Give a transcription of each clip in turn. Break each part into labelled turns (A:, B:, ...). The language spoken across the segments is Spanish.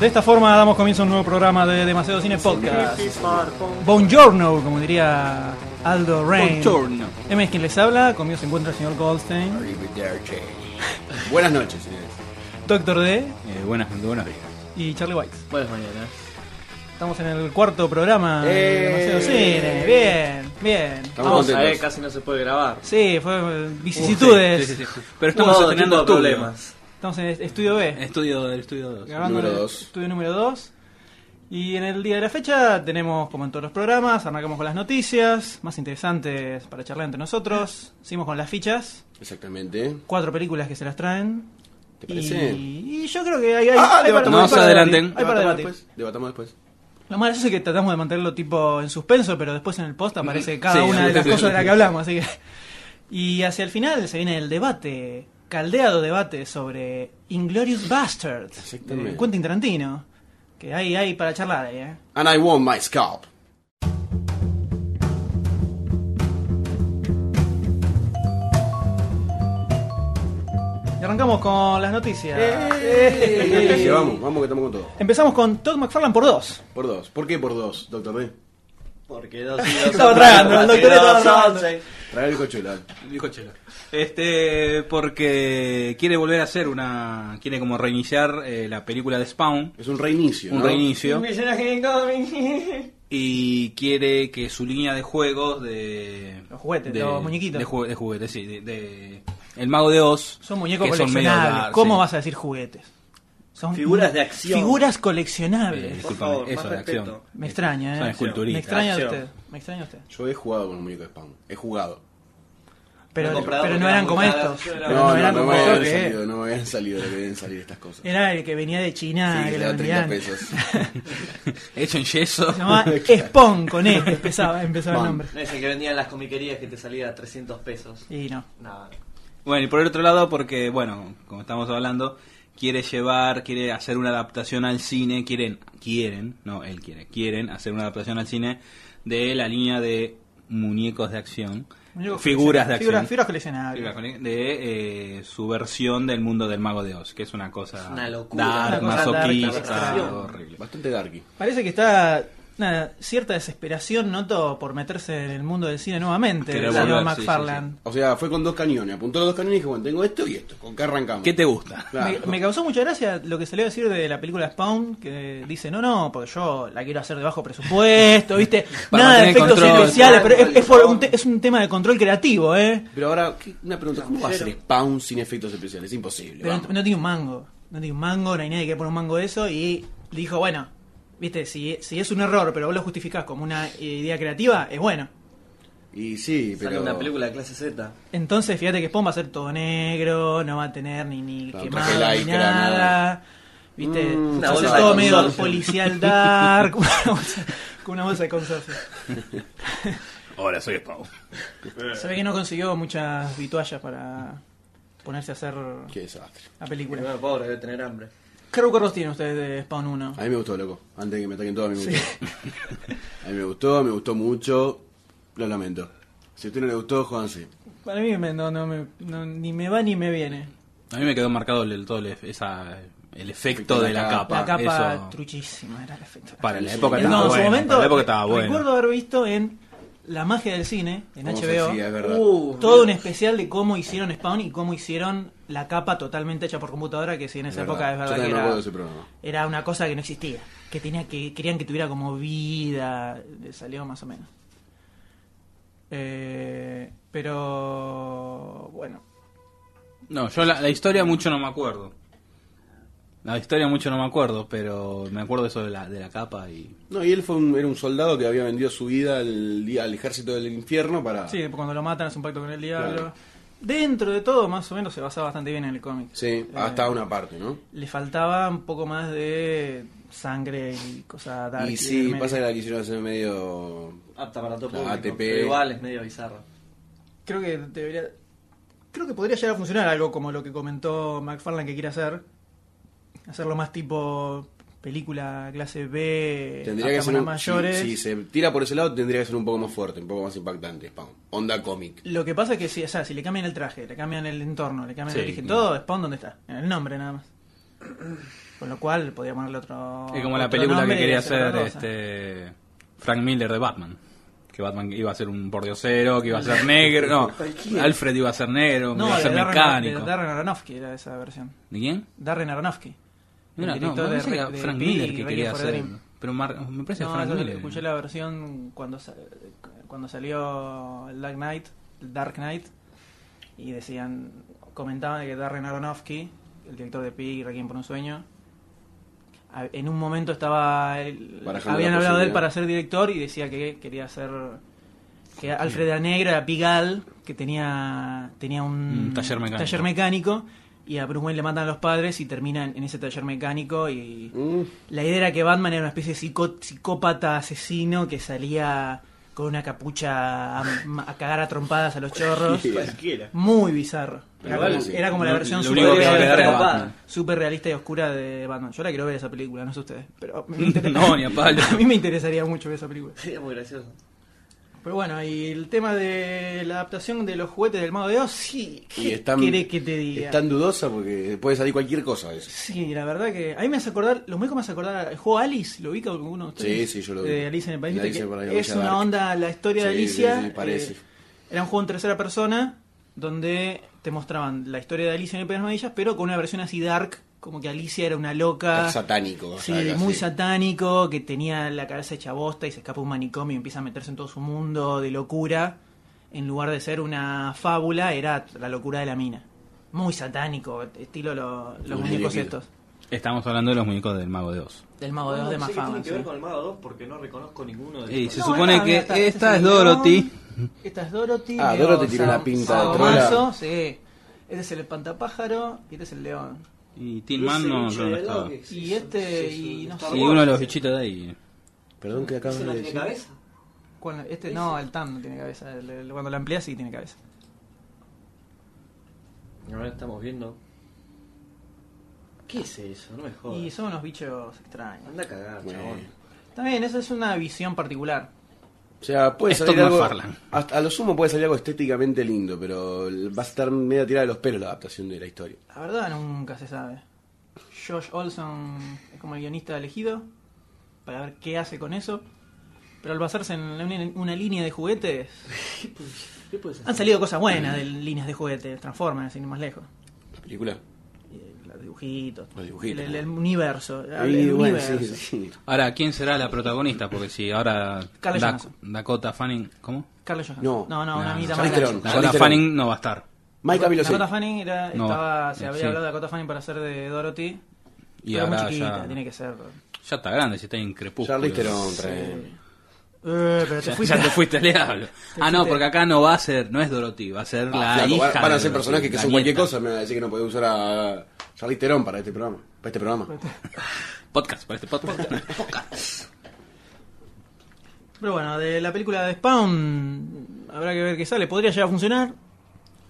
A: De esta forma damos comienzo a un nuevo programa de Demasiado Cine Podcast. Buongiorno, como diría Aldo Rain.
B: Buongiorno.
A: M es quien les habla, conmigo se encuentra el señor Goldstein,
C: Buenas noches, señores.
A: Doctor D
C: Eh, buenas, buenos días.
A: y Charlie White.
B: Buenas mañanas.
A: Estamos en el cuarto programa de
C: Eh.
A: Demasiado Cine. Bien, bien.
C: Estamos
B: Vamos a ver,
D: Eh,
C: contentos.
B: casi no se puede grabar.
A: Sí, fue eh, vicisitudes.
D: Uh, Sí, sí, sí. Pero estamos
B: No,
D: estrenando
B: tipo
D: estudio.
B: problemas.
A: Estamos en el estudio B,
D: Estudio del estudio 2.
A: grabando
C: número
A: el
C: dos.
A: estudio número 2. Y en el día de la fecha tenemos, como en todos los programas, arrancamos con las noticias más interesantes para charlar entre nosotros. Seguimos con las fichas.
C: Exactamente.
A: cuatro películas que se las traen.
C: ¿Te parece? Ah,
A: Y, y yo creo que hay, hay, hay para-
C: debatamos
A: hay
D: No se
A: para
D: adelanten.
A: debatir, Hay para debatir.
C: después. Debatamos después.
A: Lo malo es que tratamos de mantenerlo tipo en suspenso, pero después en el post aparece cada
D: Mm. Sí,
A: una de las
D: sí.
A: cosas de las que hablamos. Así que... Y hacia el final se viene el debate, caldeado debate sobre Inglorious Bastards.
C: Exactamente.
A: de Quentin Tarantino. Que hay, hay para charlar ahí, ¿eh?
C: And I want my scalp.
A: Y arrancamos con las noticias.
C: Eh, vamos, vamos que estamos con todo.
A: Empezamos con Todd McFarlane por dos.
C: Por dos. ¿Por qué por dos, doctor D?
B: Porque dos y dos
A: Estaba
B: son-
A: tragando, el
B: porque
A: doctor estaba
B: dos
A: tragando.
B: son-
C: Traer el cochuelo.
D: Dijo Chelo. Este, porque quiere volver a hacer una. Quiere como reiniciar eh, la película de Spawn.
C: Es un reinicio.
D: Un
C: ¿no?
D: reinicio. Y quiere que su línea de juegos de.
A: Los juguetes, los muñequitos.
D: De, jugu- de juguetes, sí. De, de- El Mago de Oz.
A: Son muñecos
D: que son medio
A: coleccionables.
D: dark,
A: ¿Cómo
D: sí.
A: vas a decir juguetes? Son
B: Figuras de acción.
A: Figuras
D: Eh,
A: coleccionables.
D: discúlpame,
B: favor,
D: eso
B: más
D: de
B: respeto.
D: acción.
A: me extraña, ¿eh?
D: Son esculturistas.
A: Me extraña
B: Acción.
A: usted. Me extraña usted.
C: Yo he jugado con un muñeco de Spawn. He jugado.
A: Pero,
B: Lo he comprado
A: pero no
B: porque
A: eran
B: eran
A: como
B: muy
A: estos.
B: caras, yo
A: Pero
B: era-
C: No, no,
A: eran
C: no,
A: como
C: me
A: estos
C: habían
A: que-
C: salido, no me habían salido lo que deben salir estas cosas.
A: Era el que venía de China.
C: Sí,
A: que
C: que
A: lo
C: le da 30
A: vendían.
C: pesos.
D: Hecho en yeso.
A: Se llamaba Spawn con E. Empezaba, empezaba el
C: Spawn.
A: nombre.
B: No es el que vendían en las comiquerías que te salía a 300 pesos.
A: Y no.
B: No,
D: Bueno, y por el otro lado, porque, bueno, como estamos hablando, quiere llevar, quiere hacer una adaptación al cine, quieren, quieren, no, él quiere, quieren hacer una adaptación al cine de la línea de muñecos de acción,
A: Muñecos
D: figuras de
A: coleccionables.
D: acción,
A: Figuras, figuras coleccionables.
D: figuras cole- de eh, su versión del mundo del Mago de Oz, que es una cosa
B: Es una locura.
D: dark,
A: Una cosa dark,
D: masoquista,
B: dark.
D: horrible.
C: Ah, Bastante darky.
A: Parece que está. Nada, cierta desesperación noto por meterse en el mundo del cine nuevamente.
D: Querer
A: El señor
D: volver, sí, sí,
A: McFarlane.
C: O sea, fue con dos cañones. Apuntó los dos cañones y dijo, bueno, tengo esto y esto. ¿Con qué arrancamos?
D: ¿Qué te gusta?
A: Me,
C: Claro.
A: me causó mucha gracia lo que salió a decir de la película Spawn, que dice, no, no, porque yo la quiero hacer de bajo presupuesto, ¿viste?
D: Para
A: Nada de
D: mantener
A: efectos
D: control.
A: especiales, pero es,
B: Control.
A: es por un te- es un tema de control creativo, ¿eh?
C: Pero ahora, ¿qué- una pregunta, ¿cómo va a ser Spawn sin efectos especiales? Imposible.
A: Pero
C: vamos.
A: no tiene un mango, no tiene un mango, no hay nadie que pone un mango de eso, y dijo, bueno, ¿viste? Si, si es un error, pero vos lo justificás como una idea creativa, es bueno.
C: Y sí,
B: Sale
C: pero...
B: una película de clase Z.
A: Entonces, fíjate que Spawn va a ser todo negro, no va a tener ni, ni
C: Claro,
A: quemado,
C: traje
A: ni
C: lycra,
A: nada.
C: nada.
A: ¿Viste?
C: Mm,
A: Va
B: una
A: a ser
B: bolsa de
A: todo medio
B: consorcio.
A: policial dark, una bolsa- con una bolsa de consorcio.
D: Hola, soy Spawn.
A: Se ve que no consiguió muchas vituallas para ponerse a hacer
C: Qué desastre.
A: la película.
B: Bueno, pobre, debe tener hambre.
A: ¿Qué recuerdos tienen ustedes de Spawn 1?
C: A mí me gustó, loco. Antes de que me ataquen todos, a mí me gustó. a mí me gustó, me gustó mucho. Lo lamento. Si a usted no le gustó, jódanse.
A: Para mí me- no, no me- no, ni me va ni me viene.
D: A mí me quedó marcado el, todo el, ef- esa, el efecto de la capa.
A: La capa
D: eso-
A: truchísima era el efecto.
D: Para la época
A: No,
D: estaba
A: en su
D: bueno,
A: momento
D: para la época estaba bueno.
A: recuerdo haber visto en La magia del cine, en
C: Vamos
A: HBO,
C: así, es verdad.
B: Uh,
A: todo un especial de cómo hicieron Spawn y cómo hicieron la capa totalmente hecha por computadora, que si en
C: Es
A: esa
C: verdad.
A: época es
C: Yo
A: verdad
C: también
A: que era,
C: me acuerdo de ese programa.
A: era una cosa que no existía, que tenía que querían que tuviera como vida, le salió más o menos. Eh, pero bueno,
D: No, yo la, la historia mucho no me acuerdo. La historia mucho no me acuerdo, pero me acuerdo eso de la, de la capa y...
C: No, y él fue un- era un soldado que había vendido su vida al, di- al ejército del infierno para...
A: sí, cuando lo matan es un pacto con el diablo.
C: Claro.
A: Dentro de todo, más o menos se basaba bastante bien en el cómic.
C: Sí,
A: Eh,
C: hasta una parte, ¿no?
A: le faltaba un poco más de sangre y cosas dark.
C: y sí,
A: del
C: pasa que
A: medio.
C: la quisieron hacer medio.
B: Apta para todo
C: La
B: público.
C: ATP.
B: Pero igual es medio bizarro.
A: Creo que debería. Creo que podría llegar a funcionar algo como lo que comentó McFarlane que quiere hacer. Hacerlo más tipo película clase B, a
C: Tendría que ser
A: cámaras
C: un,
A: Eh, mayores.
C: Si, si se tira por ese lado, tendría que ser un poco más fuerte, un poco más impactante. Spawn. Onda cómic.
A: Lo que pasa es que si, o sea, si le cambian el traje, le cambian el entorno, le cambian el
D: Sí.
A: origen, todo, Spawn, ¿dónde está? En el nombre nada más. Con lo cual podría ponerle otro.
D: Es como la
A: otro
D: película
A: nombre
D: que
A: y
D: quería
A: hacer
D: hacer
A: otra cosa.
D: este Frank Miller de Batman. Que Batman iba a ser un pordiosero, que iba a ser negro. No, Alfred iba a ser negro,
A: No,
D: iba a
A: de
D: ser
A: Darren-
D: mecánico.
A: de Darren Aronofsky era esa versión.
D: ¿De quién?
A: Darren Aronofsky.
D: Mira,
A: el
D: no, me
A: director
D: parece
A: de-
D: que era
A: de
D: Frank
A: Pi
D: Miller
A: y
D: que
A: Requiem
D: quería
A: for a
D: hacer.
A: Dream.
D: Pero Mar- me parece
A: No,
D: Frank
A: yo
D: Miller.
A: escuché la versión cuando, sa- cuando salió el Dark Knight, el Dark Knight, y decían, comentaban de que Darren Aronofsky, el director de Pig y Requiem por un sueño, a- en un momento estaba, él-
C: Barajando la
A: habían hablado de él
C: posibilidad.
A: para ser director y decía que quería ser que Alfreda Negra era Pigal, que tenía tenía un,
D: Un taller mecánico.
A: taller mecánico, y a Bruce Wayne le matan a los padres y termina en en ese taller mecánico y
C: Mm.
A: la idea era que Batman era una especie de psicó- psicópata asesino que salía con una capucha a, a cagar a trompadas a los chorros.
B: Cualquiera.
A: Muy bizarro. Era
C: Igual,
A: como,
C: sí.
A: era como la
D: Lo-
A: versión
D: lo
A: super
D: único que va a
A: realista,
D: quedar es
A: super
D: Batman.
A: realista y oscura de Batman. Yo la quiero ver esa película, no sé ustedes. Pero me interesa-
D: No, ni a palo.
A: a mí me interesaría mucho ver esa película.
B: Sería muy gracioso.
A: Pero bueno, y el tema de la adaptación de los juguetes del Mago de Oz, sí.
C: Y
A: ¿Qué
C: es tan,
A: querés que te diga?
C: es tan dudosa porque puede salir cualquier cosa. de eso.
A: Sí, la verdad que. A mí me hace acordar. Los muñecos me hace acordar. ¿El juego Alice? ¿Lo ubica alguno de ustedes?
C: Sí, sí, yo lo
A: De
C: ubico.
A: Alice en el
C: El
A: País.
C: Alice
A: ¿viste?
C: en el País
A: Que es
C: Alicia
A: una
C: Dark.
A: onda. La historia de
C: Sí,
A: Alicia. eh,
C: sí, sí, parece.
A: era un juego en tercera persona. Donde te mostraban la historia de Alicia en el País de las Maravillas. Pero con una versión así dark. Como que Alicia era una loca.
C: Satánico. o
A: Ah, Sí,
C: sea, casi.
A: muy satánico, que tenía la cabeza hecha bosta y se escapa a un manicomio y empieza a meterse en todo su mundo de locura. En lugar de ser una fábula, era la locura de la mina. Muy satánico, estilo lo- los
C: Los
A: muñecos estos.
C: muñequitos.
D: Estamos hablando de los muñecos del Mago de Oz.
A: Del mago de
B: No,
A: los de
B: no sé qué
A: Mafama.
B: tiene que ver con el Mago 2 porque no reconozco ninguno de
D: Y
B: los
D: se
A: No,
D: supone
A: esta-
D: que
A: esta-
D: esta,
A: esta
D: es
A: es León.
D: Dorothy.
A: Esta es Dorothy.
C: Ah,
A: medio
C: Dorothy tiene
A: sa-
C: una pinta de
A: sadomaso,
C: trola.
A: sí. Este es el espantapájaro y este es el león.
D: Y Tin Man no, no, no estaba.
B: Y
A: Y este, y no sé.
D: Y uno de los bichitos de ahí.
C: Perdón que acabas
B: ¿Ese
C: de
B: no tiene
C: decir.
B: cabeza?
A: ¿Cuál? Este no, el Tam no tiene cabeza. el- el- Cuando la amplias sí tiene cabeza.
B: Ahora estamos viendo. ¿Qué es eso? No me jodas.
A: Y son unos bichos extraños.
B: Anda a cagar,
C: Bueno.
B: chabón.
A: También, esa es una visión particular.
C: O sea, puede
D: Es
C: salir
D: Tom
C: algo.
D: McFarlane.
C: Hasta, a lo sumo puede salir algo estéticamente lindo, pero va a estar media tirada de los pelos la adaptación de la historia.
A: La verdad nunca se sabe. Josh Olson es como el guionista elegido para ver qué hace con eso. Pero al basarse en una, una línea de juguetes,
B: ¿Qué puedes hacer?
A: han salido cosas buenas de líneas de juguetes, Transformers, sin ir más lejos.
C: La película.
A: Y eh, Los dibujitos,
C: Los dibujitos,
A: el, el-
C: ¿no?
A: el universo. El,
C: Y
A: el
C: bueno,
A: Ah, universo.
C: sí, sí.
D: Ahora, ¿quién será la protagonista? Porque si ahora
A: Scarlett
D: Dak-
A: Johansson.
D: Dakota Fanning, ¿cómo?
A: Carlos Johansson.
C: No.
A: no, no, una
D: No,
A: mitad más.
C: Charlize
A: grande.
C: Theron.
D: Dakota
C: Charlize
D: Fanning no va a estar.
C: Mike Capillo, sí.
A: Dakota Fanning era,
D: No,
A: estaba, se
D: eh,
A: había
D: sí.
A: hablado de Dakota Fanning para hacer de Dorothy.
D: Y
A: pero muy
D: ahora
A: chiquita,
D: ya,
A: tiene que ser.
D: ya está grande, si está en crepúsculo.
C: Charlize Theron, trae.
A: Eh, pero te
D: Ya,
A: fuiste.
D: ya te fuiste le hablo. Ah, no,
A: fuiste.
D: porque acá no va a ser, no es Dorothy, va a ser la
C: Ah, Flaco,
D: hija.
C: van- van a
D: de
C: ser
D: Dorothy,
C: personajes que
D: la
C: son cualquier
D: nieta.
C: cosa. Me van a decir que no podés usar a Charlize Theron para este programa. Para este programa.
D: Podcast, para este podcast.
A: Pero bueno, de la película de Spawn habrá que ver qué sale. Podría llegar a funcionar.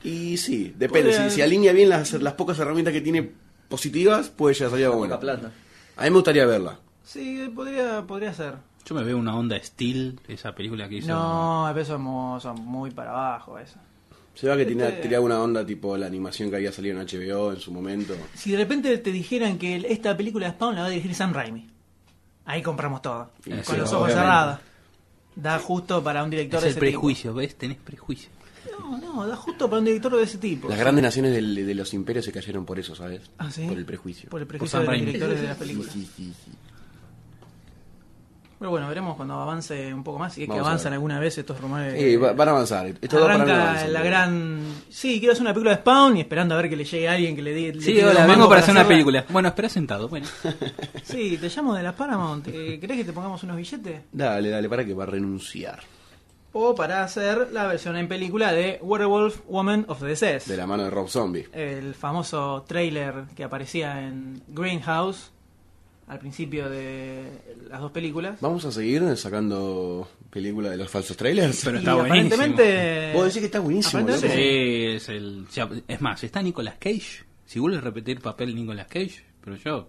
C: Y sí, depende.
A: Podría-
C: Si, si alinea bien las, las pocas herramientas que tiene positivas, puede llegar a salir algo
B: Poca
C: bueno.
B: plata.
C: A mí me gustaría verla.
A: Sí, podría, podría ser.
D: Yo me veo una onda Steel, esa película que hizo.
A: No, el peso es muy, son muy para abajo eso.
C: Se ve que tenía,
A: Este-
C: tenía una onda tipo la animación que había salido en HBO en su momento.
A: Si de repente te dijeran que el- esta película de Spawn la va a dirigir Sam Raimi, ahí compramos todo.
C: Sí,
A: con
D: sí,
A: los ojos
C: obviamente.
A: cerrados. Da justo para un director
D: es
A: de
D: el
A: ese
D: prejuicio, ¿ves? Tenés prejuicio.
A: tipo. No, no, da justo para un director de ese tipo.
C: Las grandes naciones del- de los imperios se cayeron por eso, ¿sabes?
A: Ah, ¿sí?
C: Por el prejuicio.
A: Por el
D: Por
A: prejuicio
D: Sam
A: de los
D: Raimi.
A: directores de las películas.
C: Sí, sí, sí.
A: Pero bueno, veremos cuando avance un poco más. Si es que
C: Vamos a
A: avanzan
C: ver.
A: alguna vez estos rumores.
C: Eh, va- van a avanzar. Estos dos para mí
A: Arranca
C: avanzan.
A: la gran. Sí, quiero hacer una película de Spawn y esperando a ver que le llegue alguien que le diga.
D: Sí, hola, vengo para hacer una película. Bueno, espera sentado, bueno.
A: Sí, te llamo de la Paramount. Eh, ¿Querés que te pongamos unos billetes?
C: Dale, dale, para que va a renunciar.
A: O para hacer la versión en película de Werewolf Woman of the Deceased.
C: De la mano de Rob Zombie.
A: El famoso trailer que aparecía en Greenhouse al principio de las dos películas.
C: Vamos a seguir sacando películas de los falsos trailers.
D: Pero
A: Y
D: está buenísimo.
A: aparentemente.
C: Vos decís que está buenísimo.
D: Sí,
A: Aparentemente-
C: loco.
D: es el. si ap- Es más, está Nicolas Cage. Si vuelves a repetir papel Nicolas Cage, pero yo.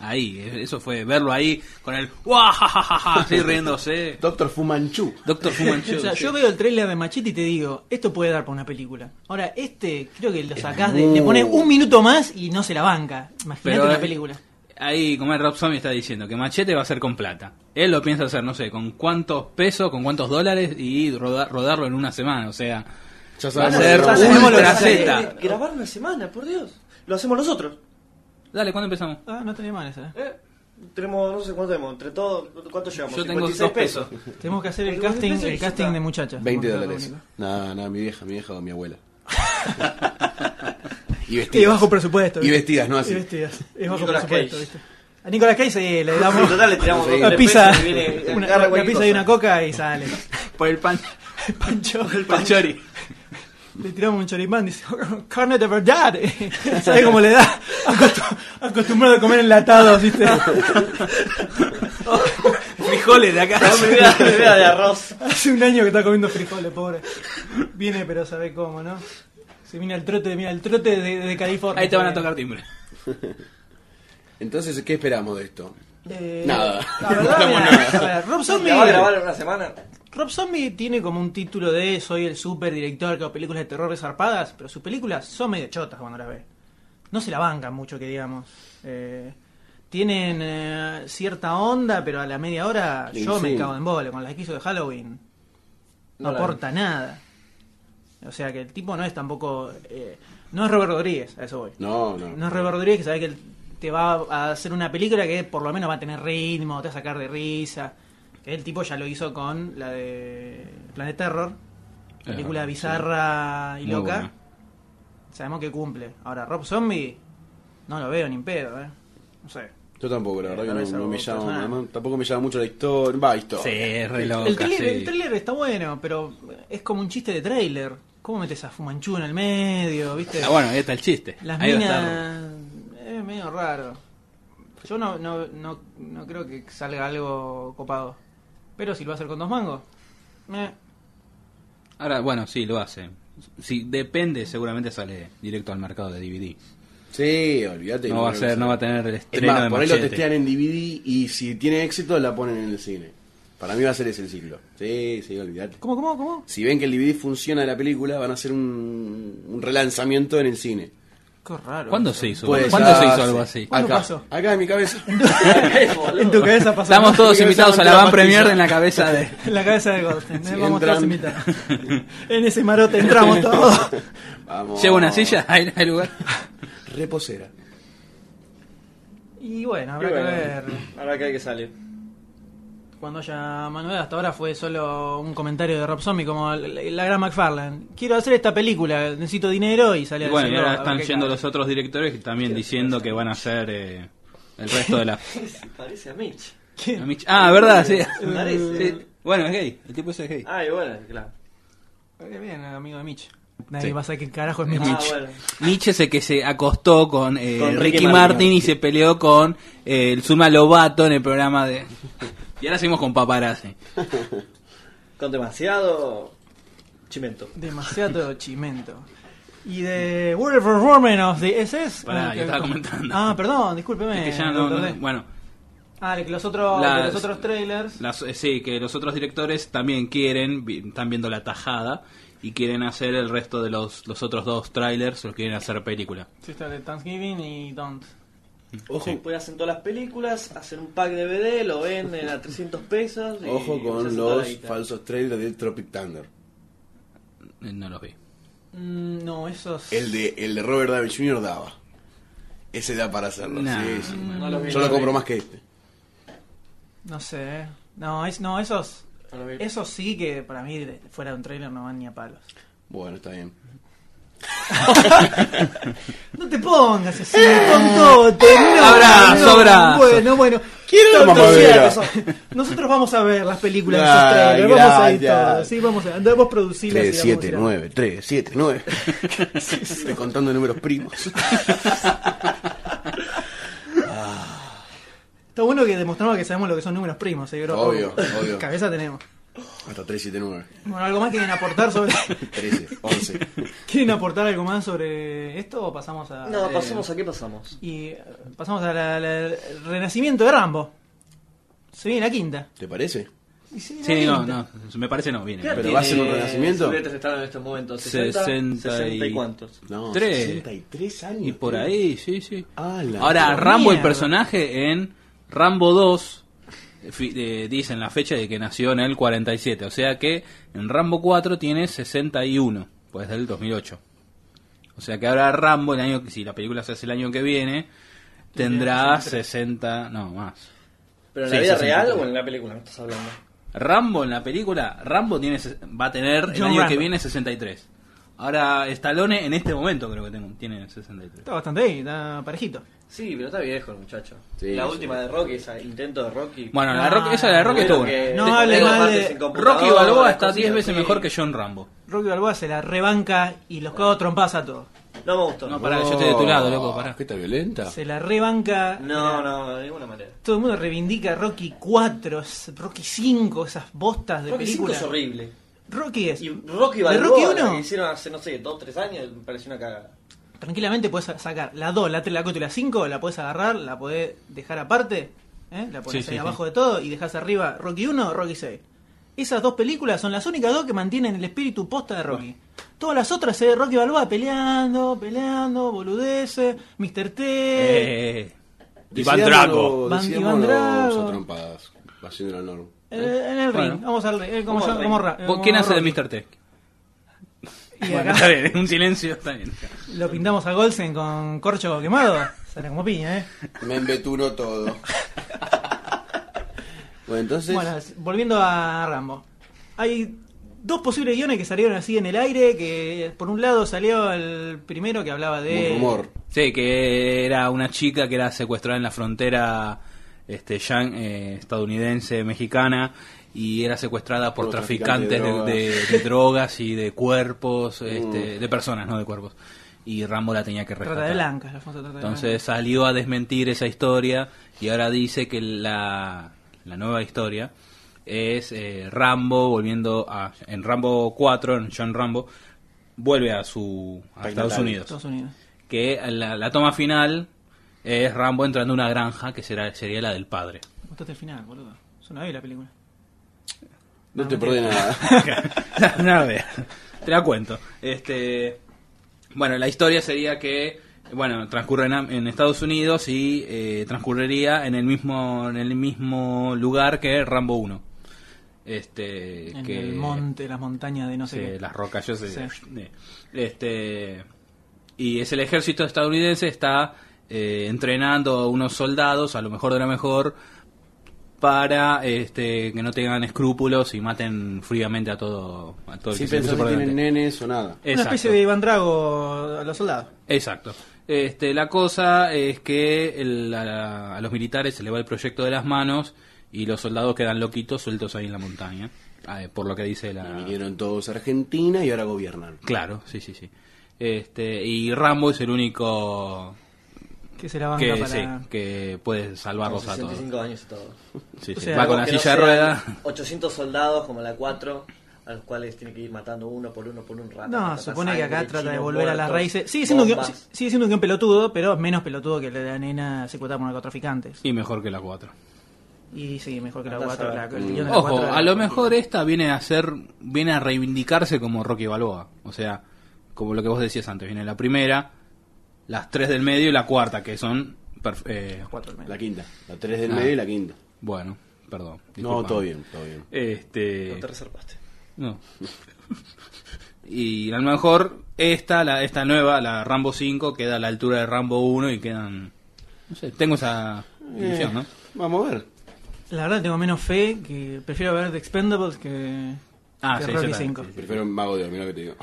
D: Ahí, e- eso fue verlo ahí con el. ¡Guajajajaja! Así riéndose.
C: Doctor Fu Manchu.
D: Doctor Fu Manchu.
A: O sea,
D: sí.
A: yo veo el tráiler de Machete y te digo, esto puede dar para una película. Ahora, este creo que lo sacás de. Le pones un minuto más y no se la banca. Imagínate
D: Pero, eh,
A: una película.
D: Ahí, como el Rob Zombie está diciendo, que Machete va a ser con plata. Él lo piensa hacer, no sé, con cuántos pesos, con cuántos dólares y roda- rodarlo en una semana. O sea, va
C: Ya
D: a
C: sabemos.
D: ser
A: ya sabemos lo que
D: ultra
A: sale.
D: Z.
E: Grabar una semana, por Dios. Lo hacemos nosotros.
D: Dale, ¿cuándo empezamos?
A: Ah, no tenía mal esa.
E: ¿eh? Tenemos, no sé cuánto tenemos, entre todos, ¿cuánto llevamos?
D: Yo tengo
E: 56
D: dos pesos.
A: Tenemos que hacer el
E: Porque vos
A: casting,
E: pensás
A: el
E: que ya
A: casting
E: está.
A: de muchachas. Vamos
C: 20
A: a hacer lo
C: dólares.
A: único.
C: Nada, nada, mi vieja, mi vieja o mi abuela. y
A: Y
C: vestidas.
A: bajo presupuesto.
C: Y vestidas, no
A: Y
C: así.
A: vestidas. Es bajo
E: Nicolas
A: presupuesto,
E: Cage.
A: ¿viste? A Nicolas Cage eh, le
E: En
A: damos
E: total le tiramos
C: Una
A: una
E: dos
A: pizza,
E: pesos y viene,
A: una,
E: agarra
A: una
E: cualquier
A: pizza y
E: cosa.
A: una coca y sale.
D: Por el pan.
A: Pancho,
D: El panchori.
A: le tiramos un choripán, dice, carne de verdad. ¿Sabes cómo le da? Acostu- acostumbrado a comer enlatados, ¿viste?
D: Frijoles de acá.
E: Una bebida de arroz.
A: Hace un año que está comiendo frijoles, pobre. Viene, pero sabe cómo, ¿no? Se viene al trote, mira, el trote de, de California.
D: Ahí te van a tocar timbre.
C: Entonces, ¿qué esperamos de esto?
A: Eh,
C: Nada.
A: La verdad,
C: No
A: mira,
C: esperamos
A: a ver, Rob Zombie.
E: ¿La va a grabar en una semana?
A: Rob Zombie tiene como un título de soy el super director que hago películas de terror zarpadas, pero sus películas son medio chotas cuando las ve. No se la bancan mucho, que digamos. Eh, tienen eh, cierta onda, pero a la media hora
C: Y
A: yo me
C: sí.
A: cago en bola con las que hizo de Halloween. No,
E: No la
A: aporta nada. O sea que el tipo no es tampoco... eh, no es Robert Rodríguez, a eso voy.
C: No, no.
A: No es Robert Rodríguez que sabe que te va a hacer una película que por lo menos va a tener ritmo, te va a sacar de risa. Que el tipo ya lo hizo con la de Planet Terror, película
D: verdad,
A: bizarra y
D: Muy
A: loca.
D: buena.
A: Sabemos que cumple. Ahora, Rob Zombie, no lo veo ni en pedo, ¿eh? No sé.
C: Yo tampoco, la verdad
A: Tal
C: que
A: vez
C: no, no
A: algún
C: me llama.
A: personaje.
C: además, tampoco me llama mucho la historia. Va, historia.
D: Sí, es re loca,
A: el, trailer,
D: sí.
A: el trailer está bueno, pero es como un chiste de trailer. ¿Cómo metes a Fumanchu en el medio, viste?
D: Ah, bueno, ahí está el chiste.
A: Las
D: ahí va a estar.
A: minas es medio raro. Yo no, no, no, no creo que salga algo copado. Pero si lo va a hacer con dos mangos. eh.
D: Ahora, bueno, sí, lo hace. Si depende, seguramente sale directo al mercado de DVD.
C: Sí, olvídate.
D: No va a ser, no va a tener el
C: Es
D: estreno
C: más,
D: de
C: por ahí lo
D: Machete.
C: testean en DVD y si tiene éxito la ponen en el cine. Para mí va a ser ese el ciclo. Sí, sí, olvídate.
A: ¿Cómo, cómo, cómo?
C: Si ven que el DVD funciona de la película, van a hacer un, un relanzamiento en el cine.
A: Qué raro.
D: ¿Cuándo se hizo?
C: Puede
D: ¿Cuándo se hizo
C: darse.
D: algo así?
A: ¿Cuándo
C: acá,
A: pasó?
C: acá en mi cabeza.
A: En tu cabeza pasó.
D: Estamos todos
C: Porque
D: invitados
C: se
D: a la
C: rompió la
D: Van Premier
C: pastilla.
D: en la cabeza de...
A: En la cabeza de Goldstein.
C: Sí,
A: ¿eh? Vamos todos
C: entran.
A: invitados. En ese marote entramos todos.
C: Vamos.
D: Lleva una silla, ahí no hay lugar.
C: Reposera.
A: Y bueno, habrá
E: Y bueno,
A: que ver.
E: Ahora que hay que salir.
A: Cuando haya Manuel, hasta ahora fue solo un comentario de Rob Zombie, como la, la gran McFarlane. Quiero hacer esta película, necesito dinero y sale
D: Y
A: a
D: bueno, y
A: decirlo, a
D: ahora
A: ver
D: están
A: qué
D: yendo
A: cae.
D: los otros directores que también diciendo que van a hacer eh, el resto de la...
E: Se parece a Mitch.
D: la mich- Ah, ¿verdad? Sí.
E: Parece.
D: Sí. Bueno, es gay. El tipo ese es gay.
E: Ay, Ah, bueno, claro.
A: Qué bien, el amigo de Mitch. Nadie
D: Sí.
A: va a saber qué carajo es Mitch.
E: Ah, bueno.
D: Nietzsche es el que se acostó con, eh,
E: Con
D: Ricky,
E: Ricky
D: Martin,
E: Martin
D: y se peleó con eh, el Zuma Lobato en el programa de... Y ahora seguimos con paparazzi.
E: Con demasiado chimento.
A: Demasiado chimento. Y de World of Women of the SS.
D: Pará,
A: Ah,
D: yo estaba comentando.
A: Ah, perdón, discúlpeme.
D: Es que ya no-
A: doctor D.
D: no- bueno,
A: Ah, de que los otros, de
D: Las-
A: los otros trailers.
D: Las- eh, sí, que los otros directores también quieren, vi- están viendo la tajada y quieren hacer el resto de los, los otros dos trailers, los quieren hacer película.
A: Sí, está de Thanksgiving y Don't.
C: Ojo,
E: Después hacen todas las películas, hacen un pack de DVD, lo venden a 300 pesos. y
C: ojo
E: se
C: con
E: hace toda la
C: los
E: guita.
C: falsos trailers de Tropic Thunder.
D: Eh, No los vi.
A: Mm, no, esos.
C: El de, el de Robert Downey Jr. daba. Ese da para hacerlo.
D: Nah.
C: sí, sí.
E: No lo vi,
C: Yo
E: no
C: lo compro
E: vi.
C: más que este.
A: No sé. eh. No, es, no esos.
E: No lo vi.
A: Esos sí que para mí de- fuera de un trailer no van ni a palos.
C: Bueno, está bien.
A: No te pongas así, tonto. No,
D: Abrazo, abrazo.
A: Bueno, bueno. Quiero
C: Toma,
A: tonto
C: madera.
A: sea que sos. Nosotros vamos a ver las películas de
C: Ay,
A: esos trailers. Vamos a ir
C: gracias.
A: todos. Sí, vamos a andamos producidas.
C: 3,
A: y vamos a
C: 7,
A: ir a-
C: 9, 3, 7, 9. Estoy contando números primos.
A: Está bueno que demostramos que sabemos lo que son números primos, ¿eh, bro?
C: Obvio, obvio.
A: Cabeza tenemos.
C: Hasta 379.
A: Bueno, ¿algo más quieren aportar sobre...
C: 13, 11.
A: ¿Quieren aportar algo más sobre esto o pasamos a...
E: No,
A: eh,
E: pasamos a qué pasamos.
A: Y eh, pasamos al renacimiento de Rambo. Se viene la quinta.
C: ¿Te parece?
A: Y se viene
D: Sí,
A: la
D: no,
A: quinta.
D: no, me parece no, viene.
C: Pero va a ser un renacimiento.
B: Julieta se está en
E: este
B: estos momentos. 60,
D: 60 y-
B: 60 y cuántos.
C: No,
D: Tres.
C: 63 años.
D: Y por
C: tío.
D: ahí, sí, sí.
C: Ah, la
D: Ahora,
A: puta
D: Rambo, el
A: mierda.
D: personaje en Rambo 2, fi- eh, dicen la fecha de que nació en el 47. O sea que en Rambo 4 tiene 61, pues del 2008. O sea que ahora Rambo, el año que- si la película se hace el año que viene, tendrá 60, no más.
B: ¿Pero en
D: Sí,
B: la vida
D: 63.
B: real o en la película me estás hablando?
D: Rambo en la película, Rambo tiene, ses- va a tener el
A: John
D: año que
A: Rambo.
D: viene 63. Ahora, Stallone en este momento creo que tengo- tiene 63.
A: Está bastante ahí, está parejito.
B: Sí, pero está viejo el muchacho.
C: Sí,
B: la
C: sí.
B: última de Rocky, ese intento de Rocky.
D: Bueno, la
A: Ah,
D: Rock- esa de la Rock estuvo
B: Tuvieron
D: buena.
B: que-
A: No
B: tengo
A: hable
B: dos
A: mal
B: partes
A: de-
B: sin computadora,
D: Rocky Balboa
B: las
D: está
B: cosas,
D: 10 veces
B: sí.
D: mejor que John Rambo.
A: Rocky Balboa se la rebanca y los cago a trompadas a todos.
B: No me gustó.
D: No,
B: No,
D: pará, yo estoy de tu lado, loco,
C: para
D: pará.
C: ¿Qué está violenta?
A: Se la rebanca.
B: no,
A: Mira,
B: de ninguna manera.
A: Todo el mundo reivindica Rocky 4, Rocky 5, esas bostas de
B: Rocky 5
A: películas.
B: es horrible.
A: Rocky es.
B: Y Rocky
A: ¿De
B: Balboa,
A: Rocky
B: la que
A: 1?
B: hicieron hace, no sé, 2, 3 años, me pareció una cagada.
A: Tranquilamente puedes sacar la 2, la 3, la 4 y la 5, la puedes agarrar, la podés dejar aparte, ¿eh? la pones
D: Sí,
A: ahí
D: sí,
A: abajo de todo y dejas arriba Rocky 1, Rocky 6. Esas dos películas son las únicas dos que mantienen el espíritu posta de Rocky. Todas las otras se ve Rocky Balboa peleando, peleando, boludeces, Mr. T.
D: Eh,
C: Iván
D: Drago.
A: Van- Iván Drago.
C: trompadas. Va siendo la norma.
A: En el- eh, en el
D: Bueno.
A: ring, vamos al ring. eh, como,
B: Vamos
A: sa-
B: al ring.
A: como ra-
D: ¿vos
A: eh, como
D: ¿Quién hace de
A: Rocky.
D: Mr. T?
A: Y
D: Bueno,
A: acá
D: está bien, un silencio está bien.
A: lo pintamos a Golsen con corcho quemado. Sale como piña, ¿eh?
C: Me embeturó todo. bueno, entonces.
A: Bueno, volviendo a Rambo. Hay dos posibles guiones que salieron así en el aire, que por un lado salió el primero que hablaba de...
C: un rumor.
D: Sí, que era una chica que era secuestrada en la frontera este, yan- eh, estadounidense, mexicana, y era secuestrada por
C: Por
D: traficantes
C: traficantes
D: de, de- de drogas y de cuerpos, este, de personas, no de cuerpos. Y Rambo la tenía que rescatar.
A: Trata de blancas, la famosa trata de
D: Entonces salió a desmentir esa historia y ahora dice que la, la nueva historia es eh, Rambo volviendo a... En Rambo 4, en John Rambo, vuelve a su a
C: País
D: Estados
C: natal.
D: Unidos.
A: Estados Unidos.
D: Que la, la toma final es Rambo entrando a una granja que será, sería la del padre.
A: Me Gustaste el final, boludo. Yo no vi la película.
C: No te perdí nada.
D: Una vez. Te la cuento. Este, bueno, la historia sería que bueno transcurre en, Am- en Estados Unidos y eh, transcurriría en el mismo en el mismo lugar que Rambo 1. Este,
A: En
D: que,
A: el monte, las montañas de no sé
D: Sí,
A: qué.
D: las rocas, yo sé.
A: Sí.
D: Eh, Este, y es el ejército estadounidense está eh, entrenando a unos soldados, a lo mejor de lo mejor, para este, que no tengan escrúpulos y maten fríamente a todo, a todo el
C: Si
D: que se
C: pensás
D: cruce
C: que
D: por
C: tienen
D: delante.
C: nenes o nada.
A: Una especie de Iván Drago a los soldados.
D: Exacto. Este, la cosa es que el- a, a los militares se le va el proyecto de las manos y los soldados quedan loquitos sueltos ahí en la montaña, Ah, eh, por lo que dice la...
C: Y vinieron todos a Argentina y ahora gobiernan.
D: Claro, sí, sí, sí. Este, y Rambo es el único
A: Que se la banca
D: que,
A: para...
D: sí, que puede
B: Con
D: salvarlos a todos.
B: 65 años y todo.
D: Sí,
A: O
D: sí.
A: sea,
D: Va
B: Algo
D: con la
B: que no
D: silla de
B: sean
D: ruedas.
B: 800 soldados como la 4, a los cuales tiene que ir matando uno por uno por un rato.
A: No, supone que acá trata de volver a las raíces. Sigue
B: Sí,
A: siendo, un guión, si- sigue siendo un guión pelotudo, pero es menos pelotudo que la de la nena secuestrada por narcotraficantes.
D: Y mejor que la 4.
A: Y sí, mejor que la
B: Andás a
A: 4.
B: ver.
A: La, el guión de la
D: Ojo,
A: cuatro-
D: a lo mejor esta viene a ser, viene a reivindicarse como Rocky Balboa. O sea, como lo que vos decías antes, viene la primera, las tres del medio y la cuarta, que son... perf- eh,
A: cuatro al menos.
C: La quinta. La tres del
D: Ah.
C: medio y la quinta.
D: bueno, perdón.
C: No,
D: disculpame.
C: todo bien, todo bien.
D: Este...
B: No te reservaste.
D: No. Y a lo mejor esta, la, esta nueva, la Rambo 5, queda a la altura de Rambo 1 y quedan... No sé, tengo esa ilusión, ¿no?
C: Eh, Vamos a ver.
A: La verdad tengo menos fe que prefiero ver The Expendables que,
D: Ah,
A: que
D: sí,
A: Rocky
D: yo también,
A: 5.
D: sí,
C: Prefiero un mago de Dios, mira lo que te digo.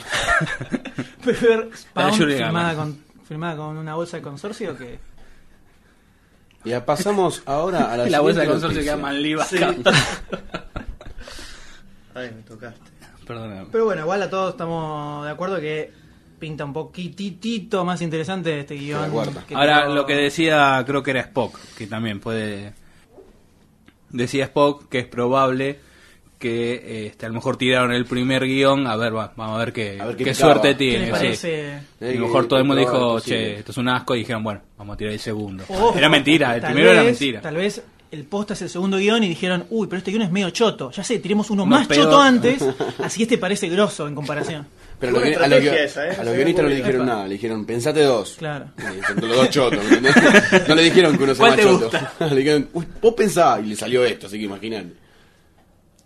A: Prefiero ver Spawn
D: Shuri
A: filmada
D: Gamma.
A: con, filmada con una bolsa de consorcio que
C: Ya pasamos ahora a la
D: La bolsa de
C: siguiente
D: consorcio
C: noticia.
D: queda mal liva.
B: Ay, me tocaste.
D: Perdóname.
A: Pero bueno, igual a todos estamos de acuerdo que pinta un poquitito más interesante este guión.
C: cuarta.
A: que
D: Ahora,
A: tiró-
D: lo que decía, creo que era Spock, que también puede... decía Spock que es probable que eh, este, a lo mejor tiraron el primer guión, a ver, va- vamos a ver qué,
C: A ver qué
D: qué
C: picaba.
D: suerte
A: ¿Qué
D: tiene.
A: les
D: sí.
A: parece?
D: A
C: Eh,
D: lo mejor todo el mundo
C: probar lo
D: dijo,
C: posible.
D: che, esto es un asco, y dijeron, bueno, vamos a tirar el segundo.
A: Ojo,
D: era mentira, el
A: Oh, tal
D: primero era
A: vez-
D: mentira.
A: Tal vez el post es el segundo guión y dijeron, uy, pero este guión es medio choto. Ya sé, tiremos uno
D: Uno
A: más
D: peor.
A: choto antes, así que este parece grosso en comparación.
C: Pero a los
E: Buena
C: guion- a los guion-
E: estrategia esa, ¿eh?
C: a los guionistas no le dijeron
A: Epa.
C: nada, le dijeron, pensate dos.
A: Claro.
C: Y le dijeron, Los dos chotos, ¿me entendés? No le dijeron que uno sea
D: ¿Cuál
C: más
D: te
C: choto.
D: gusta?
C: Le dijeron, "Uy, vos pensá, y le salió esto, así que imaginate.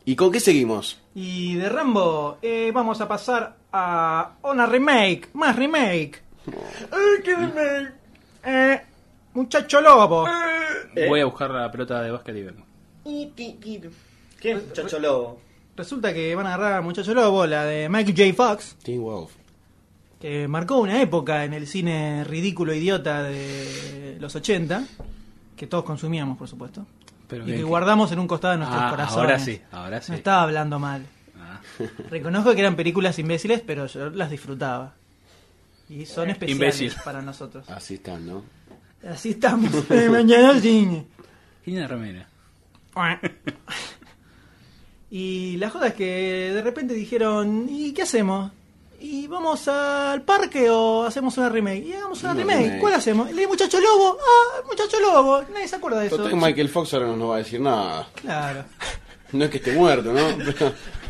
C: ¿Y con qué seguimos?
A: Y de Rambo, eh, vamos a pasar a una remake, más remake. Ay, qué remake. Eh, muchacho lobo.
E: ¿Eh?
D: Voy a buscar la pelota de básquet y vemos.
E: ¿Quién es Muchacho Lobo?
A: Resulta que van a agarrar a muchacho lobo, la de Michael J. Fox,
C: Teen Wolf.
A: que marcó una época en el cine ridículo idiota de los 80, que todos consumíamos, por supuesto.
D: Pero
A: y
D: bien
A: que
D: que-
A: guardamos en un costado de nuestros
D: Ah,
A: corazones.
D: ahora sí, ahora sí.
A: No estaba hablando mal.
D: Ah.
A: Reconozco que eran películas imbéciles, pero yo las disfrutaba. Y son especiales
D: Eh, imbécil.
A: para nosotros.
C: Así están, ¿no?
A: Así estamos. Eh, mañana al cine.
D: Linda remera.
A: Y la joda es que de repente dijeron, ¿y qué hacemos? ¿Y vamos al parque o hacemos una remake? Y hagamos una
C: Una
A: remake.
C: remake.
A: ¿Cuál hacemos? El de Muchacho Lobo. Ah, Muchacho Lobo. Nadie se acuerda de eso.
C: Total, Michael Fox ahora no nos va a decir nada.
A: Claro.
C: No es que esté muerto, ¿no?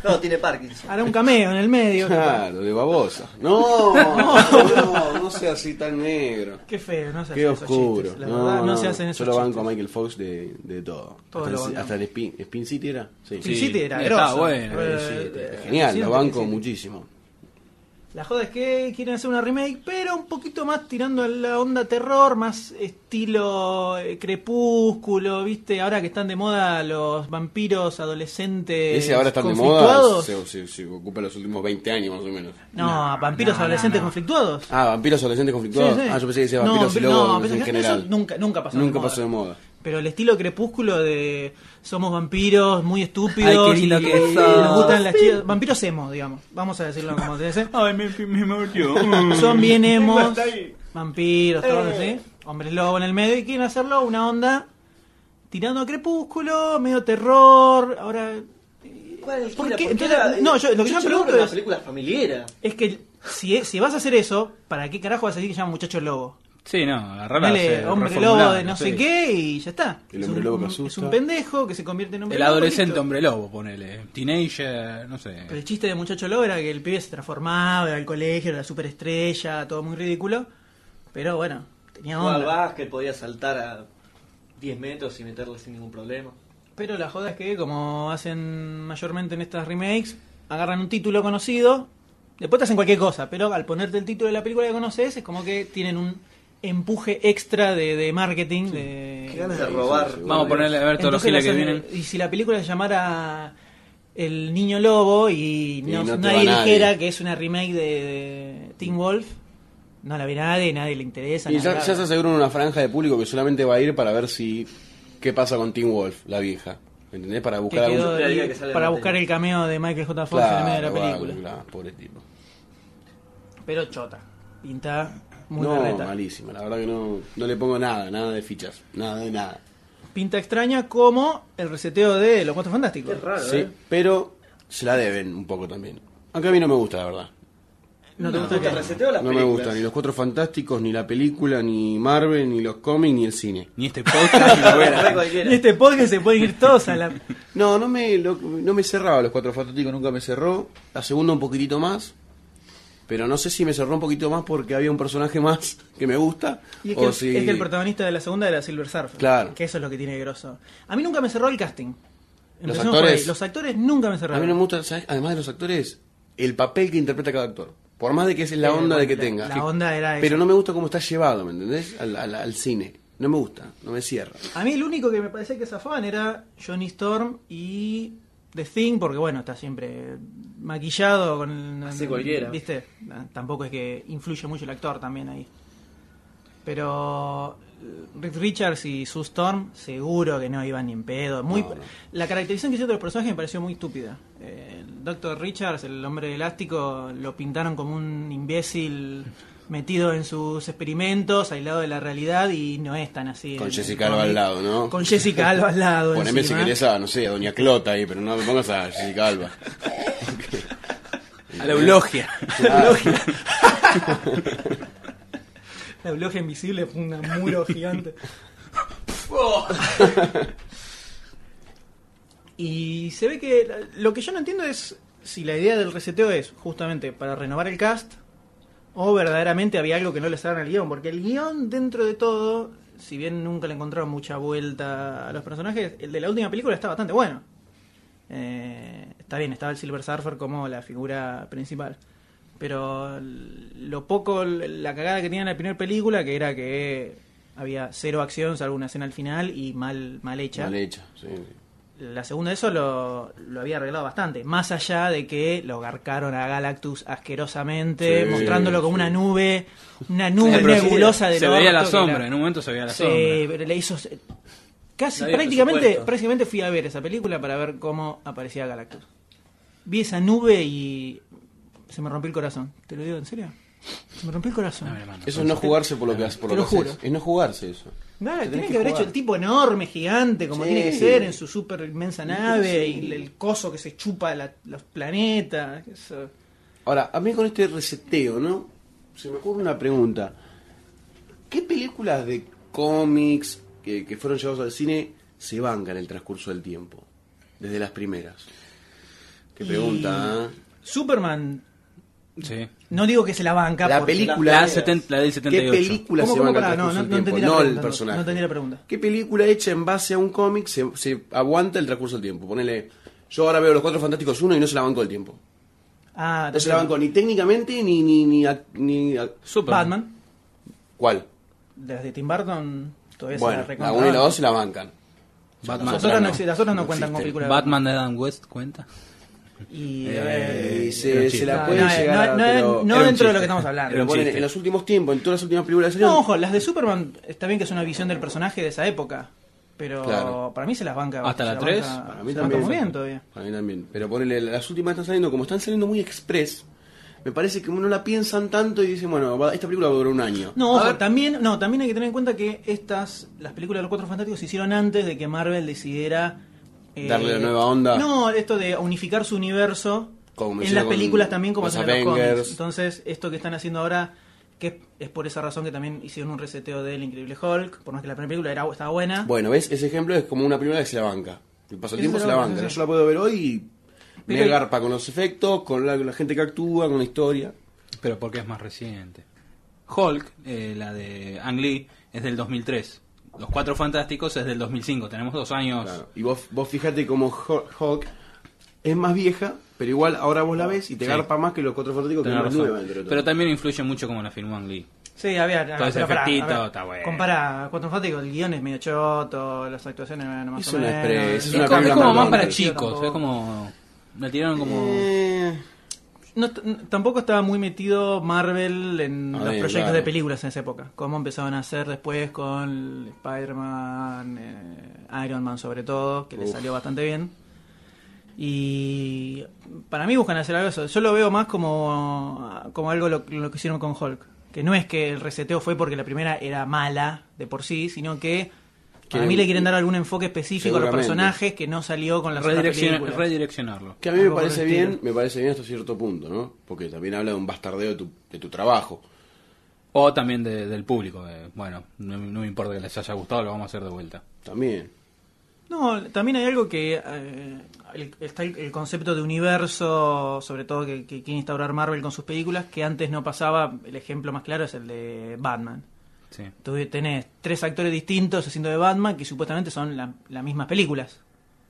E: No, tiene Parkinson.
A: Hará un cameo en el medio.
C: Claro, de babosa. No, no, no sea así tan negro.
A: Qué feo, no se
C: Qué
A: hacen esos
C: oscuro.
A: chistes, la verdad, no, se hacen
C: Yo
A: esos
C: lo banco a
A: chistes.
C: Michael Fox de, de todo.
A: Todo
C: hasta,
A: lo
C: el-
A: bancamos.
C: hasta el Spin, Spin City era. Sí.
A: Sí, sí, era
D: Está
A: grosso.
D: bueno,
A: Eh,
D: sí,
A: eh,
C: Genial,
A: sí,
C: lo
A: sí,
C: banco
A: sí.
C: muchísimo.
A: La joda es que quieren hacer una remake, pero un poquito más tirando a la onda terror, más estilo eh, crepúsculo, ¿viste? Ahora que están de moda los vampiros adolescentes.
C: Ese ahora está de moda,
A: conflictuados.
C: se, se- se ocupa los últimos 20 años más o menos.
A: No, vampiros
D: no,
A: adolescentes
D: no.
A: conflictuados.
C: Ah, vampiros adolescentes conflictuados.
A: Sí, sí.
C: Ah, yo pensé que decía
A: No,
C: vampiros y
A: vampiro-
C: lobos
A: no,
C: en
A: pensé que-
C: general.
A: eso nunca- nunca pasó de
C: Nunca
A: moda.
C: pasó de moda.
A: Pero el estilo crepúsculo de somos vampiros muy estúpidos
D: Ay, qué lindo
A: y
D: que
A: nos
D: sos.
A: gustan las chicas. Vampiros emo, digamos. Vamos a decirlo como debe ser.
D: Ay, me, me mordió.
A: Son bien emos, vampiros, todo así. Hombres lobo en el medio y quieren hacerlo una onda tirando a crepúsculo, medio terror. Ahora,
E: ¿Cuál
A: ¿Por qué? Entonces, no, yo- lo que yo me pregunto
E: es... una
A: es-
E: película familiar.
A: es que si, si vas a hacer eso, ¿para qué carajo vas a decir que se llama muchacho lobo?
D: Sí, no, agarrarla.
A: Dale, hombre lobo de no sé qué y ya está.
C: El
A: Es
C: hombre
A: un-
C: lobo que
A: un-
C: asusta.
A: Es un pendejo que se convierte en hombre
D: El
A: lobo,
D: adolescente
A: listo.
D: hombre lobo, ponele. Teenager, no sé.
A: Pero el chiste de Muchacho Lobo era que el pibe se transformaba, era el colegio, era la superestrella, todo muy ridículo. Pero bueno, tenía
E: Jugaba al
A: onda.
E: básquet, podía saltar a 10 metros y meterle sin ningún problema.
A: Pero la joda es que, como hacen mayormente en estas remakes, agarran un título conocido, después te hacen cualquier cosa, pero al ponerte el título de la película que conoces, es como que tienen un empuje extra de, de marketing. De...
E: Qué ganas de robar.
C: sí,
D: Vamos a ponerle a ver todos los giles
A: Entonces la
D: que
A: hacen-
D: vienen.
A: Y si la película se llamara El Niño Lobo y, no-
C: no te
A: nadie
C: va nadie.
A: dijera que es una remake de, de Teen Wolf, no la ve nadie, nadie le interesa.
C: Y
A: nadie
C: ya, ya se
A: habla.
C: aseguró una franja de público que solamente va a ir para ver si. ¿Qué pasa con Tim Wolf, la vieja? ¿Entendés? Para
A: Que
C: buscar algún.
A: quedó
E: Esperaría
A: ahí
E: que salga
A: para
E: la
A: buscar
E: tele.
A: el cameo de Michael J. Fox en el medio de la
C: Claro,
A: película.
C: claro, pobre tipo.
A: Pero chota, pinta muy
C: no,
A: berreta.
C: malísima. La verdad que no, no le pongo nada, nada de fichas. Nada de nada.
A: Pinta extraña como el reseteo de Los Cuatro Fantásticos.
E: Es raro,
C: Sí,
E: ¿eh?
C: pero se la deben un poco también. Aunque a mí no me gusta, la verdad.
A: No te
E: ¿No
A: gusta
E: te
A: que-
E: reseteo las
C: No me
E: películas?
C: gusta ni los Cuatro Fantásticos, ni la película, ni Marvel, ni los cómics, ni el cine.
D: Ni este podcast ni la
E: Re
D: vera.
E: cualquiera.
A: Y este podcast se pueden ir todos a la...
C: No, no me, lo- no me cerraba los Cuatro Fantásticos, nunca me cerró. La segunda un poquitito más. Pero no sé si me cerró un poquito más porque había un personaje más que me gusta.
A: Y es
C: o
A: que, el-
C: si-
A: es que el protagonista de la segunda era Silver Surfer.
C: Claro.
A: Que eso es lo que tiene de grosso. A mí nunca me cerró el casting. Empecemos
C: Los actores.
A: por ahí. Los actores nunca me
C: A
A: cerraron.
C: mí no me gusta, ¿sabes? además de los actores, el papel que interpreta cada actor. Por más de que esa es la
A: Eh,
C: onda
A: bueno,
C: de que
A: la-
C: tenga.
A: la
C: Que-
A: onda era
C: Pero
A: esa.
C: no me gusta cómo está llevado, ¿me entendés? Al, al- al cine. No me gusta, no me cierra.
A: A mí el único que me parecía que zafaban era Johnny Storm y The Thing, porque bueno, está siempre maquillado con...
E: Hace cualquiera.
A: ¿Viste? Ah, Tampoco es que influye mucho el actor también ahí. Pero eh, Rick Richards y Sue Storm seguro que no iban ni en pedo. Muy,
C: No, no.
A: La caracterización que hicieron de los personajes me pareció muy estúpida. Eh, el Dr. Richards, el hombre elástico, lo pintaron como un imbécil metido en sus experimentos, aislado de la realidad y no es tan así.
C: Con
A: en-
C: Jessica
A: en
C: Alba al
A: cómic.
C: lado, ¿no?
A: Con Jessica Alba al lado.
C: Poneme si
A: encima.
C: querés a, no sé, a Doña Clota ahí, pero no me pongas a Jessica Alba.
D: A la eulogia.
A: La bloja invisible fue un muro gigante. y se ve que la- lo que yo no entiendo es si la idea del reseteo es justamente para renovar el cast o verdaderamente había algo que no le estaban al guión, porque el guión dentro de todo, si bien nunca le encontraron mucha vuelta a los personajes, el de la última película está bastante bueno. Eh, está bien, estaba el Silver Surfer como la figura principal. Pero lo poco, la cagada que tenía en la primera película, que era que había cero acción, salvo una escena al final y mal, mal hecha.
C: Mal hecha, sí.
A: La segunda, eso lo, lo había arreglado bastante. Más allá de que lo garcaron a Galactus asquerosamente,
C: Sí,
A: mostrándolo como
C: sí.
A: una nube, una
D: Sí,
A: nube
D: pero sí,
A: nebulosa de
D: Se veía la
A: orto que era-
D: sombra, en un momento se veía la
A: Sí,
D: sombra.
A: pero le hizo. Casi,
B: No había
A: prácticamente,
B: presupuesto.
A: prácticamente fui a ver esa película para ver cómo aparecía Galactus. Vi esa nube y se me rompió el corazón. ¿Te lo digo en serio? Se me rompió el corazón.
D: A ver, hermano.
C: Eso es Ah, no jugarse por lo que haces. por
A: Te
C: lo
A: lo
C: que
A: juro.
C: haces. Es no jugarse eso.
A: Nada,
C: Tenés
A: tiene
C: que
A: que haber
C: jugar.
A: hecho el tipo enorme, gigante, como
C: Sí.
A: tiene que ser, en su super inmensa nave, y el coso que se chupa la- los planetas. qué sé yo.
C: Ahora, a mí con este reseteo, ¿no? Se me ocurre una pregunta. ¿Qué películas de cómics que, que fueron llevados al cine se bancan en el transcurso del tiempo? Desde las primeras. Qué
A: Y-
C: pregunta, ¿eh?
A: Superman,
D: Sí.
A: no digo que se la banca.
C: La
A: porque-
C: película.
D: La, del seten- la del
C: ¿Qué
D: 78.
C: película
A: ¿Cómo,
C: se
A: cómo?
C: banca
A: Pará,
C: en el
A: no, no,
C: transcurso del
A: no
C: tiempo?
A: entendí la
C: No el
A: pregunta, no,
C: personaje.
A: no entendí la pregunta.
C: ¿Qué película hecha en base a un cómic se, se aguanta el transcurso del tiempo? Ponele. Yo ahora veo Los Cuatro Fantásticos 1 y no se la banco el tiempo.
A: Ah,
C: No se la banco ni técnicamente ni. ni, ni, a- ni a-
D: Superman.
A: Batman.
C: ¿Cuál?
A: de las de Tim Burton todavía
C: Bueno,
A: se
C: la
A: las
C: 1 y la 2 se la bancan.
D: Batman.
A: Las otras no,
D: Batman.
A: exi- las otras no cuentan con película de
D: Batman de Adam West cuenta.
A: Y,
C: Eh,
A: eh,
D: era
C: se,
D: un
C: se
D: chiste.
C: la
A: No,
C: puede
A: no,
C: llegar a-
A: no, no,
C: pero-
A: no
C: era
A: dentro de
C: un
A: lo
C: chiste.
A: que estamos hablando.
C: Pero
D: un
C: ponen,
D: chiste.
C: en los últimos tiempos, en todas las últimas películas que
A: No,
C: salieron,
A: ojo, las de Superman está bien que es una visión del personaje de esa época. Pero
C: Claro.
A: para mí se las banca.
D: Hasta
A: se
D: la
A: las
D: tres,
A: banca-
C: para mí
A: se las banca
C: también.
A: muy bien todavía.
C: A mí también. Pero ponele, las últimas están saliendo, como están saliendo muy express, me parece que no la piensan tanto y dicen, bueno, va- esta película va a durar un año.
A: No, ojo, también, no, también hay que tener en cuenta que estas, las películas de los Cuatro Fantásticos se hicieron antes de que Marvel decidiera... eh,
C: Darle la nueva onda.
A: No, esto de unificar su universo
C: Como
A: en
C: hicieron
A: las
C: con
A: películas también como
C: los
A: hacen en los
C: Avengers.
A: cómics. Entonces, esto que están haciendo ahora, que es, es por esa razón que también hicieron un reseteo del Increíble Hulk, por más que la primera película era, estaba buena.
C: Bueno, ¿ves? Ese ejemplo es como una película que se la banca. El paso del
A: Eso
C: tiempo
A: se
C: se
A: la
C: la
A: banca,
C: banca.
A: sí.
C: Yo la puedo ver hoy y
A: Pero-
C: me garpa con los efectos, con la, la gente que actúa, con la historia.
D: Pero porque es más reciente. Hulk, eh, la de Ang Lee, es del 2003. Los Cuatro Fantásticos es del 2005. Tenemos dos años.
C: Claro. Y vos, vos fijate como Ho- Hulk es más vieja, pero igual ahora vos la ves y te
D: Sí.
C: garpa más que los cuatro fantásticos que
D: Tenés
C: no es
D: razón.
C: nueva. dentro de todo.
D: Pero también influye mucho como la firmó Ang Lee.
A: Sí, había... había-
D: Todo ese
A: pero pará,
D: efectito
A: a ver,
D: está bueno.
A: Compara a Cuatro Fantásticos, el guión es medio choto, las actuaciones eran más
C: Es
A: o
C: una
A: menos.
C: express, Es
D: Es,
C: una
D: como,
C: película
D: es como
C: más
D: más para
C: grande.
D: chicos.
A: Tampoco-
D: Es como. La tiraron como.
C: Eh,
A: No, t- n- tampoco estaba muy metido Marvel en
C: Ah,
A: los
C: bien,
A: proyectos
C: claro.
A: de películas en esa época. Como empezaron a hacer después con Spider-Man, eh, Iron Man sobre todo, que le
C: Uf.
A: salió bastante bien. Y para mí buscan hacer algo de eso. Yo lo veo más como, como algo lo, lo que hicieron con Hulk. Que no es que el reseteo fue porque la primera era mala de por sí, sino que para
C: Que-
A: mí le quieren dar algún enfoque específico a los
C: Seguramente.
A: personajes que no salió con las otras
D: redirecciona-
A: películas.
D: redireccionarlo.
C: que a mí me
A: Algo por el
C: parece
A: estilo.
C: bien, me parece bien hasta cierto punto, ¿no? Porque también habla de un bastardeo de tu, de tu trabajo.
D: O también de- del público. eh, bueno, no, no me importa que les haya gustado, lo vamos a hacer de vuelta.
C: También.
A: No, también hay algo que eh, el- está el, el concepto de universo, sobre todo que, que quiere instaurar Marvel con sus películas, que antes no pasaba. El ejemplo más claro es el de Batman.
D: Sí.
A: Tú tenés tres actores distintos haciendo de Batman que supuestamente son la- las mismas películas.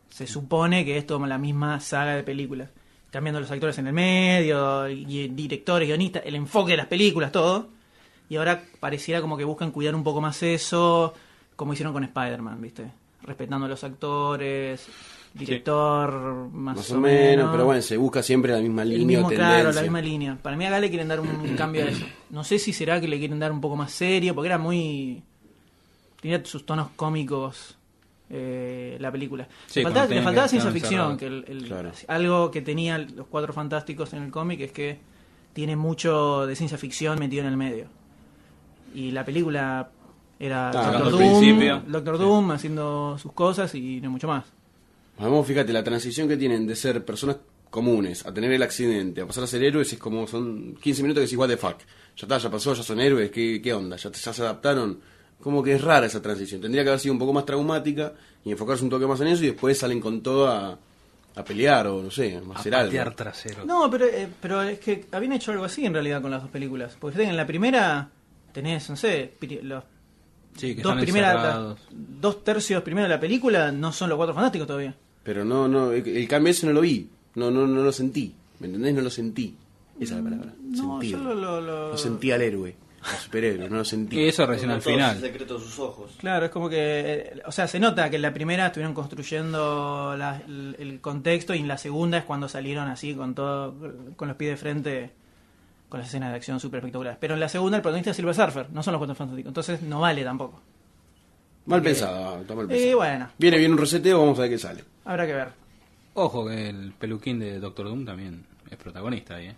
A: Se supone que es toda la misma saga de películas. Cambiando los actores en el medio, y directores, guionistas, el enfoque de las películas, todo. Y ahora pareciera como que buscan cuidar un poco más eso, como hicieron con Spider-Man, ¿viste? Respetando a los actores, director, más,
C: Más, o menos, pero bueno, se busca siempre la misma
A: el
C: línea
A: mismo,
C: o
A: claro, la
C: tendencia.
A: misma línea. Para mí acá le quieren dar un cambio a eso. No sé si será que le quieren dar un poco más serio, porque era muy... Tenía sus tonos cómicos eh, la película.
D: Sí,
A: le faltaba,
D: cuando
A: le
D: tienen
A: faltaba
D: que
A: ciencia
D: estar
A: ficción,
D: encerrados.
A: que el- el-
C: Claro.
A: algo que tenía Los Cuatro Fantásticos en el cómic es que tiene mucho de ciencia ficción metido en el medio. Y la película era
C: Claro,
A: Doctor
D: al principio.
A: Doom, Doctor Doom haciendo sus cosas y no mucho más.
C: Vamos, fíjate, la transición que tienen de ser personas comunes a tener el accidente, a pasar a ser héroes, es como son 15 minutos que decís, what the fuck. Ya está, ya pasó, ya son héroes, ¿qué, qué onda? Ya, ya se adaptaron. Como que es rara esa transición. Tendría que haber sido un poco más traumática y enfocarse un toque más en eso y después salen con todo a, a pelear o no sé, a hacer algo.
D: patear trasero.
A: No, pero, eh, pero es que habían hecho algo así en realidad con las dos películas. Porque fíjate que en la primera tenés, no sé, pri- los
D: Sí, que
A: dos,
D: están
A: primeras-
D: encerrados.
A: dos tercios primero de la película no son los cuatro fantásticos todavía.
C: Pero no, no, el, el cambio ese no lo vi. No, no, no lo sentí. ¿Me entendés? No lo sentí. Esa es la palabra.
A: No,
C: Sentido.
A: yo lo, lo- lo-
C: No sentí al héroe, al superhéroe, no lo sentí.
D: Y eso recién al
B: Todos
D: final.
B: El secreto de sus ojos.
A: Claro, es como que, eh, o sea, se nota que en la primera estuvieron construyendo la- el, el contexto y en la segunda es cuando salieron así con todo, con los pies de frente, con las escenas de acción súper espectaculares. Pero en la segunda el protagonista es Silver Surfer, no son los cuatro fantásticos, entonces no vale tampoco.
C: Mal pensado, está mal
A: Y
C: pensado.
A: bueno,
C: Viene bien un reseteo, vamos a ver qué sale.
A: habrá que ver.
D: Ojo que el peluquín de Doctor Doom también es protagonista ahí,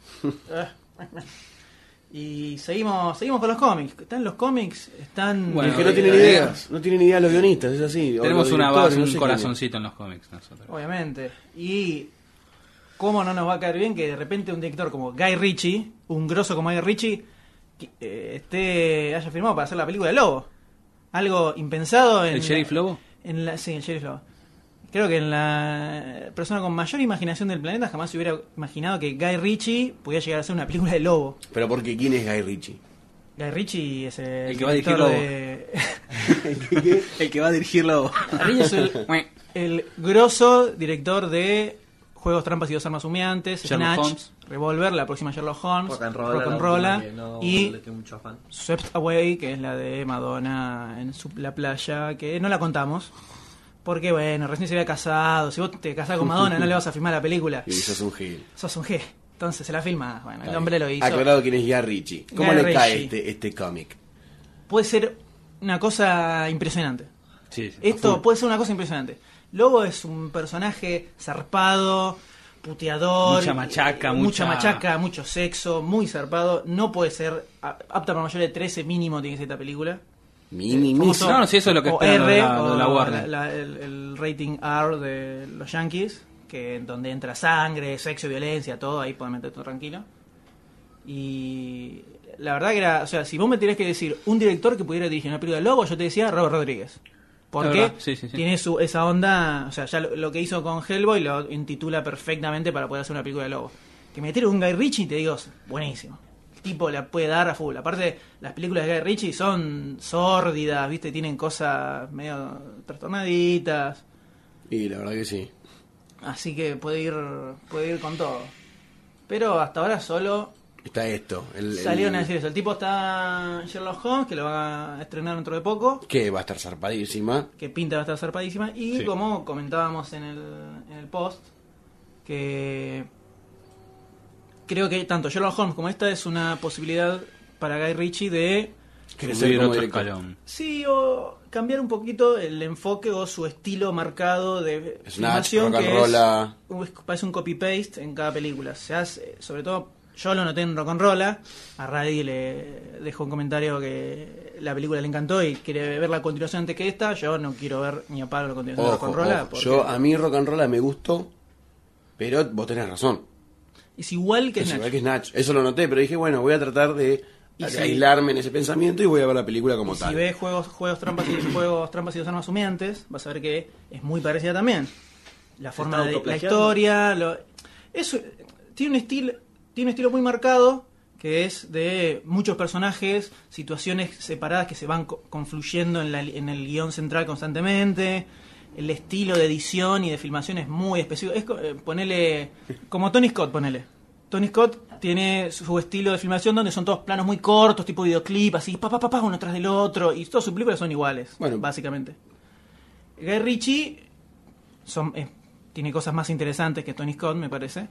D: ¿eh?
A: Y seguimos, seguimos con los cómics. Están los cómics, están...
D: Bueno,
C: es que no tienen
D: eh,
C: ideas, no tienen ideas los guionistas, es así. o
D: Tenemos
C: los
D: una
C: directores,
D: base,
C: no
D: un
C: sé qué.
D: corazoncito en los cómics nosotros.
A: Obviamente. Y cómo no nos va a caer bien que de repente un director como Guy Ritchie, un grosso como Guy Ritchie, que, eh, esté, haya firmado para hacer la película de Lobo. Algo impensado en...
D: ¿El Sheriff Lobo?
A: En la, sí, el Sheriff Lobo. Creo que en la persona con mayor imaginación del planeta jamás se hubiera imaginado que Guy Ritchie podía llegar a hacer una película de Lobo.
C: Pero porque quién es Guy Ritchie?
A: Guy Ritchie es el,
D: El que va a dirigir
A: director
D: Lobo.
A: de-
D: El que va a dirigir Lobo.
A: Guy Ritchie es el, el grosso director de Juegos, Trampas y Dos Armas Humeantes,
D: Sherlock
A: Snatch,
D: Holmes.
A: Revolver, la próxima Sherlock Holmes,
B: Rock and Roll.
A: Rock
B: la
A: and
B: última
A: Rolla,
B: que no
A: y
B: le tengo mucho afán.
A: Swept Away, que es la de Madonna en su- la playa, que no la contamos. Porque bueno, recién se había casado. Si vos te casás con Madonna, no le vas a filmar la película.
C: Y sos un gil.
A: Sos un G. Entonces se la filma. Bueno, el hombre lo hizo.
C: Aclarado quién es Guy Ritchie. ¿Cómo
A: Guy
C: le cae
A: Ritchie.
C: este, este cómic?
A: Puede ser una cosa impresionante.
D: Sí, sí.
A: Esto puede ser una cosa impresionante. Lobo es un personaje zarpado, puteador.
D: Mucha machaca,
A: eh,
D: mucha-
A: mucha machaca, mucho sexo, muy zarpado. No puede ser a- apta para mayores de 13 mínimo tiene que ser esta película. Eh,
C: Mini, mini.
A: Famoso-
D: No, no, sí, eso es lo que
A: o
D: esperan de
A: R,
D: la- de la
A: o
D: Warner.
A: la- el, el rating R de los Yankees, que en donde entra sangre, sexo, violencia, todo, ahí pueden meter todo tranquilo. Y la verdad que era, o sea, si vos me tenías que decir un director que pudiera dirigir una película de Lobo, yo te decía Robert Rodríguez.
D: La
A: Porque
D: verdad, sí, sí, sí.
A: tiene su, esa onda, o sea, ya lo, lo que hizo con Hellboy lo intitula perfectamente para poder hacer una película de Lobo. Que meter un Guy Ritchie, te digo, buenísimo. El tipo la puede dar a full. Aparte, las películas de Guy Ritchie son sórdidas, ¿viste? Tienen cosas medio trastornaditas.
C: Y la verdad que sí.
A: Así que puede ir, puede ir con todo. Pero hasta ahora solo
C: Está esto. El, el-
A: Salieron a decir eso. El tipo está en Sherlock Holmes, que lo va a estrenar dentro de poco,
C: Que va a estar zarpadísima.
A: que pinta va a estar zarpadísima. Y
D: Sí.
A: como comentábamos en el, en el post, que creo que tanto Sherlock Holmes como esta es una posibilidad para Guy Ritchie de,
C: Crecer
D: Subir
C: como
D: otro
C: director.
D: escalón.
A: sí, o cambiar un poquito el enfoque o su estilo marcado de
C: Snatch,
A: filmación,
C: rock and
A: que
C: rolla.
A: es, un- parece un copy-paste en cada película. Se hace, sobre todo, yo lo noté en Rock and Rolla. A Raddy le dejó un comentario que la película le encantó y quiere ver la continuación antes que esta. Yo no quiero ver ni a palo la continuación de
C: Ojo,
A: Rock and Rolla.
C: ojo.
A: porque
C: Yo, a mí rock and roll me gustó, pero vos tenés razón.
A: Es igual que
C: Es
A: Snatch.
C: igual que Snatch. Eso lo noté, pero dije, bueno, voy a tratar de
A: Y
C: de
A: si-
C: aislarme en ese pensamiento y voy a ver la película como
A: Si
C: tal.
A: ves juegos, juegos trampas y juegos trampas y dos armas humeantes, vas a ver que es muy parecida también. La forma de la
B: autoplagiando.
A: historia, lo- eso eh, tiene un estilo, tiene un estilo muy marcado que es de muchos personajes, situaciones separadas que se van co- confluyendo en, la- en el guión central constantemente. El estilo de edición y de filmación es muy específico. Es, co- eh, ponele, como Tony Scott, ponele. Tony Scott tiene su estilo de filmación donde son todos planos muy cortos, tipo videoclip, así, pa, pa, pa, pa, uno tras del otro, y todas sus películas son iguales,
C: Bueno.
A: básicamente. Guy Ritchie son- eh, tiene cosas más interesantes que Tony Scott, me parece.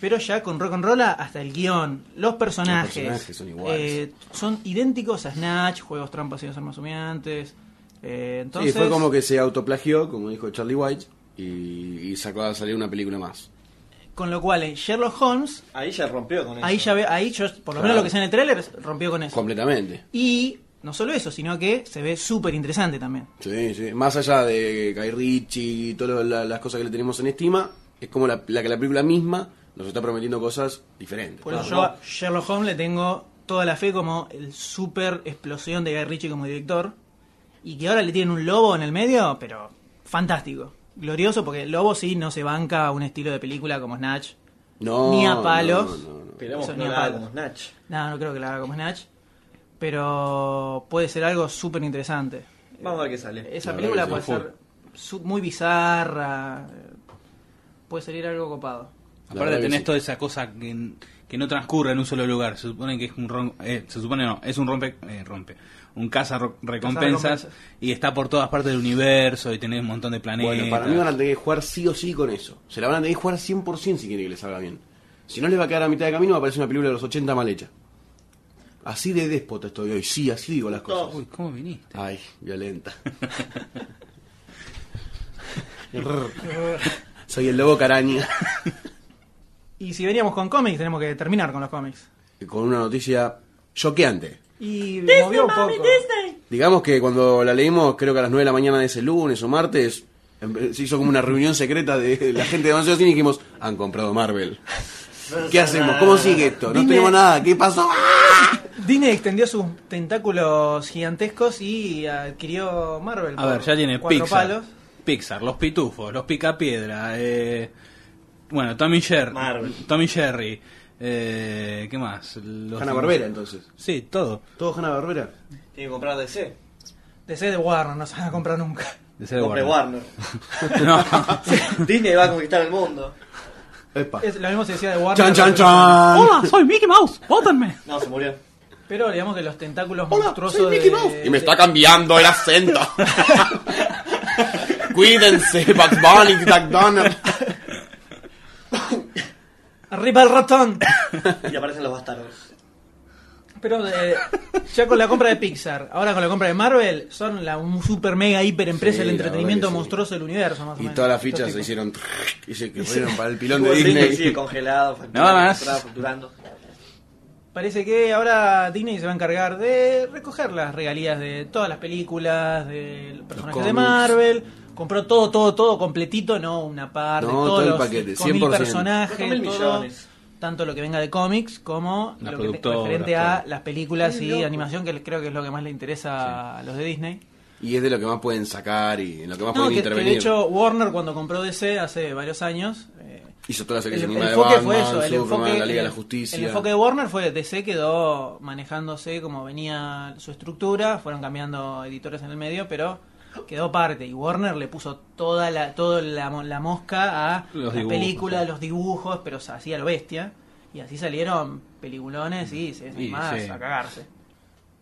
A: Pero ya con Rock and Rolla, hasta el guión, los personajes,
C: Los personajes son iguales.
A: eh, son idénticos a Snatch, Juegos Trampas y los Armas Humeantes. eh, entonces,
C: Sí, fue como que se autoplagió, como dijo Charlie White, y, y sacó a salir una película más.
A: Con lo cual, en Sherlock Holmes,
B: Ahí ya rompió con eso.
A: ahí ya ve, ahí yo, por lo
C: Claro.
A: menos lo que sea en el trailer, rompió con eso.
C: Completamente.
A: Y no solo eso, sino que se ve súper interesante también.
C: Sí, sí. Más allá de Guy Ritchie y todas la- las cosas que le tenemos en estima, es como la, la que la película misma nos está prometiendo cosas diferentes.
A: Por eso yo a Sherlock Holmes le tengo toda la fe como el super explosión de Guy Ritchie como director. Y que ahora le tienen un lobo en el medio, pero fantástico. Glorioso, porque el lobo sí no se banca un estilo de película como Snatch.
C: No,
A: Ni a palos.
C: no, no, no.
B: Esperamos
A: Eso
B: que no
A: ni a
B: la haga
A: palo.
B: como Snatch.
A: No, no creo que la haga como Snatch. Pero puede ser algo súper interesante.
B: Vamos a ver qué sale.
A: Esa
C: La
A: película
C: verdad
A: puede
C: que sí,
A: ser su- muy bizarra. eh, Puede salir algo copado.
C: La
D: Aparte
C: verdad que
D: tenés
C: sí.
D: toda esa cosa que, n- que no transcurre en un solo lugar. Se supone que es un rom- eh, se supone no, es un rompe eh, rompe, un caza ro- recompensas
A: Cazarrecompensas.
D: y está por todas partes del universo y tenés un montón de planetas.
C: Bueno, para mí van a tener que jugar sí o sí con eso. Se la van a tener que jugar 100% si quiere que les salga bien. Si no les va a quedar a mitad de camino, va a aparecer una película de los 80 mal hecha. Así de déspota estoy hoy. Sí, así digo las cosas.
D: Uy, ¿cómo viniste?
C: Ay, violenta. Soy el lobo caraña.
A: Y si veníamos con cómics, tenemos que terminar con los cómics.
C: Con una noticia choqueante.
A: Y movió un poco.
C: Digamos que cuando la leímos, creo que a las 9 de la mañana de ese lunes o martes, em- se hizo como una reunión secreta de la gente de Mancio Cine y dijimos, han comprado Marvel. ¿Qué hacemos? ¿Cómo sigue esto? No
A: Dime-
C: tenemos nada. ¿Qué pasó? ¡Ah!
A: Disney extendió sus tentáculos gigantescos y adquirió Marvel.
D: A
A: por
D: ver, ya tiene
A: cuatro
D: Pixar,
A: palos.
D: Pixar, los pitufos, los picapiedra, eh, bueno, Tommy Jerry,
B: Marvel.
D: Tommy Jerry, eh, ¿qué más? Los-
C: Hanna-Barbera, entonces.
D: Sí, todo.
C: ¿Todo Hanna-Barbera?
B: Tiene que comprar DC.
A: DC de Warner no se van a comprar nunca.
D: De ser
B: Compre
D: Warner.
B: Warner.
D: No.
B: Disney va a conquistar el mundo.
C: Epa.
A: Es lo mismo se decía de Warner.
C: ¡Chan, chan,
A: pero-
C: chan!
D: soy Mickey Mouse, vótenme.
B: No, se murió.
A: Pero digamos que los tentáculos monstruosos
C: soy
A: de-
C: Mickey Mouse.
A: de-
C: Y me está cambiando el acento. Cuídense, Bugs Bunny, Duck Donald.
A: Arriba el ratón.
B: Y aparecen los bastardos.
A: Pero eh, ya con la compra de Pixar, ahora con la compra de Marvel, son la un super mega hiper empresa
C: Sí,
A: del
C: la verdad
A: entretenimiento
C: que sí.
A: monstruoso del universo, más o
C: Y
A: menos.
C: todas las fichas se
A: Estos tipos.
C: hicieron... Y se corrieron para el pilón de
B: Walt Disney sigue
C: Disney.
B: congelado,
D: Nada
B: facturando,
D: más.
B: facturando, facturando.
A: Ah, Parece que ahora Disney se va a encargar de recoger las regalías de todas las películas, de personajes de
C: cómics.
A: Marvel. Compró todo, todo, todo completito, no una parte,
C: No,
A: todos
C: todo el
A: los
C: paquete,
A: 5.000
C: 100%.
A: personajes,
B: 4.000
A: todo,
B: millones.
A: tanto lo que venga de cómics como
D: La
A: lo que te-
D: productora,
A: referente a
D: todo.
A: las películas y animación, que creo que es lo que más le interesa a los de Disney.
C: Y es de lo que más pueden sacar y en lo que más
A: No,
C: pueden
A: que, que
C: intervenir.
A: de hecho Warner cuando compró DC hace varios años, eh,
C: Hizo toda la serie
A: el, el
C: animada de
A: enfoque
C: Batman,
A: fue eso, el
C: Superman,
A: enfoque,
C: la Liga de la
A: el-
C: Justicia.
A: el enfoque de Warner fue DC quedó manejándose como venía su estructura, fueron cambiando editores en el medio, pero quedó parte y Warner le puso toda la toda la, mo- la mosca a
D: Los
A: las
D: dibujos,
A: películas,
D: claro.
A: los dibujos, pero se hacía lo bestia y así salieron peliculones y se
D: Y,
A: más
D: sí.
A: a cagarse.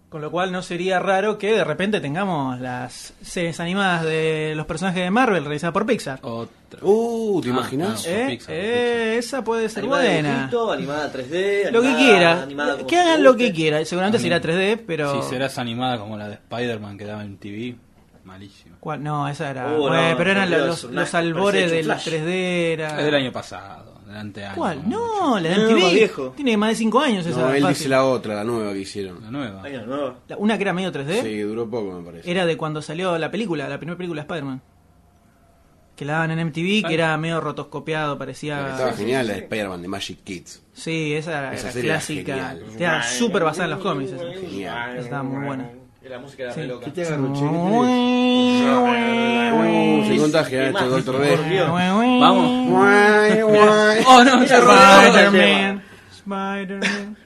A: Con lo cual no sería raro que de repente tengamos las series animadas de los personajes de Marvel realizadas por Pixar.
D: Otra.
C: Uh, ¿te
D: Ah,
C: imaginas?
D: no.
A: Eh,
D: Pixar,
A: eh, esa puede ser
B: Animada de
A: buena.
B: dibujito, animada 3D,
A: Lo que
B: animada-
A: quiera.
B: animada como
A: Que
B: se
A: hagan lo que
B: guste.
A: quiera. Seguramente será 3D, pero...
D: Si serás animada como la de Spider-Man que daba en TV, malísimo.
A: ¿Cuál? No, esa era...
B: Oh, no,
A: Bueno, pero
B: por
A: eran
B: Dios,
A: los,
B: una-
A: los albores
B: parecía
A: de la
B: Flash.
A: 3D. Era...
D: Es del año pasado, delante año.
A: Ah. ¿Cuál?
D: como
A: No,
D: mucho.
A: la de
B: No, no,
A: MTV.
B: más viejo.
A: Tiene más de 5 años esa.
C: No, él
A: fácil.
C: dice la otra, la nueva que hicieron.
D: La nueva.
B: Hay una nueva.
A: La- Una que era medio 3D.
C: Sí, duró poco, me parece.
A: Era de cuando salió la película, la primera película de Spider-Man. Que la daban en MTV,
D: Ah.
A: que era medio rotoscopiado,
C: La que estaba
A: parecía...
C: genial la de Spider-Man, de Magic Kids.
A: Sí, esa era,
C: Esa
A: era
C: serie era
A: clásica.
C: genial.
A: Era súper basada en los cómics. esa.
C: Genial.
A: Estaba muy buena.
B: Y la música era re
A: Sí.
B: loca.
C: Uh, se contagia esto,
B: Imagen,
C: Doctor
B: por
C: D.
B: Dios.
D: Vamos.
C: Guay, guay.
D: Oh, no, se robó.
A: Spider-Man. Spider-Man.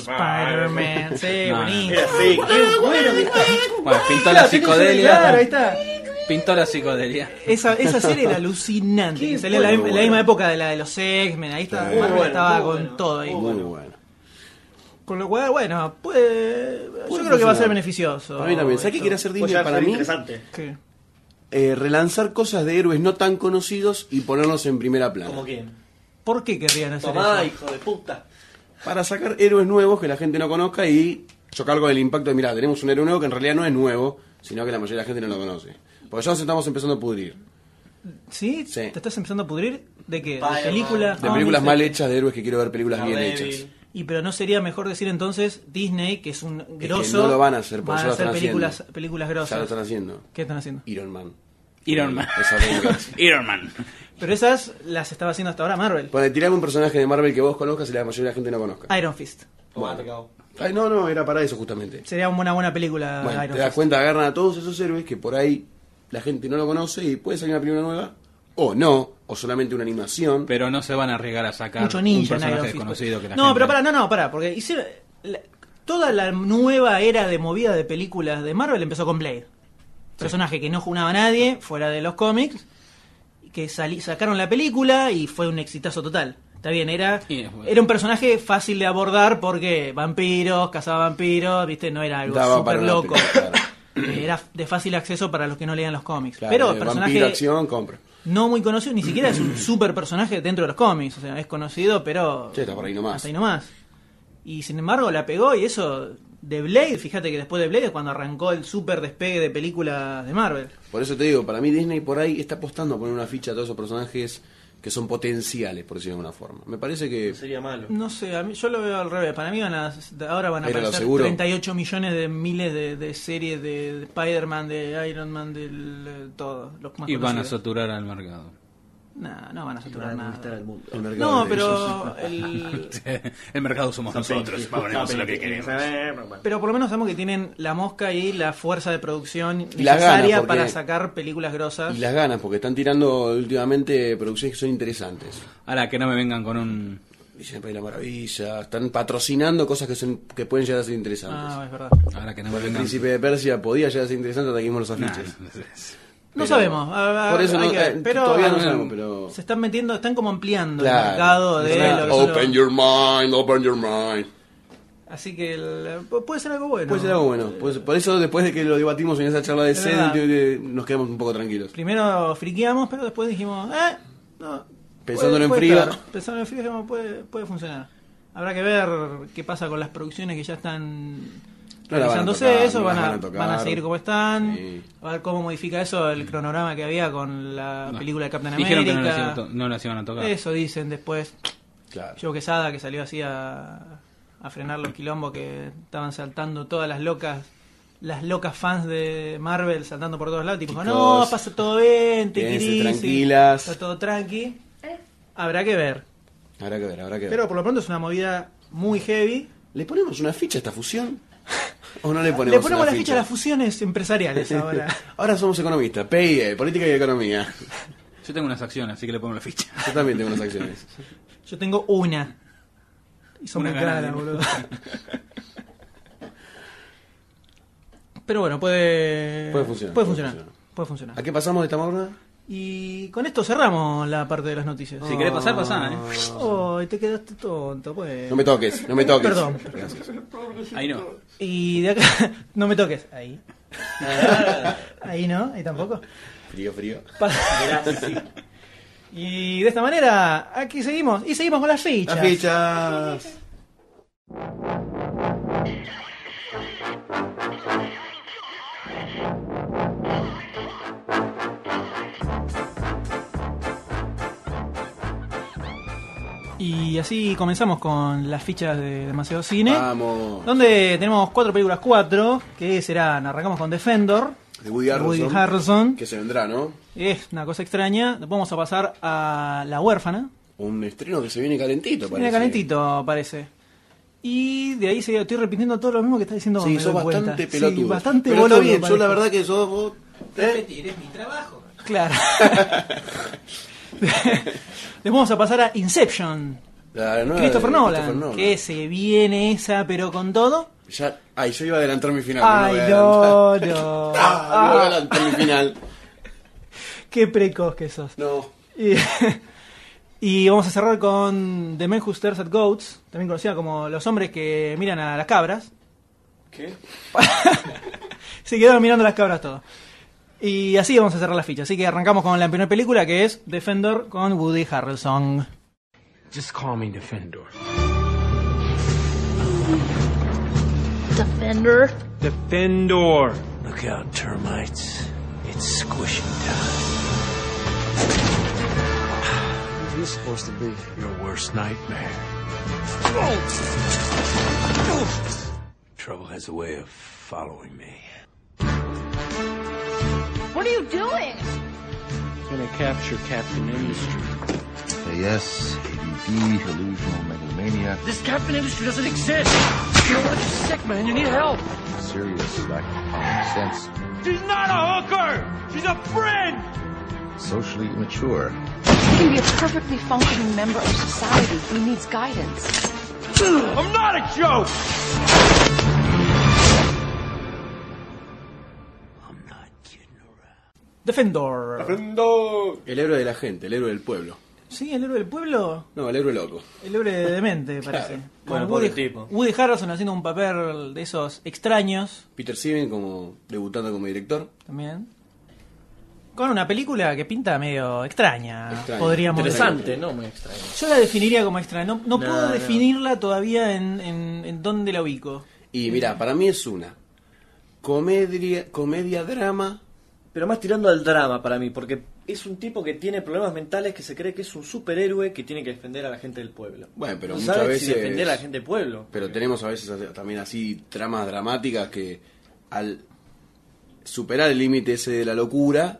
A: Spider-Man. Sí,
D: No, no.
A: bonito.
B: Era así, qué bueno que está.
D: Bueno, pintó la
A: Claro, tiene un celular, ahí
D: psicodelia.
A: está.
B: Pues
D: Pintó la psicodelia.
A: Esa, esa serie era alucinante. que Salía en la,
C: bueno,
A: en la
C: bueno.
A: misma época de la de los X-Men. Ahí está.
C: Muy
A: Marvel
B: bueno,
A: estaba
B: muy
A: con
B: bueno.
A: todo ahí.
C: Muy bueno.
A: Con lo cual, bueno, puede, yo creo que va a
C: funcionar.
A: ser beneficioso.
C: Para mí también. ¿Sabes qué
A: esto.
C: quiere hacer
B: Puede
C: Disney
B: llegar a
C: para
B: ser
C: mí?
B: interesante.
A: ¿Qué?
C: Eh, relanzar cosas de héroes no tan conocidos y ponerlos en primera
B: Como
C: plana.
B: quién.
A: ¿Por qué querrían hacer
B: Tomá,
A: eso?
B: hijo de puta.
C: Para sacar héroes nuevos que la gente no conozca y chocar con el impacto de, mirá, tenemos un héroe nuevo que en realidad no es nuevo, sino que la mayoría de la gente no lo conoce. Porque ya nos estamos empezando a pudrir.
A: ¿Sí?
C: Sí.
A: ¿Te estás empezando a pudrir? ¿De qué? ¿De Ah,
E: Spider-Man.
A: películas?
C: De
A: cómics,
C: películas
A: de-
C: mal hechas, de héroes que quiero ver películas bien
E: Daredevil.
C: hechas.
A: Y pero no sería mejor decir entonces Disney, que es un grosso.
C: no lo van a hacer, porque
A: van
C: ya
A: a
C: lo
A: hacer
C: están
A: películas,
C: haciendo.
A: películas
C: Ya lo
A: grosas.
C: están haciendo.
A: ¿Qué están haciendo?
C: Iron Man.
D: Iron Man.
C: Esa película.
D: Iron Man.
A: Pero esas las estaba haciendo hasta ahora Marvel.
C: Para tirar un personaje de Marvel que vos conozcas y la mayoría de la gente no conozca.
A: Iron Fist.
E: Tomate, cabo.
C: Ay, no, no, era para eso justamente.
A: Sería una buena, buena película
C: Bueno,
A: Ah, Iron
C: te das
A: Fist.
C: cuenta, agarran a todos esos héroes que por ahí la gente no lo conoce y puede salir una película nueva, o no, o solamente una animación.
D: Pero no se van a arriesgar a sacar
A: Mucho ninja
D: un
A: en Iron
D: personaje
A: Fist.
D: desconocido que la
A: no,
D: gente-
A: pero para, no, no, para, porque hicieron. la- toda la nueva era de movida de películas de Marvel empezó con Blade. Personaje que no junaba a nadie, fuera de los cómics, que sali- sacaron la película y fue un exitazo total. Está bien, era,
D: Sí, es bueno.
A: era un personaje fácil de abordar porque vampiros, cazaba vampiros, viste, no era algo
C: Daba para
A: súper
C: una
A: loco.
C: película, claro.
A: Era de fácil acceso para los que no leían los cómics.
C: Claro,
A: pero
C: de
A: el
C: vampiro,
A: personaje
C: acción, compra.
A: no muy conocido, ni siquiera es un super personaje dentro de los cómics. O sea, es conocido, pero.
C: Sí, está por ahí nomás.
A: hasta ahí nomás. Y sin embargo, la pegó y eso. De Blade, fíjate que después de Blade es cuando arrancó el super despegue de películas de Marvel.
C: Por eso te digo, para mí Disney por ahí está apostando a poner una ficha a todos esos personajes que son potenciales, por decirlo de alguna forma. Me parece que...
E: No sería malo.
A: No sé, a mí, yo lo veo al revés. Para mí van a, ahora van a
C: Era lo
A: aparecer
C: seguro.
A: 38 millones de miles de, de series de, de Spider-Man, de Iron Man, del eh, todo. Los más
D: Y van a
A: conocidos.
D: saturar al mercado.
A: No, no van
E: Para
A: a saturar
E: conquistar
A: nada.
E: al mundo.
C: el mercado
A: No,
C: de esos-
A: pero el,
D: el mercado somos nosotros. Ponemos lo que queremos.
E: eh,
A: Pero por lo menos sabemos que tienen la mosca y la fuerza de producción
C: Y las
A: necesaria
C: ganas, porque-
A: para sacar películas grosas.
C: Y las ganas, porque están tirando últimamente producciones que son interesantes.
D: Ahora que no me vengan con un.
C: Dicen el País de la Maravilla, están patrocinando cosas que, son, que pueden llegar a ser interesantes.
A: Ah, es verdad.
D: Ahora que no me
C: Porque el
D: vengan.
C: príncipe de Persia podía llegar a ser interesante hasta que vimos los
D: Nah,
C: afiches.
A: No
C: Pero-
A: sabemos. ah,
C: Por eso
A: hay
C: no-
A: que ver,
C: eh,
A: pero,
C: todavía no
A: ah,
C: sabemos, pero-
A: Se están metiendo, están como ampliando el
C: Claro.
A: mercado de
C: Claro.
A: lo que son los-
C: Open your mind, open your mind.
A: Así que el- pu- puede ser algo bueno.
C: Puede ser algo bueno. Pues, por eso, después de que lo debatimos en esa charla de
A: Es
C: sed,
A: verdad.
C: de- de- nos quedamos un poco tranquilos.
A: Primero friqueamos, pero después dijimos, eh, no.
C: Pensándolo en
A: puede
C: frío.
A: estar. Pensándolo en frío dijimos, puede, puede funcionar. Habrá que ver qué pasa con las producciones que ya están
C: No la van a
A: realizándose,
C: tocar,
A: eso
C: no
A: van
C: las
A: a,
C: van a tocar.
A: van a seguir como están,
C: Sí.
A: a ver cómo modifica eso el cronograma que había con la película de Captain
D: Dijeron que no las, iban a
A: América.
D: to- no las iban a tocar.
A: eso dicen después.
C: Claro.
A: Joe Quesada que salió así a, a frenar los quilombos que estaban saltando todas las locas las locas fans de Marvel saltando por todos lados tipo
C: Chicos,
A: no pasa todo bien te
C: quédense
A: querís,
C: tranquilas.
A: está todo tranqui habrá que ver
C: Habrá que ver, habrá que ver.
A: pero por lo pronto es una movida muy heavy
C: ¿Le ponemos una ficha a esta fusión? ¿O no le ponemos
A: le ponemos
C: una
A: la ficha a las fusiones empresariales ahora
C: Ahora somos economistas, PIE, política y economía.
D: Yo tengo unas acciones, así que le pongo la ficha.
C: Yo también tengo unas acciones.
A: yo tengo una y son
D: Una
A: muy
D: ganada.
A: caras boludo pero bueno puede
C: Puede
A: puede
C: funcionar, puede
A: funcionar,
C: funcionar.
A: puede funcionar.
C: ¿A qué pasamos de esta morna?
A: Y con esto cerramos la parte de las noticias.
D: Si querés pasar, pasá, ¿eh?
A: Oh, te quedaste tonto, pues.
C: No me toques, no me toques.
A: Perdón.
C: Gracias.
D: Ahí no.
A: Y de acá. No me toques. Ahí. Ahí no, ahí tampoco.
C: Frío, frío.
A: Pa- Y de esta manera, aquí seguimos. Y seguimos con las fichas.
C: Las fichas.
A: Y así comenzamos con las fichas de Demasiado Cine.
C: Vamos.
A: Donde tenemos cuatro películas, cuatro, que serán, arrancamos con Defender,
C: De Woody Harrelson.
A: Woody Harrelson.
C: Que se vendrá, ¿no?
A: es una cosa extraña, vamos a pasar a La huérfana,
C: Un estreno que se viene calentito,
A: Se
C: parece.
A: viene calentito, parece. Y de ahí se estoy repitiendo todo lo mismo que está diciendo
C: Sí,
A: me
C: sos
A: doy cuenta.
C: bastante
A: Sí,
C: pelotudo.
A: bastante
C: Pero está
A: boludo,
C: bien, yo la
A: parezco.
C: verdad que sos vos. ¿eh?
A: es mi trabajo. Claro. Les vamos a pasar a Inception.
C: La nueva de
A: Christopher Nolan,
C: Christopher Nolan.
A: que se viene esa, pero con todo.
C: Ya, ay, yo iba a adelantar mi final.
A: Ay,
C: no.
A: no,
C: lo voy
A: no.
C: a adelantar. Ah, no voy a adelantar mi final.
A: Qué precoz que sos.
C: No.
A: Y, y vamos a cerrar con The Men Who Stares at Goats, también conocida como Los hombres que miran a las cabras.
E: ¿Qué?
A: Se quedaron mirando las cabras todo. Y así vamos a cerrar la ficha. Así que arrancamos con la primera película que es Defender con Woody Harrelson.
F: Defender.
G: Defendor.
H: Look out, termites. It's squishing time. he's supposed to be. Your worst nightmare. Trouble has a way of following me.
I: What are you doing?
B: Gonna capture Captain Industry.
J: AS, ADD, delusional megalomania,
G: This Captain Industry doesn't exist. You know what? You're sick, man. You need help.
J: serious lack of common
G: She's not a hooker. She's a friend.
J: sense, socially immature,
F: He can be a perfectly functioning member of society who needs guidance.
G: I'm not a joke.
H: I'm not kidding around.
A: Defendor.
C: El héroe de la gente, el héroe del pueblo.
A: Sí, el héroe del pueblo.
C: No, el héroe loco.
A: El héroe de demente, parece. Con
B: Bueno,
A: Woody,
B: pobre tipo.
A: Woody Harrelson haciendo un papel de esos extraños.
C: Peter Steven como debutando como director.
A: También. Con una película que pinta medio extraña,
C: Extraña,
A: podríamos
B: Interesante, no me extraña.
A: decir. Yo la definiría como extraña. No, no
B: No,
A: puedo
B: no.
A: definirla todavía en, en, en dónde la ubico.
C: Y mira, para mí es una comedia, comedia drama.
E: Pero más tirando al drama para mí, porque es un tipo que tiene problemas mentales que se cree que es un superhéroe que tiene que defender a la gente del pueblo.
C: Bueno, pero
E: no
C: muchas
E: sabe
C: veces-
E: si defender a la gente del pueblo.
C: Pero tenemos a veces hace- también así tramas dramáticas que al superar el límite ese de la locura,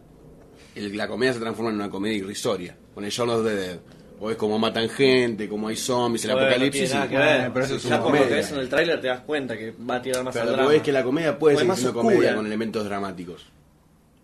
C: el- la comedia se transforma en una comedia irrisoria. Con el Shaun of the Dead. O es como matan gente, como hay zombies, el
E: Bueno, no
C: apocalipsis.
E: tiene nada
C: y-
E: que ver.
C: Bueno, pero eso es
E: ya
C: una
E: por lo que
C: comedia.
E: ves en el tráiler te das cuenta que va a tirar más
C: Pero
E: al
C: lo que
E: drama.
C: voy es que la comedia puede
E: Porque
C: ser
E: es más
C: comedia
E: oscura.
C: con elementos dramáticos.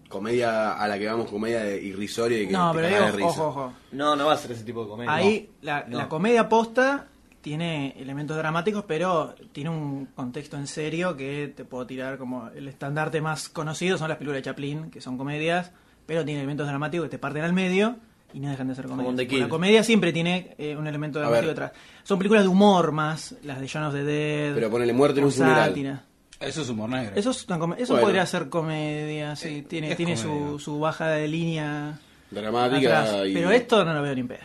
C: Comedia a la que vamos, comedia de irrisoria y que
A: No,
C: te
A: pero
C: cagás de
A: ahí,
C: risa.
A: ojo, ojo.
E: No, no va a ser ese tipo de comedia.
A: Ahí la,
E: no.
A: la comedia posta tiene elementos dramáticos, pero tiene un contexto en serio que te puedo tirar como el estandarte más conocido son las películas de Chaplin, que son comedias, pero tiene elementos dramáticos que te parten al medio y no dejan de ser
E: Como The
A: comedias.
E: Kid.
A: La comedia siempre tiene eh, un elemento dramático
C: ver.
A: atrás. Son películas de humor más, las de John of the Dead.
C: Pero ponele muerte en
A: con
C: un funeral.
A: sátira.
D: Eso es humor negro.
A: Eso, es una come- eso
C: Bueno.
A: podría ser comedia, sí, tiene,
D: Eh, es
A: tiene
D: comedia.
A: su, su baja de línea.
C: Dramática
A: atrás,
C: y...
A: Pero esto no lo veo ni en pedo.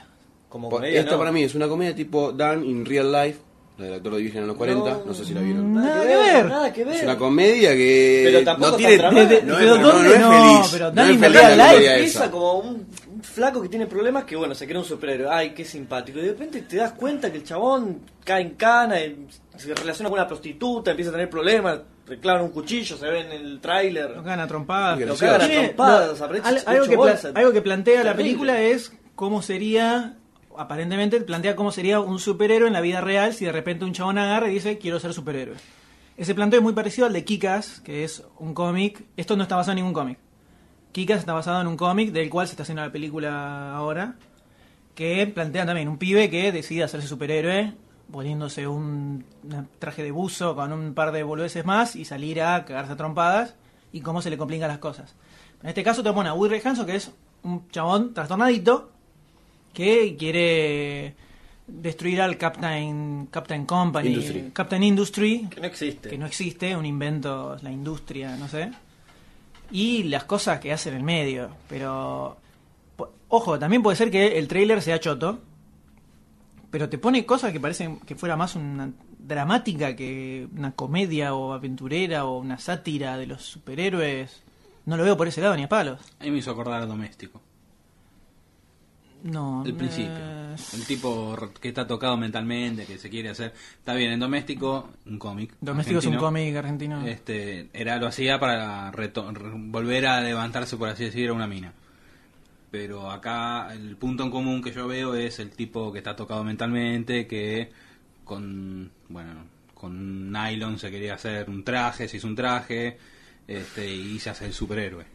E: Como
C: Po-
E: comedia,
C: esto
E: no.
C: para mí es una comedia tipo Dan in Real Life, la del actor de Virgen en los 40, no, sé si la vieron.
A: Nada que ver.
E: Nada que ver.
C: Es una comedia que
E: Pero tampoco
C: no tiene
E: tan dramática.
C: no es-
A: Pero
C: no, no
A: ¿dónde?
C: es
A: No,
C: feliz.
A: pero
C: no
A: Dan
C: es
A: in
C: feliz
A: Real
C: la
A: Life
C: comedia
E: Empieza
C: esa.
E: como un un flaco que tiene problemas que, bueno, se cree un superhéroe. Ay, qué simpático. Y de repente te das cuenta que el chabón cae en cana, eh, se relaciona con una prostituta, empieza a tener problemas, reclaman un cuchillo, se ve en el tráiler.
A: Nos gana trompadas.
C: Lo
A: Nos
C: cagan a
E: trompadas, abre
A: al-
E: ocho
A: algo, que pla-
E: bolsas.
A: algo que plantea la
E: Terrible.
A: película es cómo sería, aparentemente plantea cómo sería un superhéroe en la vida real si de repente un chabón agarra y dice quiero ser superhéroe. Ese planteo es muy parecido al de Kikas, que es un cómic. Esto no está basado en ningún cómic. Kikas está basado en un cómic del cual se está haciendo la película ahora. Que plantean también un pibe que decide hacerse superhéroe, poniéndose un, un traje de buzo con un par de boludeces más y salir a cagarse a trompadas y cómo se le complican las cosas. En este caso te pone a Woody Hanson, que es un chabón trastornadito que quiere destruir al Captain, Captain Company,
C: Industry.
A: Captain Industry,
E: Que no existe.
A: que no existe, un invento, la industria, no sé. Y las cosas que hacen en el medio. Pero, po- ojo, también puede ser que el trailer sea choto, pero te pone cosas que parecen que fuera más una dramática que una comedia o aventurera o una sátira de los superhéroes. No lo veo por ese lado ni a palos.
D: Ahí me hizo acordar a Doméstico.
A: No.
D: El
A: eh,
D: principio. El tipo r- que está tocado mentalmente, que se quiere hacer. Está bien, en Doméstico, un cómic.
A: Doméstico es un
D: argentino,
A: cómic argentino.
D: Este, era, lo hacía para reto- re- volver a levantarse, por así decir, a una mina. Pero acá el punto en común que yo veo es el tipo que está tocado mentalmente, que con, bueno, con nylon se quería hacer un traje, se hizo un traje, este, y se hace el superhéroe.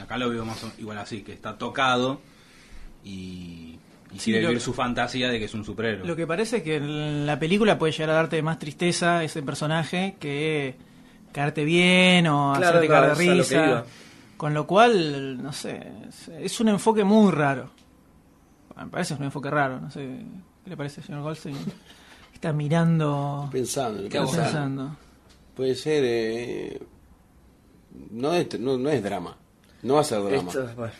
D: Acá lo veo más o- igual así, que está tocado y, y
A: Sí,
D: quiere
A: lo
D: vivir
A: que-
D: su fantasía de que es un superhéroe.
A: Lo que parece es que en la película puede llegar a darte más tristeza ese personaje que caerte bien o
E: Claro,
A: hacerte
E: no,
A: caer de
E: es a lo que
A: risa.
E: iba.
A: Con lo cual, no sé, es- es un enfoque muy raro. Me parece un enfoque raro, no sé. ¿Qué le parece, señor Goldstein? Está mirando, está
C: Pensando,
D: ¿Qué hago?
C: pensando.
A: pensando.
C: Puede ser eh, no es no, no es drama. No va a ser drama.
E: Esto, bueno,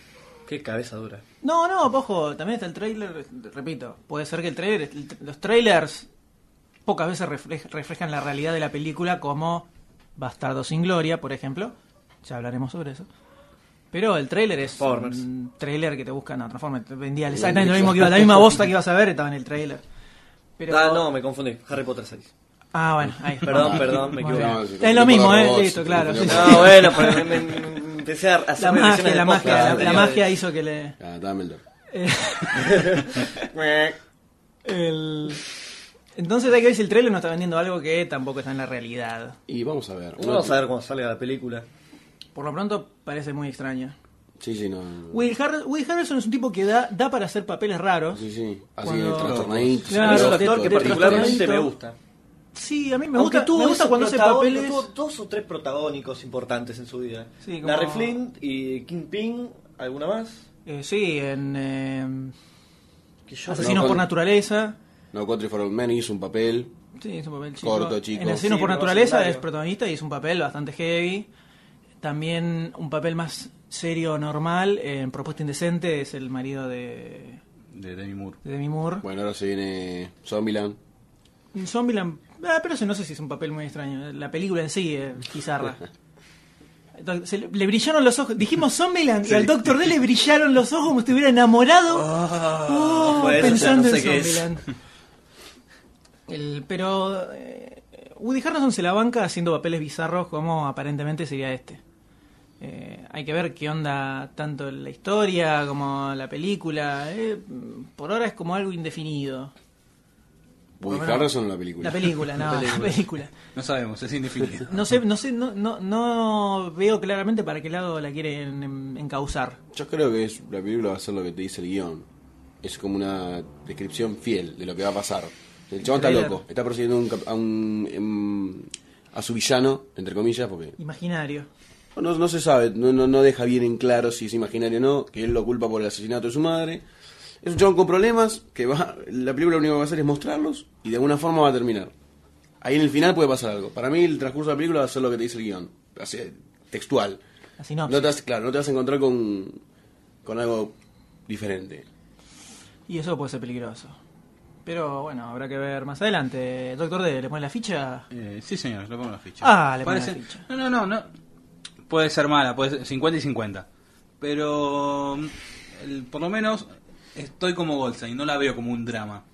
E: qué cabeza dura.
A: No, no, ojo, también está el trailer, repito, puede ser que el trailer, el- los trailers pocas veces reflej- reflejan la realidad de la película como Bastardo sin Gloria, por ejemplo, ya hablaremos sobre eso, Pero el tráiler es
E: Transformers.
A: un tráiler que te buscan a Transformers. Te vendía exactamente lo mismo que iba, la misma bosta que ibas a ver estaba en el tráiler. Pero...
E: Ah, no, me confundí. Harry Potter 6.
A: Ah, bueno, ahí está.
E: Perdón, perdón, me
A: Muy bien.
E: equivoqué.
C: No, se
A: Es lo
C: confundió
A: mismo,
C: con
A: ¿eh?
C: vos,
A: Listo,
C: se
A: claro.
C: confundió
A: sí,
C: con
A: sí.
E: No, bueno, porque me, me- empecé a hacer
A: La
E: versiones
A: magia,
E: de
A: la
E: podcast.
A: magia, la, la
E: Claro.
A: magia hizo que le... eh,
C: Ah, Dumbledore.
A: el- Entonces, hay que ver si el trailer no está vendiendo algo que tampoco está en la realidad.
C: Y vamos a ver.
E: Vamos a ver cuando salga la película.
A: Por lo pronto, parece muy extraño.
C: Sí, sí, no. no.
A: Will, Har- Will Harrelson es un tipo que da, da para hacer papeles raros.
C: Sí, sí. Así
A: Cuando-
C: trastornadito.
A: Claro,
E: es un
A: de-
E: actor que
A: de-
E: particularmente me
A: trastornadito.
E: gusta.
A: Sí, a mí me
E: Aunque
A: gusta, me gusta
E: esos
A: cuando hace
E: protagónicos,
A: papeles...
E: tuvo dos o tres protagónicos importantes en su vida.
A: Sí, como-
E: Larry Flint y Kingpin, ¿alguna más?
A: Eh, sí, en eh,
E: Que yo
A: Asesinos
C: No,
A: por
C: con-
A: Naturaleza.
C: No Country for Old Men hizo un papel.
A: Sí, es un papel chico.
C: Corto, chico.
A: En Asesinos
E: Sí,
A: por
E: pero
A: Naturaleza
E: secundario.
A: es protagonista y es un papel bastante heavy. También un papel más serio, normal. En Propuesta Indecente es el marido de,
D: De Demi Moore.
A: de Demi Moore.
C: Bueno, ahora se viene Zombieland.
A: En Zombieland... Ah, pero eso no sé si es un papel muy extraño. La película en sí es bizarra. Entonces, se le, le brillaron los ojos. Dijimos Zombieland y al Doctor D le brillaron los ojos como si estuviera enamorado. Oh,
E: Bueno,
A: pensando
E: ya Ah, no sé qué
A: en
E: es.
A: Zombieland. El- pero eh, Woody Harrelson se la banca haciendo papeles bizarros como aparentemente sería este. Eh, hay que ver qué onda tanto la historia como la película. eh, por ahora es como algo indefinido.
C: Woody
A: Bueno,
C: Harrelson en la película.
A: La película, no, la película.
D: No sabemos, es indefinido.
A: No sé, no sé, no, no, no veo claramente para qué lado la quieren em, encauzar.
C: Yo creo que es, la película va a ser lo que te dice el guión. Es como una descripción fiel de lo que va a pasar. El chabón está
A: Trailer.
C: loco. Está persiguiendo un cap- a un... em, a su villano, entre comillas, porque
A: Imaginario.
C: No, no se sabe, no, no, no deja bien en claro si es imaginario o no, que él lo culpa por el asesinato de su madre. Es un chabón con problemas, que va, la película lo único que va a hacer es mostrarlos y de alguna forma va a terminar. Ahí en el final puede pasar algo. Para mí el transcurso de la película va a ser lo que te dice el guión, así, textual.
A: La sinopsis.
C: No te vas, claro, no te vas a encontrar con, con algo diferente.
A: Y eso puede ser peligroso. Pero bueno, habrá que ver más adelante. Doctor D, ¿le pone la ficha?
D: Eh, sí, señor, le pongo la ficha.
A: Ah, le
D: Puede
A: pongo la
D: ser-
A: ficha.
D: No, no, no, no. Puede ser mala, puede ser 50 y 50. Pero mm, el- por lo menos estoy como Goldstein, no la veo como un drama.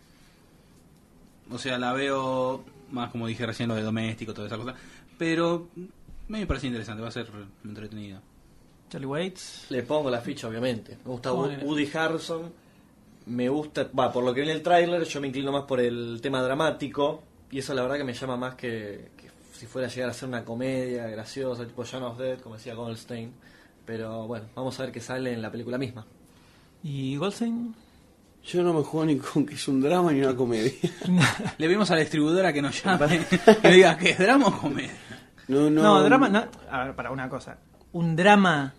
D: O sea, la veo más como dije recién lo de doméstico, toda esa cosa. Pero mm, me parece interesante, va a ser entretenido.
A: Charlie Waits.
E: Le pongo la ficha, obviamente. Me gusta
A: Ponele.
E: Woody Harrison. Me gusta. Va, por lo que vi en el tráiler, yo me inclino más por el tema dramático. Y eso, la verdad, que me llama más que, que si fuera a llegar a ser una comedia graciosa, tipo John of Dead, como decía Goldstein. Pero bueno, vamos a ver qué sale en la película misma.
A: ¿Y Goldstein?
C: Yo no me juego ni con que es un drama ni una comedia.
D: Le vimos a la distribuidora que nos llame que diga que es drama o comedia.
C: No, no,
A: No, drama. No. A ver, para una cosa. Un drama.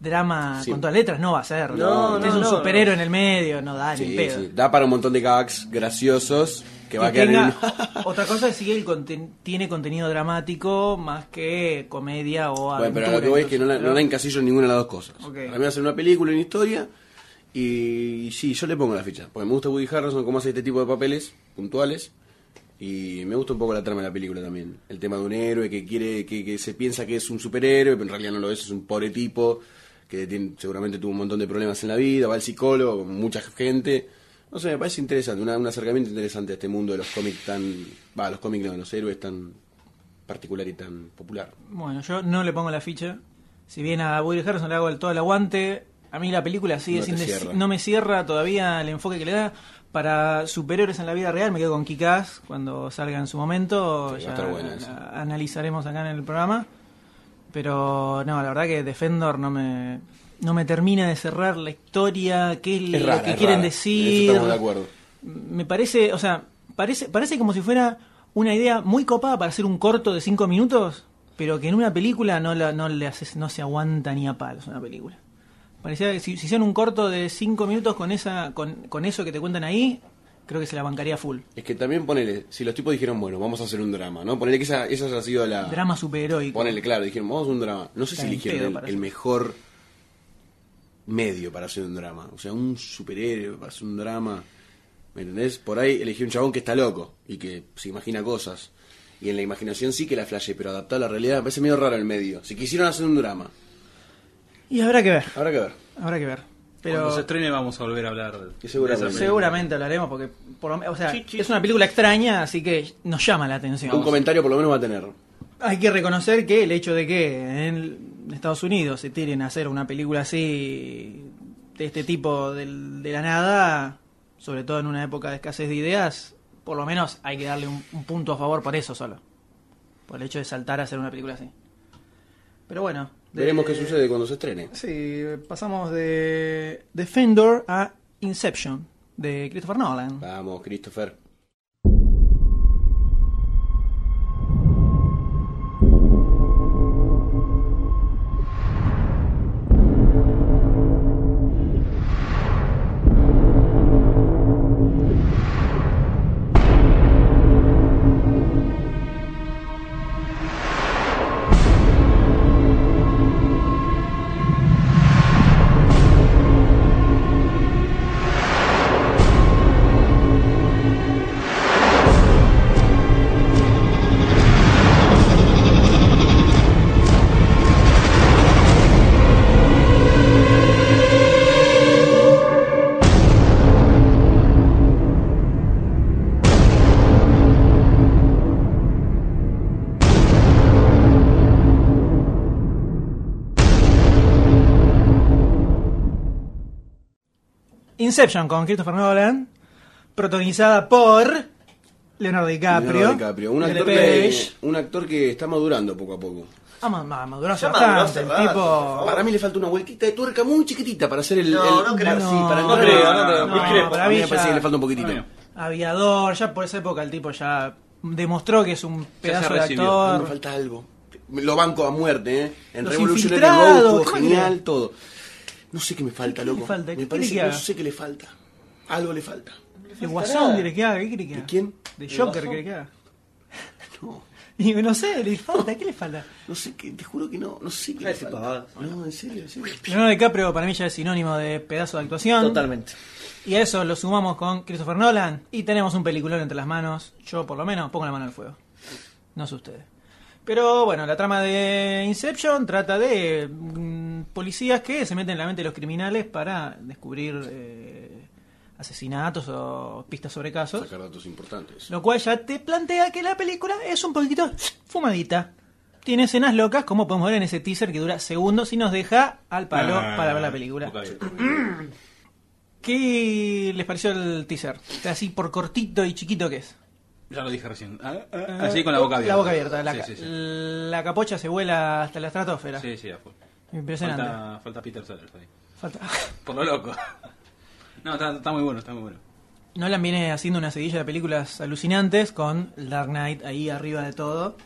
A: Drama
C: Sí.
A: con todas letras no va a ser.
C: No,
A: Es
E: no,
A: un
E: no,
A: superhéroe en el medio, no da ni
C: Sí,
A: en pedo.
C: sí, Da para un montón de gags graciosos que va a
A: Que
C: quedar en
A: tenga-
C: el-
A: otra cosa es si él conten- tiene contenido dramático más que comedia o aventura.
C: Bueno, pero a lo que voy es que no la,
A: incluso,
C: no la
A: ¿no?
C: encasillo en ninguna de las dos cosas.
A: Ok.
C: Para mí va a ser una película, una historia. Y sí, yo le pongo la ficha. Porque me gusta Woody Harrison, cómo hace este tipo de papeles puntuales. Y me gusta un poco la trama de la película también. El tema de un héroe que quiere que, que se piensa que es un superhéroe, pero en realidad no lo es, es un pobre tipo que tiene- seguramente tuvo un montón de problemas en la vida, va al psicólogo, con mucha gente. No sé, me parece interesante, una- un acercamiento interesante a este mundo de los cómics tan... Va, los cómics no, de los héroes tan particular y tan popular.
A: Bueno, yo no le pongo la ficha. Si bien a Woody Harrelson le hago el todo el aguante, a mí la película sigue
C: No
A: sin
C: te
A: deci-
C: cierra.
A: no me cierra todavía el enfoque que le da. Para superiores en la vida real me quedo con Kikaz cuando salga en su momento.
C: Sí, va
A: ya
C: a estar buena
A: la-
C: esa.
A: analizaremos acá en el programa. Pero no, la verdad que Defender no me no me termina de cerrar la historia, qué es,
C: Es
A: lo
C: rara,
A: que
C: es
A: quieren
C: rara. En eso
A: decir.
C: estamos de acuerdo.
A: me parece, o sea, parece, parece como si fuera una idea muy copada para hacer un corto de 5 minutos, pero que en una película no, la, no, le haces, no se aguanta ni a palos una película. Parecía que si, si hicieran un corto de 5 minutos con, esa, con, con eso que te cuentan ahí, creo que se la bancaría full.
C: Es que también ponele, si los tipos dijeron, bueno, vamos a hacer un drama, ¿no? Ponele que esa, esa ha sido la...
A: Drama superheroico.
C: Ponele, claro, dijeron, vamos a hacer un drama. No sé
A: Está
C: si
A: en pedo
C: eligieron
A: para
C: el, el
A: hacer.
C: mejor medio para hacer un drama. O sea, un superhéroe para hacer un drama. ¿Me entendés? Por ahí elegí un chabón que está loco y que se imagina cosas. Y en la imaginación sí que la flashe, pero adaptada a la realidad me parece medio raro el medio. Si quisieron hacer un drama,
A: Y habrá que ver,
C: Habrá que ver.
A: habrá que ver. Pero
D: Cuando se estrene vamos a volver a hablar de
C: Y seguramente.
D: de esa película.
A: seguramente hablaremos porque por lo me- o sea,
D: Sí, sí.
A: es una película extraña, así que nos llama la atención.
C: Un comentario por lo menos va a tener.
A: Hay que reconocer que el hecho de que en Estados Unidos se tiren a hacer una película así de este tipo del- de, la nada, sobre todo en una época de escasez de ideas, por lo menos hay que darle un, un punto a favor por eso solo. Por el hecho de saltar a hacer una película así. Pero bueno. de-
C: Veremos qué sucede cuando se estrene.
A: Sí, pasamos de Defender a Inception de Christopher Nolan.
C: Vamos, Christopher.
A: Inception con Christopher Nolan, protagonizada por Leonardo DiCaprio.
C: Leonardo DiCaprio, Un
A: Ellen
C: actor, que,
A: Page.
C: un actor que está madurando poco a poco.
A: Ah, ma- ma- maduró hace
E: Ya maduró
A: bastante,
E: hace
A: el
E: rato,
A: tipo...
C: Para mí le falta una vueltita de tuerca muy chiquitita para hacer el.
E: No,
C: el-
E: no creo.
C: Sí, para
A: Oh. No,
E: no creo, no creo,
A: no,
E: discrepo.
A: para
C: A mí me
A: mí
C: parece
A: ya-
C: que le falta un poquitito.
D: Bueno.
A: Aviador, ya por esa época el tipo ya demostró que es un pedazo de
D: recibió.
C: Ah, me
A: actor.
C: falta algo. Lo banco a muerte, ¿eh? En
A: Los
C: Revolutionary
A: infiltrados,
C: Road estuvo
A: ¿cómo
C: genial,
A: crees?
C: todo. No sé qué me falta,
A: ¿Qué le
C: loco.
A: falta? ¿Qué
C: Me
A: quiere
C: parece
A: que
C: que no
A: haga?
C: sé qué le falta. Algo le falta.
A: El Guasón, ¿quiere que haga? ¿Qué quiere que
C: ¿De
A: haga?
C: quién?
A: De Joker, ¿quiere que haga? Y no sé, le falta, ¿qué le falta?
C: No sé qué, te juro que no, no sé qué
E: Ah,
C: le
E: sí,
C: falta. No, en serio, en serio.
A: Leonardo DiCaprio para mí ya es sinónimo de pedazo de actuación.
E: Totalmente.
A: Y a eso lo sumamos con Christopher Nolan y tenemos un peliculón entre las manos. Yo, por lo menos, pongo la mano al fuego. No sé ustedes. Pero bueno, la trama de Inception trata de mm, policías que se meten en la mente de los criminales para descubrir eh, asesinatos o pistas sobre casos.
C: Sacar datos importantes.
A: Lo cual ya te plantea que la película es un poquitito fumadita. Tiene escenas locas, como podemos ver en ese teaser que dura segundos y nos deja al palo
D: Ah,
A: para ver la película.
D: ok.
A: ¿Qué les pareció el teaser? Así por cortito y chiquito que es.
D: Ya lo dije recién. Ah, ah, Así con la boca abierta.
A: La boca abierta. La,
D: Sí,
A: ca-
D: sí, sí.
A: la capocha se vuela hasta la estratosfera.
D: Sí, sí, a full.
A: Impresionante.
D: Falta, falta Peter Sellers ahí.
A: Falta-
D: Por lo loco. No, está, está muy bueno, está muy bueno.
A: Nolan viene haciendo una seguilla de películas alucinantes con el Dark Knight ahí arriba de todo.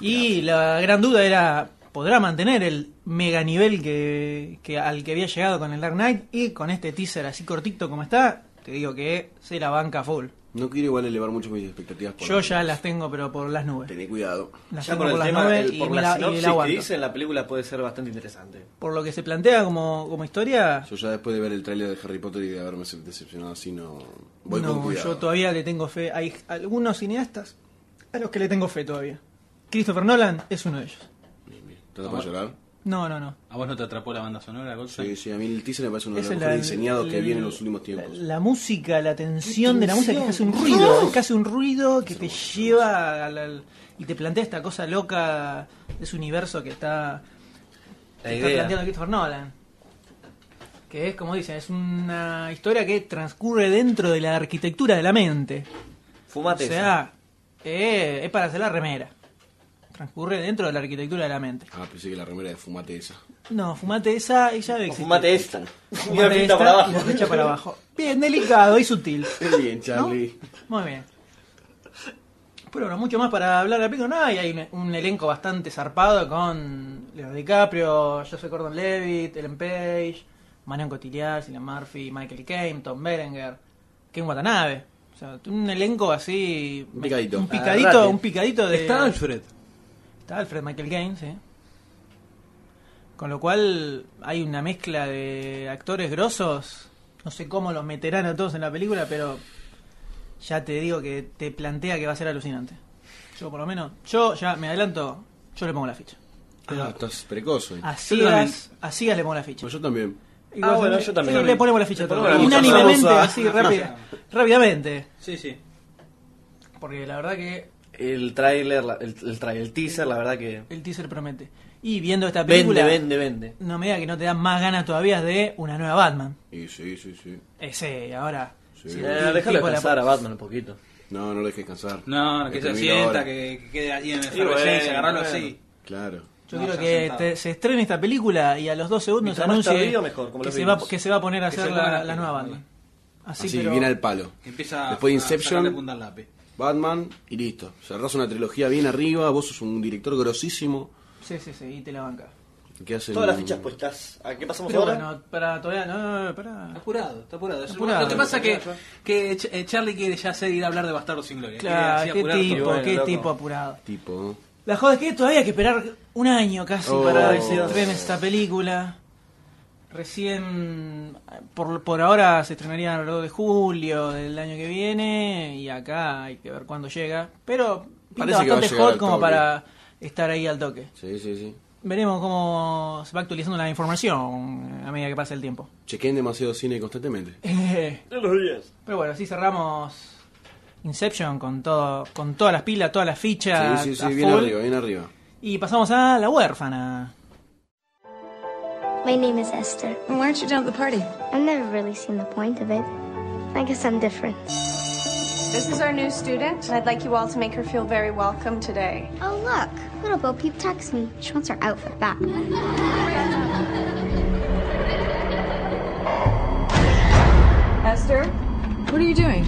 A: Y la gran duda era, ¿podrá mantener el mega nivel que, que- al que había llegado con el Dark Knight? Y con este teaser así cortito como está, te digo que se la banca full.
C: No quiero igual elevar mucho mis expectativas. por
A: Yo
C: ahora.
A: ya las tengo, pero por las nubes.
C: Tené cuidado.
A: Las
E: Ya
A: tengo
E: por el
A: las
E: tema,
A: nubes
E: el-
A: y
E: por
A: me
E: la,
A: la- y me la
E: sinopsis que
A: aguanto.
E: dice en la película puede ser bastante interesante.
A: Por lo que se plantea como, como historia,
C: Yo ya después de ver el tráiler de Harry Potter y de haberme decepcionado así, no... Voy
A: no,
C: con cuidado.
A: yo todavía le tengo fe. Hay algunos cineastas a los que le tengo fe todavía. Christopher Nolan es uno de ellos.
C: ¿Te vas a llorar?
A: No, no, no.
D: ¿A vos no te atrapó la banda sonora, Goldstein?
C: Sí, sí, a mí el teaser me parece uno de
A: Es
C: los
A: el-
C: mejores diseñados que
A: el-
C: viene en los últimos tiempos.
A: La, la música, la tensión de la música que hace un ruido, que hace un ruido que te lleva al- al- y te plantea esta cosa loca de su universo que está,
E: La
A: que está
E: idea.
A: planteando Christopher Nolan. Que es como dicen, es una historia que transcurre dentro de la arquitectura de la mente.
E: Fumate.
A: O
E: esa.
A: sea, eh, es para hacer la remera. Transcurre dentro de la arquitectura de la mente.
C: Ah, pensé que la remera de fumate esa.
A: No, fumate esa y ya existe.
E: fumate esta.
A: Fumate
E: Una pinta
A: esta
E: para
A: y
E: abajo.
A: la flecha para abajo. Bien, delicado y sutil.
C: bien, Charlie.
A: Muy bien. Pero bueno, mucho más para hablar de la película. No, y hay un, un elenco bastante zarpado con Leonardo DiCaprio, Joseph Gordon-Levitt, Ellen Page, Marion Cotillard, Cillian Murphy, Michael Caine, Tom Berenger, Ken Watanabe. O sea, un elenco así...
C: Un picadito.
A: Un
E: Agarrate.
A: picadito, un picadito de...
D: Está Alfred.
A: Está Alfred Michael Caine, sí. Con lo cual hay una mezcla de actores grosos. No sé cómo los meterán a todos en la película, pero ya te digo que te plantea que va a ser alucinante. Yo por lo menos, yo ya me adelanto, yo le pongo la ficha.
C: Ah, estás precoz hoy.
A: A
D: Yo
A: ciegas, a ciegas le pongo la ficha.
C: Pues yo también.
E: Ah, bueno, yo también.
A: Sí, le ponemos la ficha
E: Le
A: a todo.
E: ponemos la ficha.
A: Unánimemente,
E: Vamos a-
A: así, rápida- rápidamente.
D: Sí, sí.
A: Porque la verdad que
E: El trailer, la- el, el trailer, el teaser, la verdad que.
A: el teaser promete. Y viendo esta
E: Vende,
A: película,
E: vende, vende.
A: no me diga que no te dan más ganas todavía de una nueva Batman.
C: Y sí, sí, sí.
A: Ese, ahora.
C: Sí.
A: si
C: Eh,
E: Eh,
A: el tipo
E: déjalo
A: la-
E: descansar a Batman un poquito.
C: No, no lo dejes cansar. Este
D: No, no, que se sienta, que, que quede allí en el efervescencia,
E: bueno,
D: agarrarlo
E: bueno.
D: así.
C: Claro.
A: Yo
D: No,
A: quiero
D: ya
A: que
D: sentado.
A: te- se estrene esta película y a los dos segundos se
E: Mientras más
A: anuncie
E: tardío, mejor, como
A: que,
E: los
A: se va,
E: Beatles.
A: que se va a poner a
D: Que se
A: hacer
D: pongan
A: la,
D: las
A: la nueva
D: pilas,
A: Batman. Así,
C: Así
A: pero
C: viene al palo.
D: Que empieza
C: Después de
D: a sacarle
C: Inception.
D: punta al lápiz.
C: Batman y listo. Cerrás una trilogía bien arriba, vos sos un director grosísimo.
A: Sí, sí, sí, y te la banca.
C: Que hace
E: Todas las fichas puestas. ¿A qué pasamos
A: Pero
E: ahora?
A: bueno, para todavía no, para.
D: Está apurado, está apurado. Es-
A: Apurado.
D: Lo que pasa es que, que Ch- eh, Charlie quiere ya hacer ir a hablar de Bastardo sin Gloria. Quiere así
A: Claro, qué
D: apurar todo.
A: tipo,
E: bueno,
A: qué
E: loco.
A: tipo apurado.
C: Tipo.
A: La joda es que todavía hay que esperar un año casi
C: Oh,
A: para que se
C: Dios.
A: estrene esta película. Recién, por, por ahora se estrenaría alrededor de julio del año que viene y acá hay que ver cuándo llega. Pero pinta
C: Parece que va a
A: bastante
C: llegar
A: hot
C: al
A: como
C: toque.
A: para estar ahí al toque.
C: Sí, sí, sí.
A: Veremos cómo se va actualizando la información a medida que pasa el tiempo.
C: Chequen demasiado cine constantemente.
E: De los días.
A: Pero bueno, así cerramos Inception con todo, con todas las pilas, todas las fichas.
C: sí, sí,
A: a
C: sí, bien
A: full.
C: arriba, bien arriba.
A: Y pasamos a La huérfana.
K: My name is Esther.
F: Why aren't you down at the party?
K: I've never really seen the point of it. I guess I'm different.
F: This is our new student, and I'd like you all to make her feel very welcome today.
K: Oh, look. Little Bo Peep texts me. She wants her outfit back.
F: Esther, what are you doing?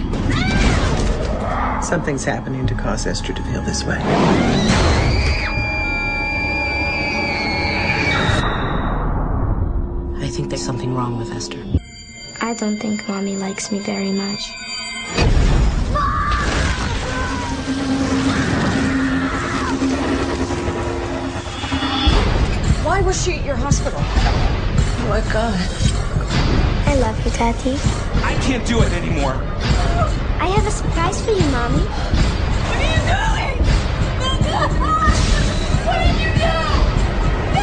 G: Something's happening to cause Esther to feel this way.
F: I think there's something wrong with Esther.
K: I don't think Mommy likes me very much.
F: Why was she at your hospital? Oh my god.
K: I love you, Daddy.
H: I can't do it anymore.
K: I have a surprise for you, Mommy.
I: What are you doing? What did you do?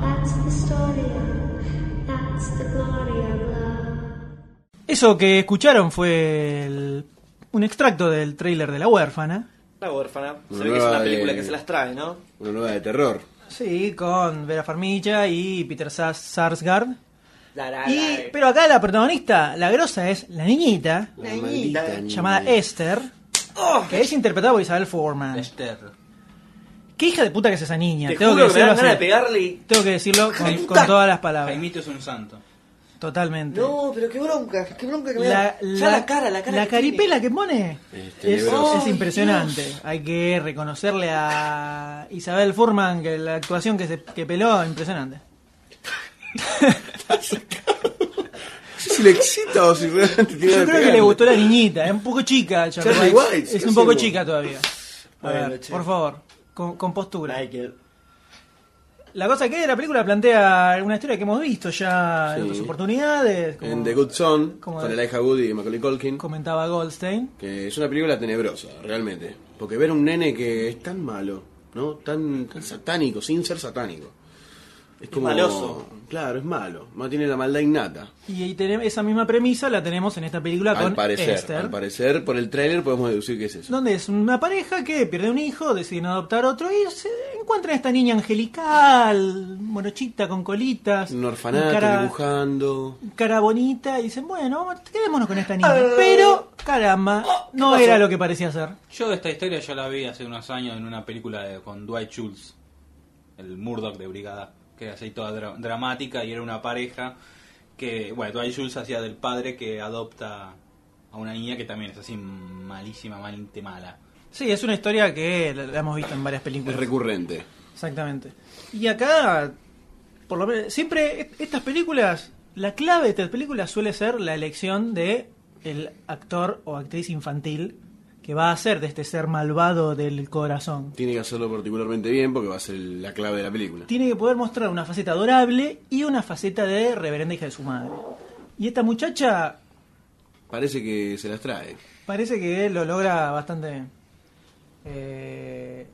K: That's the story. That's the glory of love.
A: Eso que escucharon fue el- un extracto del tráiler de La huérfana.
E: La huérfana. Se
C: Una
E: ve que es una
C: nueva de-
E: película que se las trae, ¿no?
C: Una nueva de terror.
A: Sí, con Vera Farmiga y Peter Sa- Sarsgaard. Y- pero acá la protagonista, la grosa, es la niñita,
C: La maldita niña.
A: llamada Esther,
E: Oh,
A: que es interpretada por Isabel Foreman.
D: Lester.
A: Qué hija de puta que es esa niña.
E: Te
A: Tengo
E: juro que
A: que
E: me dan
A: decirlo,
E: ganas de
A: así.
E: pegarle y...
A: Tengo que decirlo con,
D: Jaime-
A: con todas las palabras.
D: Jaimito es un santo.
A: Totalmente.
E: No, pero qué bronca, qué bronca que me
A: La,
E: da. Ya la cara, la cara. que
A: caripela que pone
C: Es
A: es,
C: tenebroso.
A: es
E: Ay,
A: impresionante. Hay que reconocerle a Isabel Furman que la actuación que, se, que peló, impresionante.
C: No sé si le excita o si realmente tiene
A: Yo creo que le gustó la niñita, es un poco chica. Charlie
C: Charlie
A: White.
C: White,
A: es
C: ¿qué
A: un poco
C: hacemos?
A: chica todavía. A
E: Bueno,
A: ver,
E: che.
A: por favor, con, con postura.
E: tiene. Ay, que-
A: La cosa que la película plantea una historia que hemos visto ya en
C: Sí.
A: otras oportunidades. Como
C: En The Good Son,
A: como
C: con
A: de-
C: Elijah Woody y Macaulay Culkin.
A: comentaba Goldstein.
C: Que es una película tenebrosa, realmente. Porque ver a un nene que es tan malo, ¿no? Tan, tan satánico, sin ser satánico. Es como.
E: maloso.
C: Claro, es malo. No tiene la maldad innata.
A: Y ahí tenemos esa misma premisa la tenemos en esta película
C: Al
A: Ah, con
C: parecer,
A: Esther.
C: al parecer, por el tráiler podemos deducir que es eso.
A: donde es una pareja que pierde un hijo, deciden adoptar otro y se encuentran a esta niña angelical, morochita con colitas,
C: Un orfanato
A: cara,
C: dibujando.
A: cara bonita y dicen, bueno, quedémonos con esta niña. Pero, caramba, no era lo que parecía ser.
D: Yo esta historia ya la vi hace unos años en una película de- con Dwight Schultz, el Murdoch de Brigada, que era así toda dra- dramática y era una pareja que, bueno, Dwight Schultz hacía del padre que adopta a una niña que también es así malísima, malinte mala.
A: Sí, es una historia que la, la hemos visto en varias películas.
C: Es recurrente.
A: Exactamente. Y acá, por lo menos, siempre est- estas películas, la clave de estas películas suele ser la elección de el actor o actriz infantil que va a hacer de este ser malvado del corazón.
C: Tiene que hacerlo particularmente bien porque va a ser la clave de la película.
A: Tiene que poder mostrar una faceta adorable y una faceta de reverenda hija de su madre. Y esta muchacha
C: Parece que se las trae.
A: parece que lo logra bastante bien. Eh,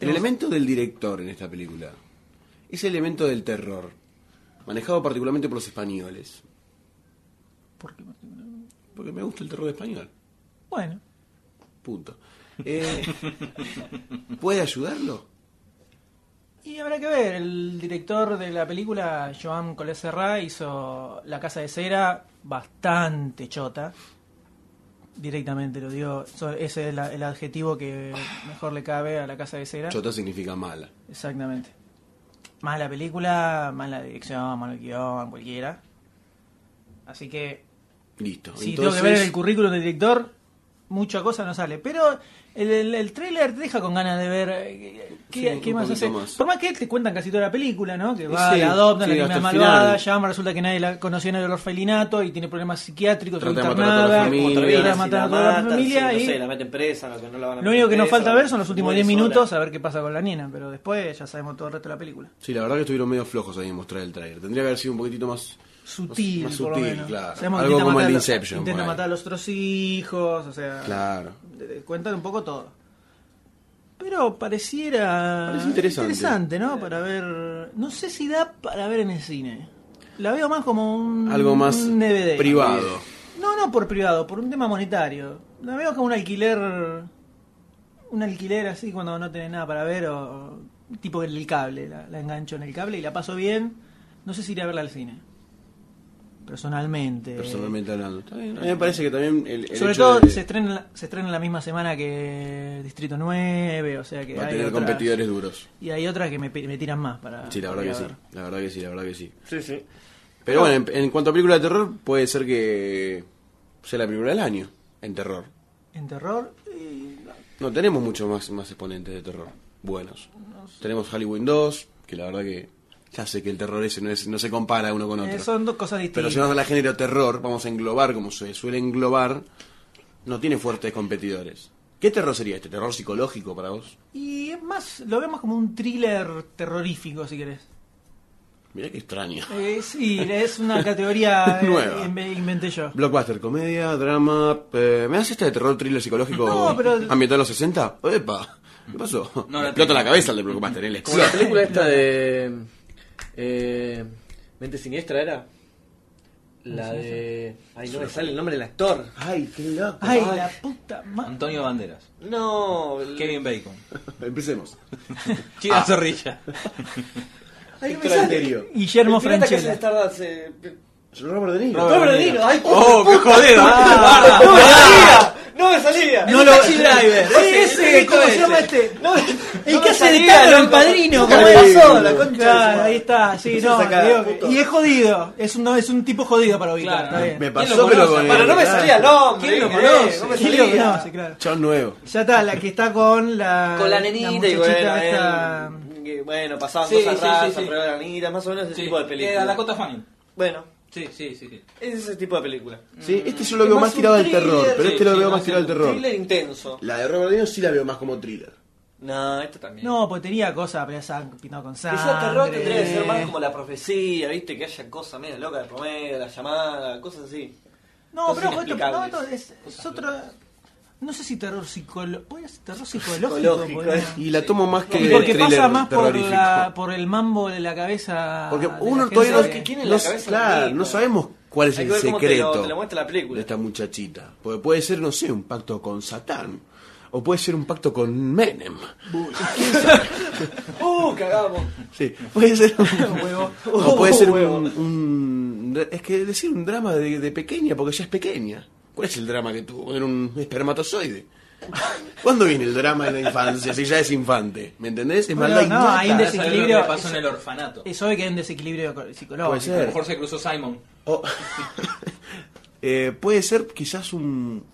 C: El elemento del director en esta película es el elemento del terror, manejado particularmente por los españoles.
A: ¿Por qué?
C: Porque me gusta el terror español.
A: Bueno,
C: Punto. Eh, ¿Puede ayudarlo?
A: y habrá que ver. El director de la película, Joan Collet Serra, hizo La Casa de Cera bastante chota. Directamente lo digo. So- Ese es la- el adjetivo que mejor le cabe a La Casa de Cera.
C: Chota significa mala.
A: Exactamente. Mala película, mala dirección, mal guión, cualquiera. Así que
C: Listo.
A: Si tengo
C: Entonces,
A: que ver el currículum del director, mucha cosa no sale. Pero el, el, el tráiler te deja con ganas de ver eh, qué,
C: Sí,
A: qué
C: un
A: más
C: poquito
A: hace.
C: más.
A: Por más que te cuentan casi toda la película, ¿no? Que va,
C: Sí,
A: la adoptan,
C: sí,
A: la
C: hasta
A: niña
C: el
A: malvada,
C: final.
A: llama, resulta que nadie la conoció en el orfelinato y tiene problemas psiquiátricos,
C: Trata de
A: está
C: matar a toda la
A: internada,
C: familia.
E: Otra
A: trata
E: vida,
A: de
E: si
A: matar
E: la
A: a toda la
E: matan,
A: familia
E: si,
A: y
E: no sé, la meten presa, no, que no la van a
A: lo único que nos
E: meter
A: falta
E: presa,
A: ver son los últimos
E: muere
A: 10
E: sola.
A: minutos a ver qué pasa con la nena, pero después ya sabemos todo el resto de la película.
C: Sí, la verdad que estuvieron medio flojos ahí en mostrar el trailer. Tendría que haber sido un poquitito más.
A: Sutil,
C: Más
A: por lo
C: sutil,
A: menos.
C: claro.
A: Sabemos que
C: Algo
A: intenta
C: como
A: matar
C: el
A: a-
C: Inception,
A: Intenta
C: por ahí.
A: matar a los otros hijos, o sea.
C: Claro.
A: de- de- cuentan un poco todo. Pero pareciera
C: Parece interesante.
A: interesante, ¿no? Para ver, no sé si da para ver en el cine. La veo más como un
C: Algo más
A: un DVD.
C: privado.
A: No, no por privado, por un tema monetario. La veo como un alquiler un alquiler así cuando no tenés nada para ver o tipo el cable, la, la engancho en el cable y la paso bien. No sé si iré a verla al cine. Personalmente.
C: Personalmente hablando. Está bien. A mí me parece que también el, el
A: Eh, Sobre
C: hecho
A: todo
C: de-
A: se, estrena, la- se estrena la misma semana que Distrito 9, o sea que
C: va a
A: hay
C: tener
A: otra-
C: competidores duros.
A: Y hay otras que me, pi- me tiran más para...
C: Sí, la verdad
A: para
C: que sí.
A: ver.
C: La verdad que sí, la verdad que sí.
E: Sí, sí.
C: Pero bueno, en, en cuanto a película de terror, puede ser que sea la película del año en terror.
A: En terror... y-
C: No tenemos muchos más, más exponentes de terror buenos. Tenemos Halloween 2, que la verdad que ya sé que el terror ese no, es, no se compara uno con otro.
A: eh, son dos cosas distintas.
C: Pero si vamos a la género terror, vamos a englobar como se suele englobar, no tiene fuertes competidores. ¿Qué terror sería este? ¿Terror psicológico para vos?
A: Y es más, lo vemos como un thriller terrorífico, si querés.
C: Mirá qué extraño.
A: Eh, sí, es una categoría eh,
C: Nueva.
A: inve- inventé yo.
C: Blockbuster, comedia, drama... eh, ¿Me haces este de terror thriller psicológico
A: No, pero-
C: ambientado en los 60? ¡Epa! ¿Qué pasó?
B: No,
C: Le
B: la
C: explota
B: tengo.
C: la cabeza el de Blockbuster, él
B: Como la
C: explota.
B: película esta de. Eh, Mente Siniestra era. La de.
E: Ay, no me sale el nombre del actor.
C: ¡Ay, qué loco!
A: Ay, la puta madre.
D: Antonio Banderas.
E: No, el-
D: Kevin Bacon.
C: Empecemos.
D: Chira Zorrilla.
E: Ay, no me
C: Héctor
E: sale.
C: Alterio.
A: Guillermo
E: El pirata que hace
A: Franchella.
E: Star Wars, eh,
C: Robert De Niro.
E: Robert De Niro, ay,
D: ¡Oh, qué jodido!
C: Ah,
E: No me salía, Ah, no me salía.
A: No lo... Driver. ese, ¿cómo se llama este?
E: No,
A: ¿Y
E: no
A: qué
E: me
A: hace de
E: salía,
A: Tano en
E: loco.
A: Padrino?
E: Nunca
A: ¿Cómo
E: me
A: era?
E: pasó, la concha de su
A: Claro,
E: madre.
A: ahí está, sí,
E: Empecé a
A: no,
E: sacar,
A: te digo que-
E: puto.
A: y es jodido, es un, no, es un tipo jodido para ubicar,
D: Claro.
A: está bien. Eh,
C: Me
D: ¿Quién
C: pasó,
D: lo
C: pero
D: conoce?
C: con
E: Para,
C: él.
E: no me salía el hombre.
D: ¿Quién lo
E: eh,
D: conoce?
E: No me
A: Sí, lo
E: salía.
A: conoce, claro.
C: Chon nuevo.
A: Ya está, la que está con la...
E: Con la
A: la
E: nenita y
A: muchachita
E: bueno, eh.
A: esta-
E: él- que, bueno, pasaban
D: Sí,
E: cosas
D: sí,
E: raras
D: sí, sí.
E: alrededor de la nenita, más o menos ese
D: Sí,
E: tipo de película.
D: era Dakota Fanning.
E: Bueno,
D: Sí, sí, sí. sí.
E: es ese tipo de película.
C: Sí, este yo lo
E: Es
C: veo
E: más
C: más
E: un
C: tirado al
E: thriller,
C: terror, pero
D: sí,
C: este lo
D: sí,
C: veo
D: más
C: más tirado al terror.
E: Thriller intenso.
C: La de Robert De Niro sí la veo más como thriller.
E: No, esto también.
A: No, porque tenía cosas, pero ya estaba pintado con sangre.
E: Quizá terror tendría que ser más como la profecía, viste, que haya cosas medio locas de promedio, la llamada, cosas así.
A: No,
E: Cosas
A: pero ojo, esto, no,
E: inexplicables.
A: esto es, es otra... No sé si terror psicológico... ¿Puede ser terror psicológico?
E: Psicológico,
A: podría-
E: eh.
C: Y la tomo más que
A: Y porque
C: thriller
A: pasa más por,
C: terrorífico.
A: la- por el mambo de la cabeza.
C: Porque
A: de la
C: uno
A: gente
C: todavía no,
E: que tiene en
C: no
E: Ah, la
C: s-
E: cabeza la
C: claro,
E: película.
C: no sabemos cuál es
E: Hay
C: el
E: que ver cómo te lo-
C: secreto
E: te lo muestra la película.
C: de esta muchachita. Porque puede ser, no sé, un pacto con Satán. O puede ser un pacto con Menem.
E: ¡Uh, cagamos!
C: Sí, puede ser un
A: Huevo.
C: O puede ser
E: Huevo.
C: un, un- Es que decir un drama de, de pequeña, porque ya es pequeña. ¿Cuál es el drama que tuvo? Era un espermatozoide. ¿Cuándo viene el drama de la infancia si ya es infante? ¿Me entendés? Es
A: Bueno,
C: maldad
A: no,
C: innata.
A: hay un
D: Ahora sabés lo que
A: desequilibrio-
D: le pasó en el orfanato.
A: Eso de que hay un desequilibrio co-
C: Puede
A: psicológico.
C: ser.
D: A lo mejor se cruzó Simon.
C: O- Oh. Eh, puede ser quizás un,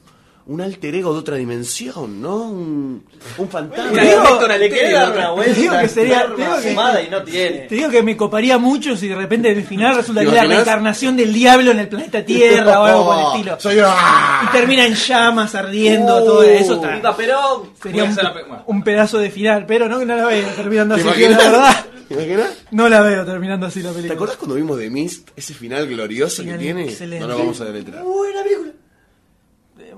C: un alter ego de otra dimensión, ¿no? Un, un fantasma.
D: Mira,
A: digo-
D: Héctor
E: Le quiere
D: Alterio,
E: dar
D: otra-
E: una vuelta.
A: Te digo que sería-
E: dar
A: te digo
E: una
A: que-
E: fumada y no tiene.
A: Te digo que me coparía mucho si de repente al final resulta
C: ¿Te
A: que es la
C: imaginas?
A: reencarnación del diablo en el planeta Tierra o algo por el estilo.
C: Oh. Soy ¡Ah!
A: Y termina en llamas ardiendo,
C: Uh,
A: todo eso. está-
E: ¡Viva Perón!
A: sería
D: Voy a
A: un,
D: hacer la pe- bueno.
A: un pedazo de final, pero no que no la veo terminando
C: ¿Te
A: así. que La
C: imaginas?
A: verdad,
C: ¿Te imaginas?
A: no la veo terminando así la película.
C: ¿Te acordás cuando vimos The Mist? Ese final glorioso
A: Final
C: que tiene.
A: excelente.
C: No lo vamos a deletrear.
A: Buena película. Eh,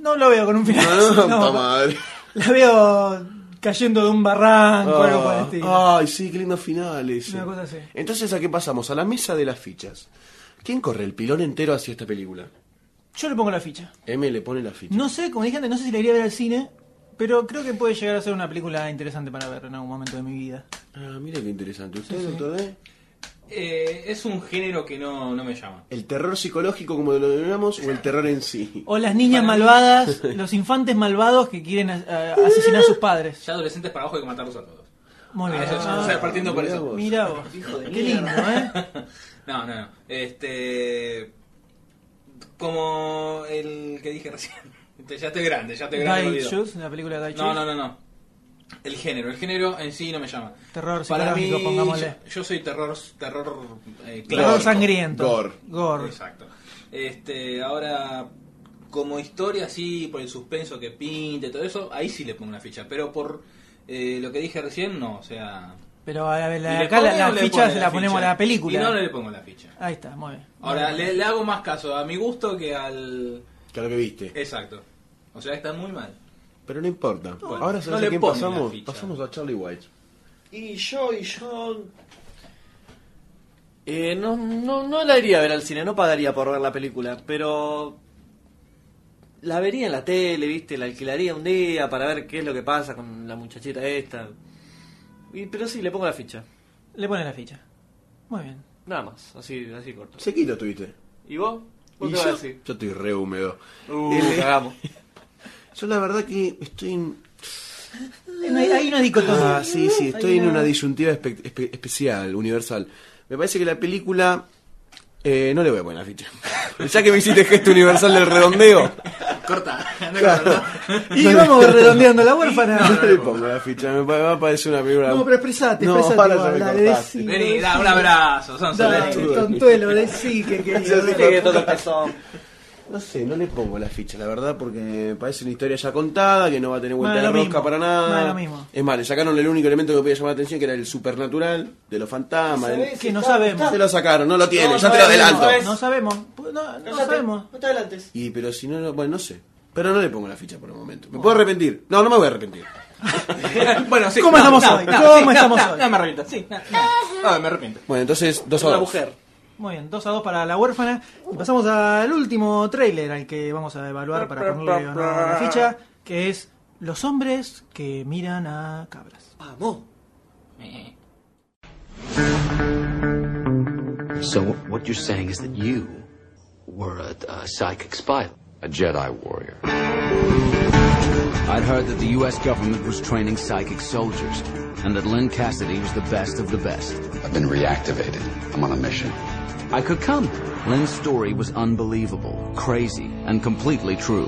A: No lo veo con un final.
C: No,
A: así,
C: no,
A: no.
C: pa' madre.
A: La veo cayendo de un barranco o algo por el
C: Ah,
A: estilo.
C: ay, sí, qué lindo final ese.
A: Una cosa así.
C: Entonces, ¿a qué pasamos? A la mesa de las fichas. ¿Quién corre el pilón entero hacia esta película?
A: Yo le pongo la ficha.
C: M le pone la ficha.
A: No sé, como dije antes, no sé si la iría a ver al cine, pero creo que puede llegar a ser una película interesante para ver en algún momento de mi vida.
C: Ah, mira qué interesante. ¿Usted,
A: Sí, sí.
C: doctor D?
D: Eh, es un género que no, no me llama.
C: ¿El terror psicológico, como lo denominamos, o el terror en sí?
A: O las niñas malvadas, los infantes malvados que quieren eh, asesinar a sus padres.
D: Ya adolescentes para abajo hay que matarlos a todos.
A: Muy bien.
D: Ah, eso, o sea, partiendo por
C: mirá
D: eso.
C: vos.
A: Mira vos. Qué lindo, ¿eh?
D: No, no, no. Este. Como el que dije recién. Este, Ya estoy grande, ya estoy grande. me
A: Die
D: olvido.
A: Shoes, la película de Die
D: No,
A: Shoes.
D: no, no, no. El género, el género en sí no me llama.
A: Terror
D: Para mí,
A: psicológico, pongámosle.
D: yo, yo soy terror, terror, eh,
A: Terror
D: clásico.
A: sangriento.
C: Gore.
A: Gore.
D: Exacto. Este, ahora, como historia así, por el suspenso que pinte, todo eso, ahí sí le pongo una ficha. Pero por eh, lo que dije recién, no, o sea...
A: Pero a ver, la-
D: ¿le
A: acá la,
D: pone
A: la
D: o le
A: ficha
D: pone
A: se la ponemos
D: ficha?
A: a la película.
D: Y no, no le pongo la ficha.
A: Ahí está, muy bien.
D: Ahora, le, le hago más caso a mi gusto que al...
C: Que a lo que viste.
D: Exacto. O sea, está muy mal.
C: Pero no importa.
D: Bueno,
C: Ahora,
D: no
C: ¿sabes
D: le
C: a quién
D: ponen la
C: pasamos?
D: ficha.
C: Pasamos a Charlie White.
E: Y yo, y yo. Eh, no, no, no la iría a ver al cine, no pagaría por ver la película, pero. La vería en la tele, ¿viste? La alquilaría un día para ver qué es lo que pasa con la muchachita esta. Y, pero sí, le pongo la ficha.
A: Le pones la ficha. Muy bien.
E: Nada más, así, así corto.
C: Sequito tuviste.
E: ¿Y vos? ¿Vos
C: Y
E: qué
C: yo,
E: vas a decir?
C: yo estoy re húmedo.
E: Uh,
C: Eh,
E: cagamos.
C: Yo la verdad que estoy en...
A: Eh, no hay- Hay una dicotomía.
C: Ah, sí, sí,
A: Hay
C: estoy en una disyuntiva espe- espe- especial, universal. Me parece que la película... eh, no le voy a poner la ficha. Ya que me hiciste gesto universal del redondeo.
D: Corta. No,
C: Claro.
A: Y vamos redondeando la huérfana.
C: No le pongo la ficha, me va a parecer una película...
A: No, pero expresate,
C: No,
A: expresate.
C: ahora
A: igual,
C: ya me
A: dale,
C: cortaste.
A: decí,
D: Vení,
A: decí.
D: da un abrazo, Sonso,
A: Dale,
D: vení.
A: tontuelo, decí que
C: Yo sí
A: quería.
C: que-
E: Viste que todo empezó.
C: No sé, no le pongo la ficha, la verdad, porque me parece una historia ya contada, que no va a tener vuelta
A: Más
C: de
A: lo
C: rosca
A: mismo,
C: para nada.
A: más lo mismo.
C: Es más, le sacaron el único elemento que podía llamar la atención, que era el supernatural, de los fantasmas. del-
A: Que no sabemos.
C: Se lo sacaron, no lo tiene,
E: No,
C: ya
E: no
C: te lo
E: es,
C: adelanto.
E: no es.
A: No sabemos. No, no sabemos.
E: No te adelantes.
C: Y pero si no, no- bueno, no sé. Pero no le pongo la ficha por el momento. ¿Me puedo arrepentir? No, no me voy a arrepentir.
D: bueno, sí.
A: ¿Cómo estamos hoy? ¿Cómo estamos hoy?
D: No, me arrepiento, sí. No, no. No, me arrepiento.
C: Bueno, entonces, dos a
E: Una
C: dos.
E: mujer.
A: Muy bien, 2 a 2 para la huérfana. Y pasamos al último tráiler al que vamos a evaluar para ponerle o no la ficha, que es Los hombres que miran a cabras.
E: Vamos.
H: So what you're saying is that you were a, a psychic spy,
J: A Jedi warrior.
H: I'd heard that the U.S. government was training psychic soldiers, and that Lynn Cassidy was the best of the best.
J: I've been reactivated. I'm on a mission.
H: I could come. Lynn's story was unbelievable, crazy, and completely true.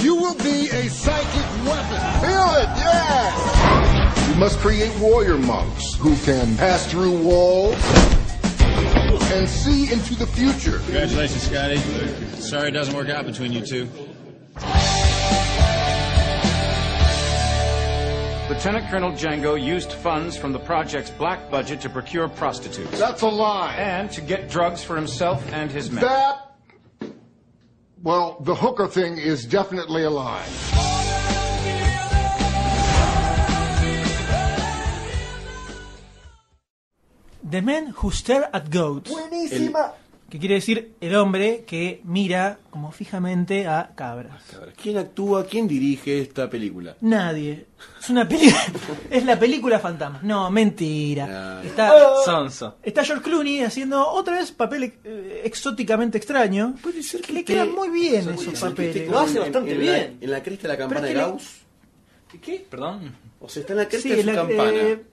L: You will be a psychic weapon. Feel it, yeah! You must create warrior monks who can pass through walls and see into the future.
M: Congratulations, Scotty. Sorry it doesn't work out between you two.
H: Lieutenant Colonel Django used funds from the project's black budget to procure prostitutes
L: That's a lie.
H: and to get drugs for himself and his men.
L: That. Well, the hooker thing is definitely a lie.
A: The Men Who Stare at Goats. Que quiere decir el hombre que mira como fijamente a cabras.
C: A ver, ¿Quién actúa? ¿Quién dirige esta película?
A: Nadie. Es una película. es la película fantasma. No, mentira.
C: Ah.
A: Está,
D: Sonso.
A: está George Clooney haciendo otra vez papel eh, exóticamente extraño.
C: Puede ser
A: que le quedan muy bien esos papeles.
E: Lo hace bastante
C: en,
E: bien.
C: La, en la cresta de la campana
A: Pero
C: de
A: es que le-
C: Gauss.
E: ¿Qué?
D: Perdón.
C: O sea, está en la cresta
A: Sí,
C: de su
A: la-
C: campana.
A: eh,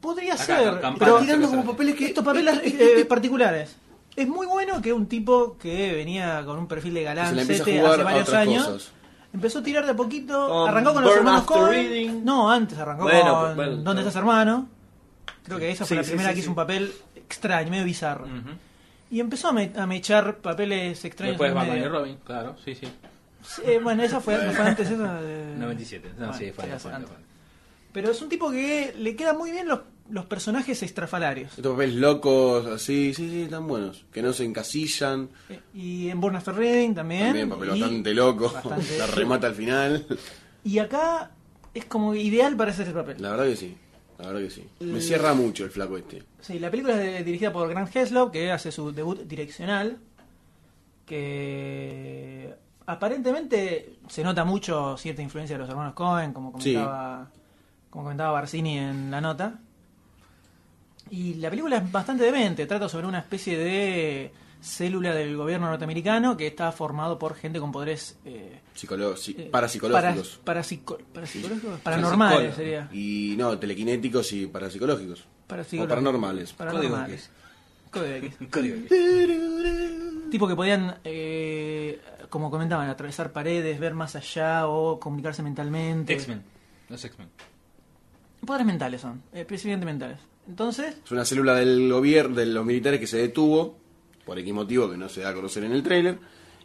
A: podría
D: Acá,
A: ser,
D: la campana.
A: pero
C: Está tirando
D: se me
C: como papeles que...
A: estos papeles eh, particulares. Es muy bueno que un tipo que venía con un perfil de galán
C: Se la empieza a
A: sete
C: jugar
A: hace
C: a
A: varios
C: otras
A: años,
C: cosas.
A: empezó a tirar de a poquito,
E: Con
A: arrancó con los
E: Burn
A: hermanos
E: After
A: Coen.
E: Reading.
A: No, antes arrancó
E: Bueno,
A: con
E: pues, bueno,
A: ¿Dónde
E: no.
A: estás hermano? Creo que esa fue
E: Sí,
A: la
E: sí,
A: primera
E: sí,
A: que
E: sí.
A: hizo un papel extraño, medio bizarro. Y empezó a, me- a mechar papeles extraños.
D: Después
A: en el
D: Batman y
A: medio.
D: Robin, claro, sí, sí.
A: Sí, eh, bueno, esa fue, no fue antes esa de...
D: 97. No,
A: Bueno,
D: sí, fue,
A: hace
D: fue-
A: antes.
D: fue-
A: Pero es un tipo que le quedan muy bien los, los personajes estrafalarios.
C: Estos papeles locos, así, sí, sí, están buenos. Que no se encasillan.
A: Y en Born After Reading también.
C: También papel
A: y,
C: bastante loco.
A: Bastante.
C: La remata al final.
A: y acá es como ideal para hacer ese papel.
C: La verdad que sí. La verdad que sí. Me cierra mucho el flaco este.
A: Sí, la película es de- dirigida por Grant Heslov, que hace su debut direccional, que aparentemente se nota mucho cierta influencia de los hermanos Cohen, como
C: Sí.
A: comentaba, como comentaba Barcini en la nota. Y la película es bastante demente, trata sobre una especie de célula del gobierno norteamericano que está formado por gente con poderes eh,
C: Psicolo- si-
A: eh,
C: parapsicológicos.
A: para- parapsico- parapsicológicos,
C: Sí,
A: paranormales
C: psicólogos.
A: sería.
C: Y no, telequinéticos y parapsicológicos.
A: Parapsicológicos.
C: O paranormales.
A: Paranormales. Código X.
C: Código
A: Tipo que podían, eh, como comentaban, atravesar paredes, ver más allá o comunicarse mentalmente.
D: X-Men. Los X-Men.
A: Poderes mentales son, eh, principalmente mentales. Entonces,
C: Es una célula del gobierno, de los militares que se detuvo, por X motivo que no se da a conocer en el trailer,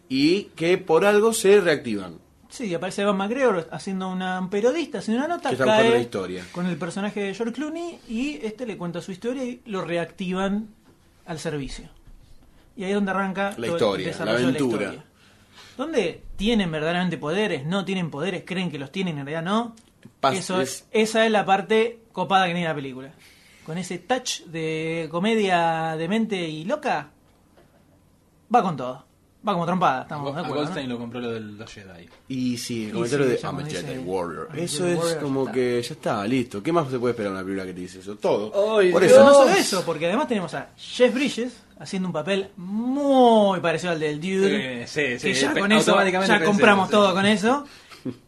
C: y que por algo se reactivan.
A: sí, aparece Evan McGregor haciendo una un periodista, haciendo una nota,
C: Que está buscando la
A: cae
C: historia.
A: con el personaje de George Clooney y este le cuenta su historia y lo reactivan al servicio. Y ahí es donde arranca todo
C: La
A: el
C: historia, la
A: desarrollo de
C: aventura.
A: historia. ¿Dónde tienen verdaderamente poderes? ¿No tienen poderes? ¿Creen que los tienen? En realidad no.
C: Pas-
A: Eso
C: es-
A: Esa es la parte copada que tiene la película. Con ese touch de comedia demente y loca, va con todo. Va como trompada, estamos de
D: A
A: acuerdo.
D: Goldstein lo compró lo de los Jedi.
C: Y sí, el
D: Y
C: comentario
D: sí,
C: de
D: ya
C: I'm a
D: cuando
C: Jedi
D: dice-
C: Warrior.
D: I'm a
C: Eso
D: Jedi
C: es
D: warrior,
C: como
D: ya está.
C: que ya está, listo. ¿Qué más se puede esperar de una película que te dice eso? Todo.
A: ¿no?
C: por
A: Pero
C: eso.
A: no solo eso, porque además tenemos a Jeff Bridges haciendo un papel muy parecido al del Dude.
D: Eh, sí, sí,
A: que ya
D: pe-
A: con eso
D: automáticamente
A: ya
D: pensé,
A: compramos
D: sí.
A: todo con eso.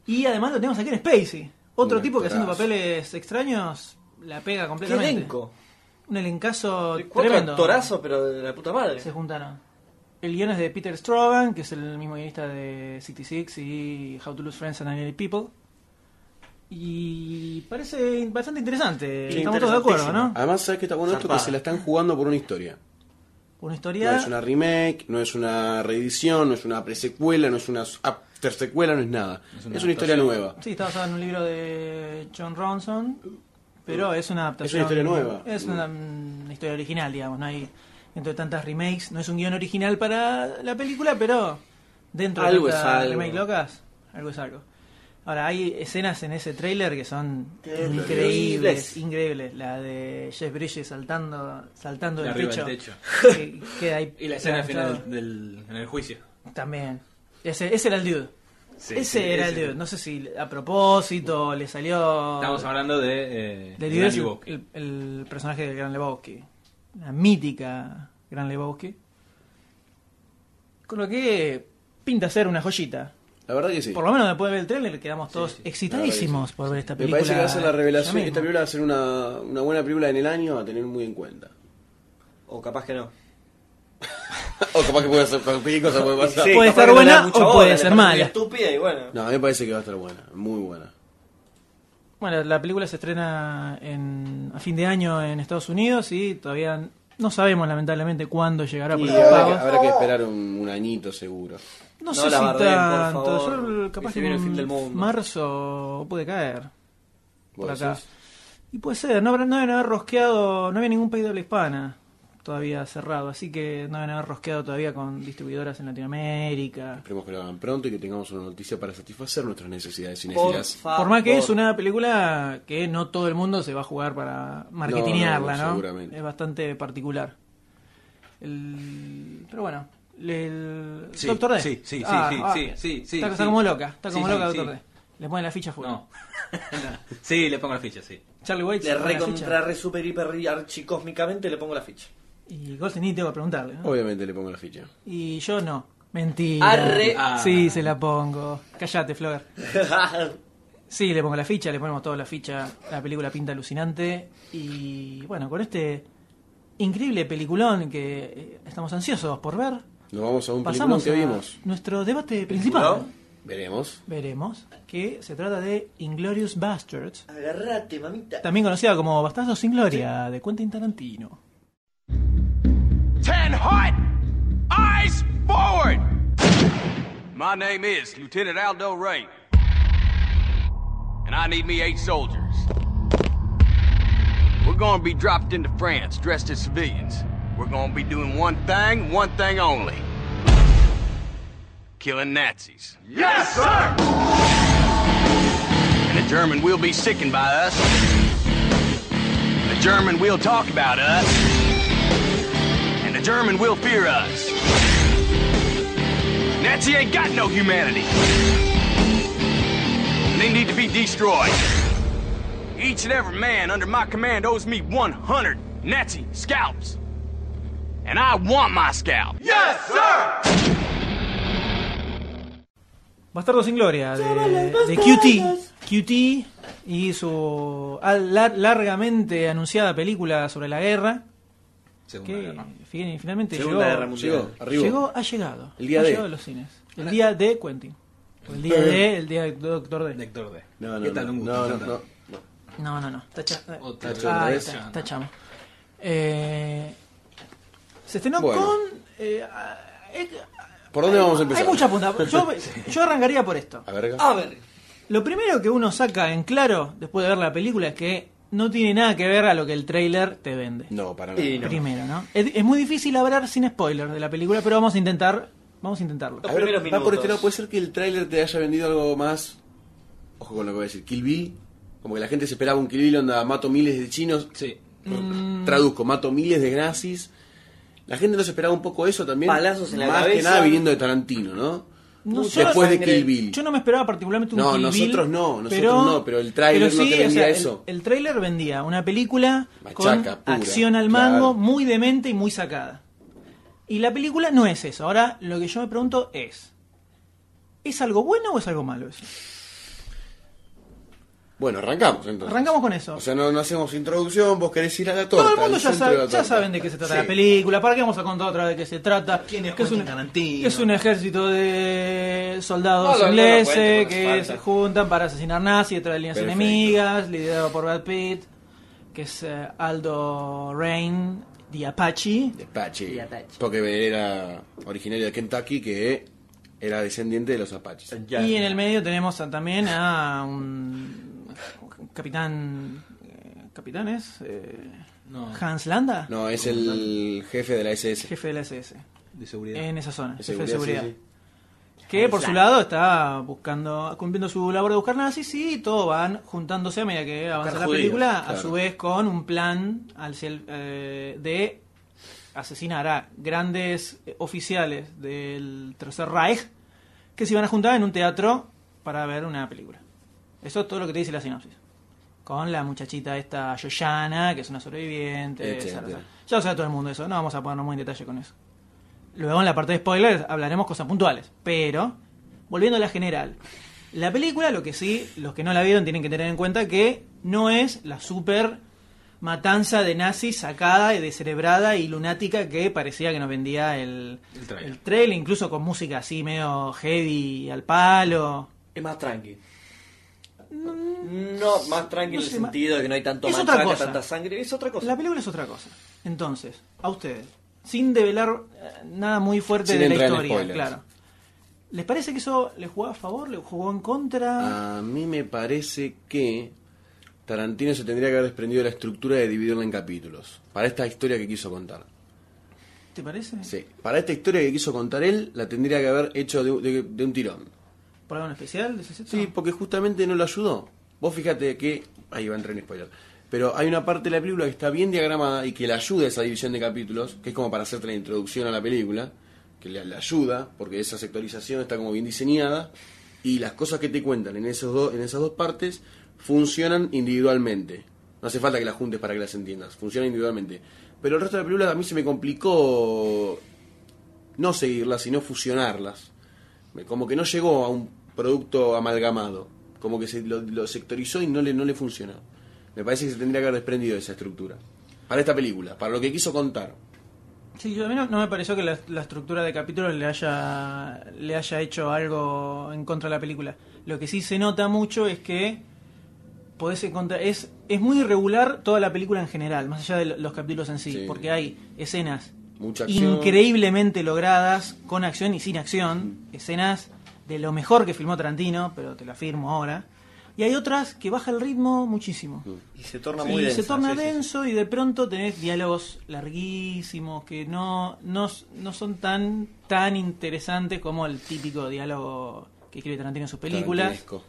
A: Y además lo tenemos aquí en Spacey. Otro
C: Un
A: tipo que haciendo
C: actorazo.
A: papeles extraños la pega completamente.
E: elenco?
A: Un elencazo
E: Cuatro
A: tremendo.
E: actorazos, pero de la puta madre.
A: Se juntaron. El guion es de Peter Strogan, que es el mismo guionista de 66 y How to Lose Friends and Annoy People. Y parece bastante interesante.
C: Sí,
A: Estamos todos de acuerdo, ¿no?
C: Además, ¿sabes qué está bueno esto? Que
A: Zarpada.
C: se la están jugando por una historia.
A: Una
C: No
A: historia.
C: es una remake, no es una reedición, no es una presecuela, no es una after secuela, no es nada. Es una, historia nueva.
A: Sí, está basada en un libro de John Ronson, pero es una adaptación.
C: historia nueva.
A: Es una, mm, historia original, digamos. No hay dentro de tantas remakes. No es un guión original para la película, pero dentro
E: Algo
A: de
E: es
A: tantas
E: algo.
A: remakes locas, algo es algo. Ahora, hay escenas en ese tráiler que son
E: Terribles.
A: increíbles, increíbles. La de Jeff Bridges saltando, saltando del
D: Arriba
A: techo.
D: del techo.
A: Que queda ahí
D: Y la escena
A: planchado.
D: final del, en el juicio.
A: Ah. También. Ese, ese era el dude.
D: Sí,
A: ese
D: sí,
A: era
D: ese.
A: el dude. No sé si a propósito le salió.
D: Estamos hablando de. Eh,
A: Del dude
D: Danny
A: es el,
D: Book.
A: el- el personaje de Gran Lebowski. La mítica Gran Lebowski. Con lo que pinta ser una joyita.
C: La verdad que sí.
A: Por lo menos después de ver el trailer quedamos todos
C: La verdad
A: excitadísimos
C: que sí.
A: por ver esta
C: Me
A: película.
C: parece que va a ser la
A: ya
C: revelación.
A: mismo.
C: Esta película va a ser una, una buena película en el año a tener muy en cuenta.
E: O capaz que no.
C: o capaz que puede ser cualquier cosa puede pasar.
E: Sí, capaz
A: Puede estar
E: que no le da
A: buena
E: mucha
A: o
E: bola,
A: puede
E: le
A: ser
E: parece
A: mala.
E: muy Estúpida y bueno.
C: No, a mí me parece que va a estar buena, muy buena.
A: Bueno, la película se estrena en, a fin de año en Estados Unidos y todavía no sabemos lamentablemente cuándo llegará por
C: Y
A: los
C: habrá, que,
A: pagos.
C: habrá que esperar un, un añito seguro.
A: No, sé si
E: la bardeen, por
A: tanto.
E: favor.
A: Yo
E: Que
A: capaz que
E: se viene el
A: en
E: fin del mundo.
A: marzo puede caer. Por
C: ¿Vos
A: acá.
C: decís?
A: Y puede ser, no, habrá- no deben haber rosqueado, no había ningún país de habla hispana todavía cerrado, así que no deben haber rosqueado todavía con distribuidoras en Latinoamérica.
C: Esperemos que lo hagan pronto y que tengamos una noticia para satisfacer nuestras necesidades
A: Por,
C: cinéfilas.
E: Ah,
A: por más que es una película que no todo el mundo se va a jugar para marketinearla, ¿no?
C: No, no, no, seguramente.
A: Es bastante particular. El- Pero bueno, el
D: Sí,
A: Doctor D.
D: sí, sí, sí,
A: Ah,
D: sí,
A: ah,
D: sí, sí, sí,
A: Está, está
D: sí.
A: como loca, está como
D: Sí,
A: loca
D: sí,
A: Doctor
D: sí.
A: D. Le ponen la ficha fuera.
D: No. Sí, le pongo la ficha, sí.
A: Charlie White
E: Le
A: se pone la ficha.
E: recontra, re, super, hiper, re, archicósmicamente le pongo la ficha.
A: Y Goldstein ni tengo que preguntarle, ¿no?
C: Obviamente le pongo la ficha.
A: Y yo no. Mentira. Ah.
E: Arre.
C: Ah.
A: Sí, se la pongo. Cállate, Flor. Sí, le pongo la ficha, le ponemos toda la ficha. La película pinta alucinante. Y bueno, con este increíble peliculón que eh, estamos ansiosos por ver,
C: Nos vamos a un peliculón
A: pasamos
C: que
A: a
C: vimos.
A: nuestro debate principal.
C: Veremos.
A: Veremos que se trata de Inglorious Bastards,
E: Agarrate, mamita.
A: también conocida como Bastardos sin Gloria, de Quentin Tarantino.
N: Ten hot! Eyes forward! My name is Lieutenant Aldo Ray. And I need me eight soldiers. We're gonna be dropped into France dressed as civilians. We're gonna be doing one thing, one thing only killing Nazis.
O: Yes, sir!
N: And the German will be sickened by us. The German will talk about us. And the German will fear us. Nazi ain't got no humanity. They need to be destroyed. Each and every man under my command owes me 100 Nazi scalps. And I want my scalp. Yes, sir!
A: Bastardo sin gloria de, de QT. QT y su al- lar- largamente anunciada película sobre la guerra.
D: Segunda
A: que
D: guerra.
A: fin- finalmente
D: Segunda
A: llegó,
D: Guerra Mundial.
A: llegó,
D: Llegó, arribó.
A: llegó, ha llegado.
C: El día
A: ha
C: D.
A: llegado a los cines. El día de Quentin. O El día
D: Eh.
A: de, el día de Doctor D.
D: Doctor D.
C: No, no,
D: ¿Qué tal?
C: no,
D: Un gusto,
C: no,
D: me
C: no,
D: encanta.
C: no.
A: No, no, no. Tacha,
D: Otra
A: ah,
D: vez.
A: ahí está, tachamos. Eh, se estrenó
C: Bueno.
A: con. eh, ah, eh,
C: ¿Por dónde vamos a empezar?
A: hay mucha Ah. punta. Yo, yo arrancaría por esto.
C: A ver,
A: A ver. Lo primero que uno saca en claro después de ver la película es que no tiene nada que ver a lo que el trailer te vende.
C: No, para nada.
A: Y no. Primero, ¿no? Es, es muy difícil hablar sin spoiler de la película, pero vamos a intentar. Vamos a intentarlo.
C: A ver, va por este lado. Puede ser que el tráiler te haya vendido algo más. Ojo con lo que voy a decir. Kill Bill. Como que la gente se esperaba un Kill Bill onda mato miles de chinos.
D: Sí.
A: Mm,
C: Traduzco, mato miles de nazis. La gente no se esperaba un poco eso también.
E: Palazos en la
C: Más que
E: cabeza.
C: nada viniendo de Tarantino, ¿no?
A: no solo-
C: Después de Kill Bill.
A: Yo no me esperaba particularmente un
C: No,
A: Kill Bill,
C: nosotros no, nosotros
A: pero-
C: no, pero el tráiler
A: pero
C: no
A: sí,
C: te vendía
A: o sea, el-
C: eso.
A: El, tráiler vendía una película
C: Machaca,
A: con
C: pura,
A: acción al mango, muy demente y muy sacada. Y la película no es eso. Ahora, lo que yo me pregunto es, ¿es algo bueno o es algo malo eso?
C: Bueno, arrancamos entonces.
A: Arrancamos con eso.
C: O sea, no, no hacemos introducción, vos querés ir a la torta.
A: Todo el mundo
C: al
A: ya,
C: centro
A: sabe-
C: de la
A: ya
C: torta.
A: saben de qué se trata
C: Sí.
A: la película. ¿Para qué vamos a contar otra vez de qué se trata? que es, un, que es un ejército de soldados
E: No, no, no lo
A: ingleses
E: cuento, no hace
A: que
E: falta.
A: se juntan para asesinar nazis detrás de líneas
E: Perfecto.
A: enemigas, liderado por Brad Pitt, que es eh, Aldo Rain, The Apache.
C: Apache.
A: The Apache.
C: Porque era originario de Kentucky, que era descendiente de los Apaches.
A: Y en el medio tenemos a- también a un capitán... eh, ¿Capitán es? Eh,
D: No.
A: ¿Hans Landa?
C: No, es el jefe de la SS.
A: Jefe de la SS.
D: De seguridad.
A: En esa zona,
C: De
A: jefe de
C: seguridad,
A: seguridad.
C: sí,
A: Que por su lado está buscando, cumpliendo su labor de buscar nazis y todos van juntándose a medida que avanza la
D: judíos,
A: película, a
D: claro.
A: su vez con un plan hacia el- eh, de asesinar a grandes eh, oficiales del Tercer Reich que se iban a juntar en un teatro para ver una película. Eso es todo lo que te dice la sinopsis. Con la muchachita esta Yoyana, que es una sobreviviente.
C: Etcétera.
A: etcétera. Ya lo sabe todo el mundo eso, no vamos a ponernos muy en detalle con eso. Luego en la parte de spoilers hablaremos cosas puntuales, pero volviendo a la general. La película, lo que sí, los que no la vieron tienen que tener en cuenta que no es la super matanza de nazis sacada y descerebrada y lunática que parecía que nos vendía el,
D: El trailer.
A: el trailer, incluso con música así medio heavy al palo.
E: Es más tranqui. No, más tranqui
A: no
E: en el
A: sé, ma-
E: sentido de que no hay tanto
A: Es otra
E: machaca,
A: cosa.
E: tanta sangre. Es otra cosa.
A: La película es otra cosa. Entonces, a ustedes, sin develar eh, nada muy fuerte
C: Sin
A: de la
C: entrar en
A: historia,
C: spoilers.
A: claro. ¿Les parece que eso le jugó a favor, le jugó en contra?
C: A mí me parece que Tarantino se tendría que haber desprendido de la estructura de dividirla en capítulos. Para esta historia que quiso contar.
A: ¿Te parece?
C: Sí. Para esta historia que quiso contar él, la tendría que haber hecho de, de- de un tirón.
A: ¿Por algo en especial? decís esto?
C: Sí, porque justamente no lo ayudó. Vos fíjate que. Ahí va a entrar en spoiler. Pero hay una parte de la película que está bien diagramada y que le ayuda a esa división de capítulos, que es como para hacerte la introducción a la película, que le, le ayuda, porque esa sectorización está como bien diseñada, y las cosas que te cuentan en, esos dos en esas dos partes funcionan individualmente. No hace falta que las juntes para que las entiendas, funcionan individualmente. Pero el resto de la película a mí se me complicó no seguirlas, sino fusionarlas. Me- Como que no llegó a un producto amalgamado. Como que se lo, lo sectorizó y no le, no le funcionó. Me parece que se tendría que haber desprendido de esa estructura. Para esta película, para lo que quiso contar.
A: Sí, yo a mí no, no me pareció que la, la estructura de capítulos le haya, le haya hecho algo en contra de la película. Lo que sí se nota mucho es que podés encontrar. Es, es muy irregular toda la película en general, más allá de lo- los capítulos en sí,
C: Sí.
A: porque hay escenas
C: Mucha acción.
A: increíblemente logradas, con acción y sin acción,
C: Mm.
A: escenas de lo mejor que filmó Tarantino, pero te lo afirmo ahora. Y hay otras que baja el ritmo muchísimo.
C: Mm.
E: Y se torna
A: y
E: muy densa.
A: se torna
E: sí, sí, sí.
A: denso y de pronto tenés diálogos larguísimos que no, no, no son tan, tan interesantes como el típico diálogo que escribe Tarantino en sus películas.
C: Tarantinesco.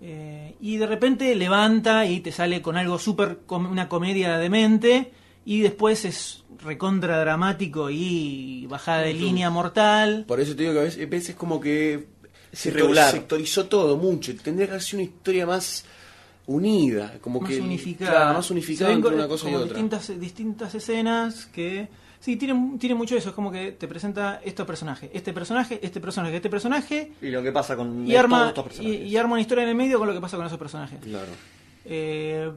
A: Eh, y de repente levanta y te sale con algo súper, com- una comedia de mente. Y después es recontra dramático y bajada de línea mortal.
C: Por eso te digo que a veces, a veces como que
A: Es
C: sector-
A: irregular.
C: sectorizó todo mucho. Tendría que haber sido una historia más unida, como
A: más
C: que
A: unificada.
C: claro, más unificada
A: Se ven
C: entre
A: co-
C: una cosa y
A: como
C: otra.
A: Distintas, distintas escenas que. Sí, tiene, tiene mucho eso. Es como que te presenta estos personajes, este personaje, este personaje, este personaje.
E: Y lo que pasa con
A: Y,
E: eh, todos
A: arma,
E: estos
A: y,
E: personajes.
A: y arma una historia en el medio con lo que pasa con esos personajes.
C: Claro.
A: Eh,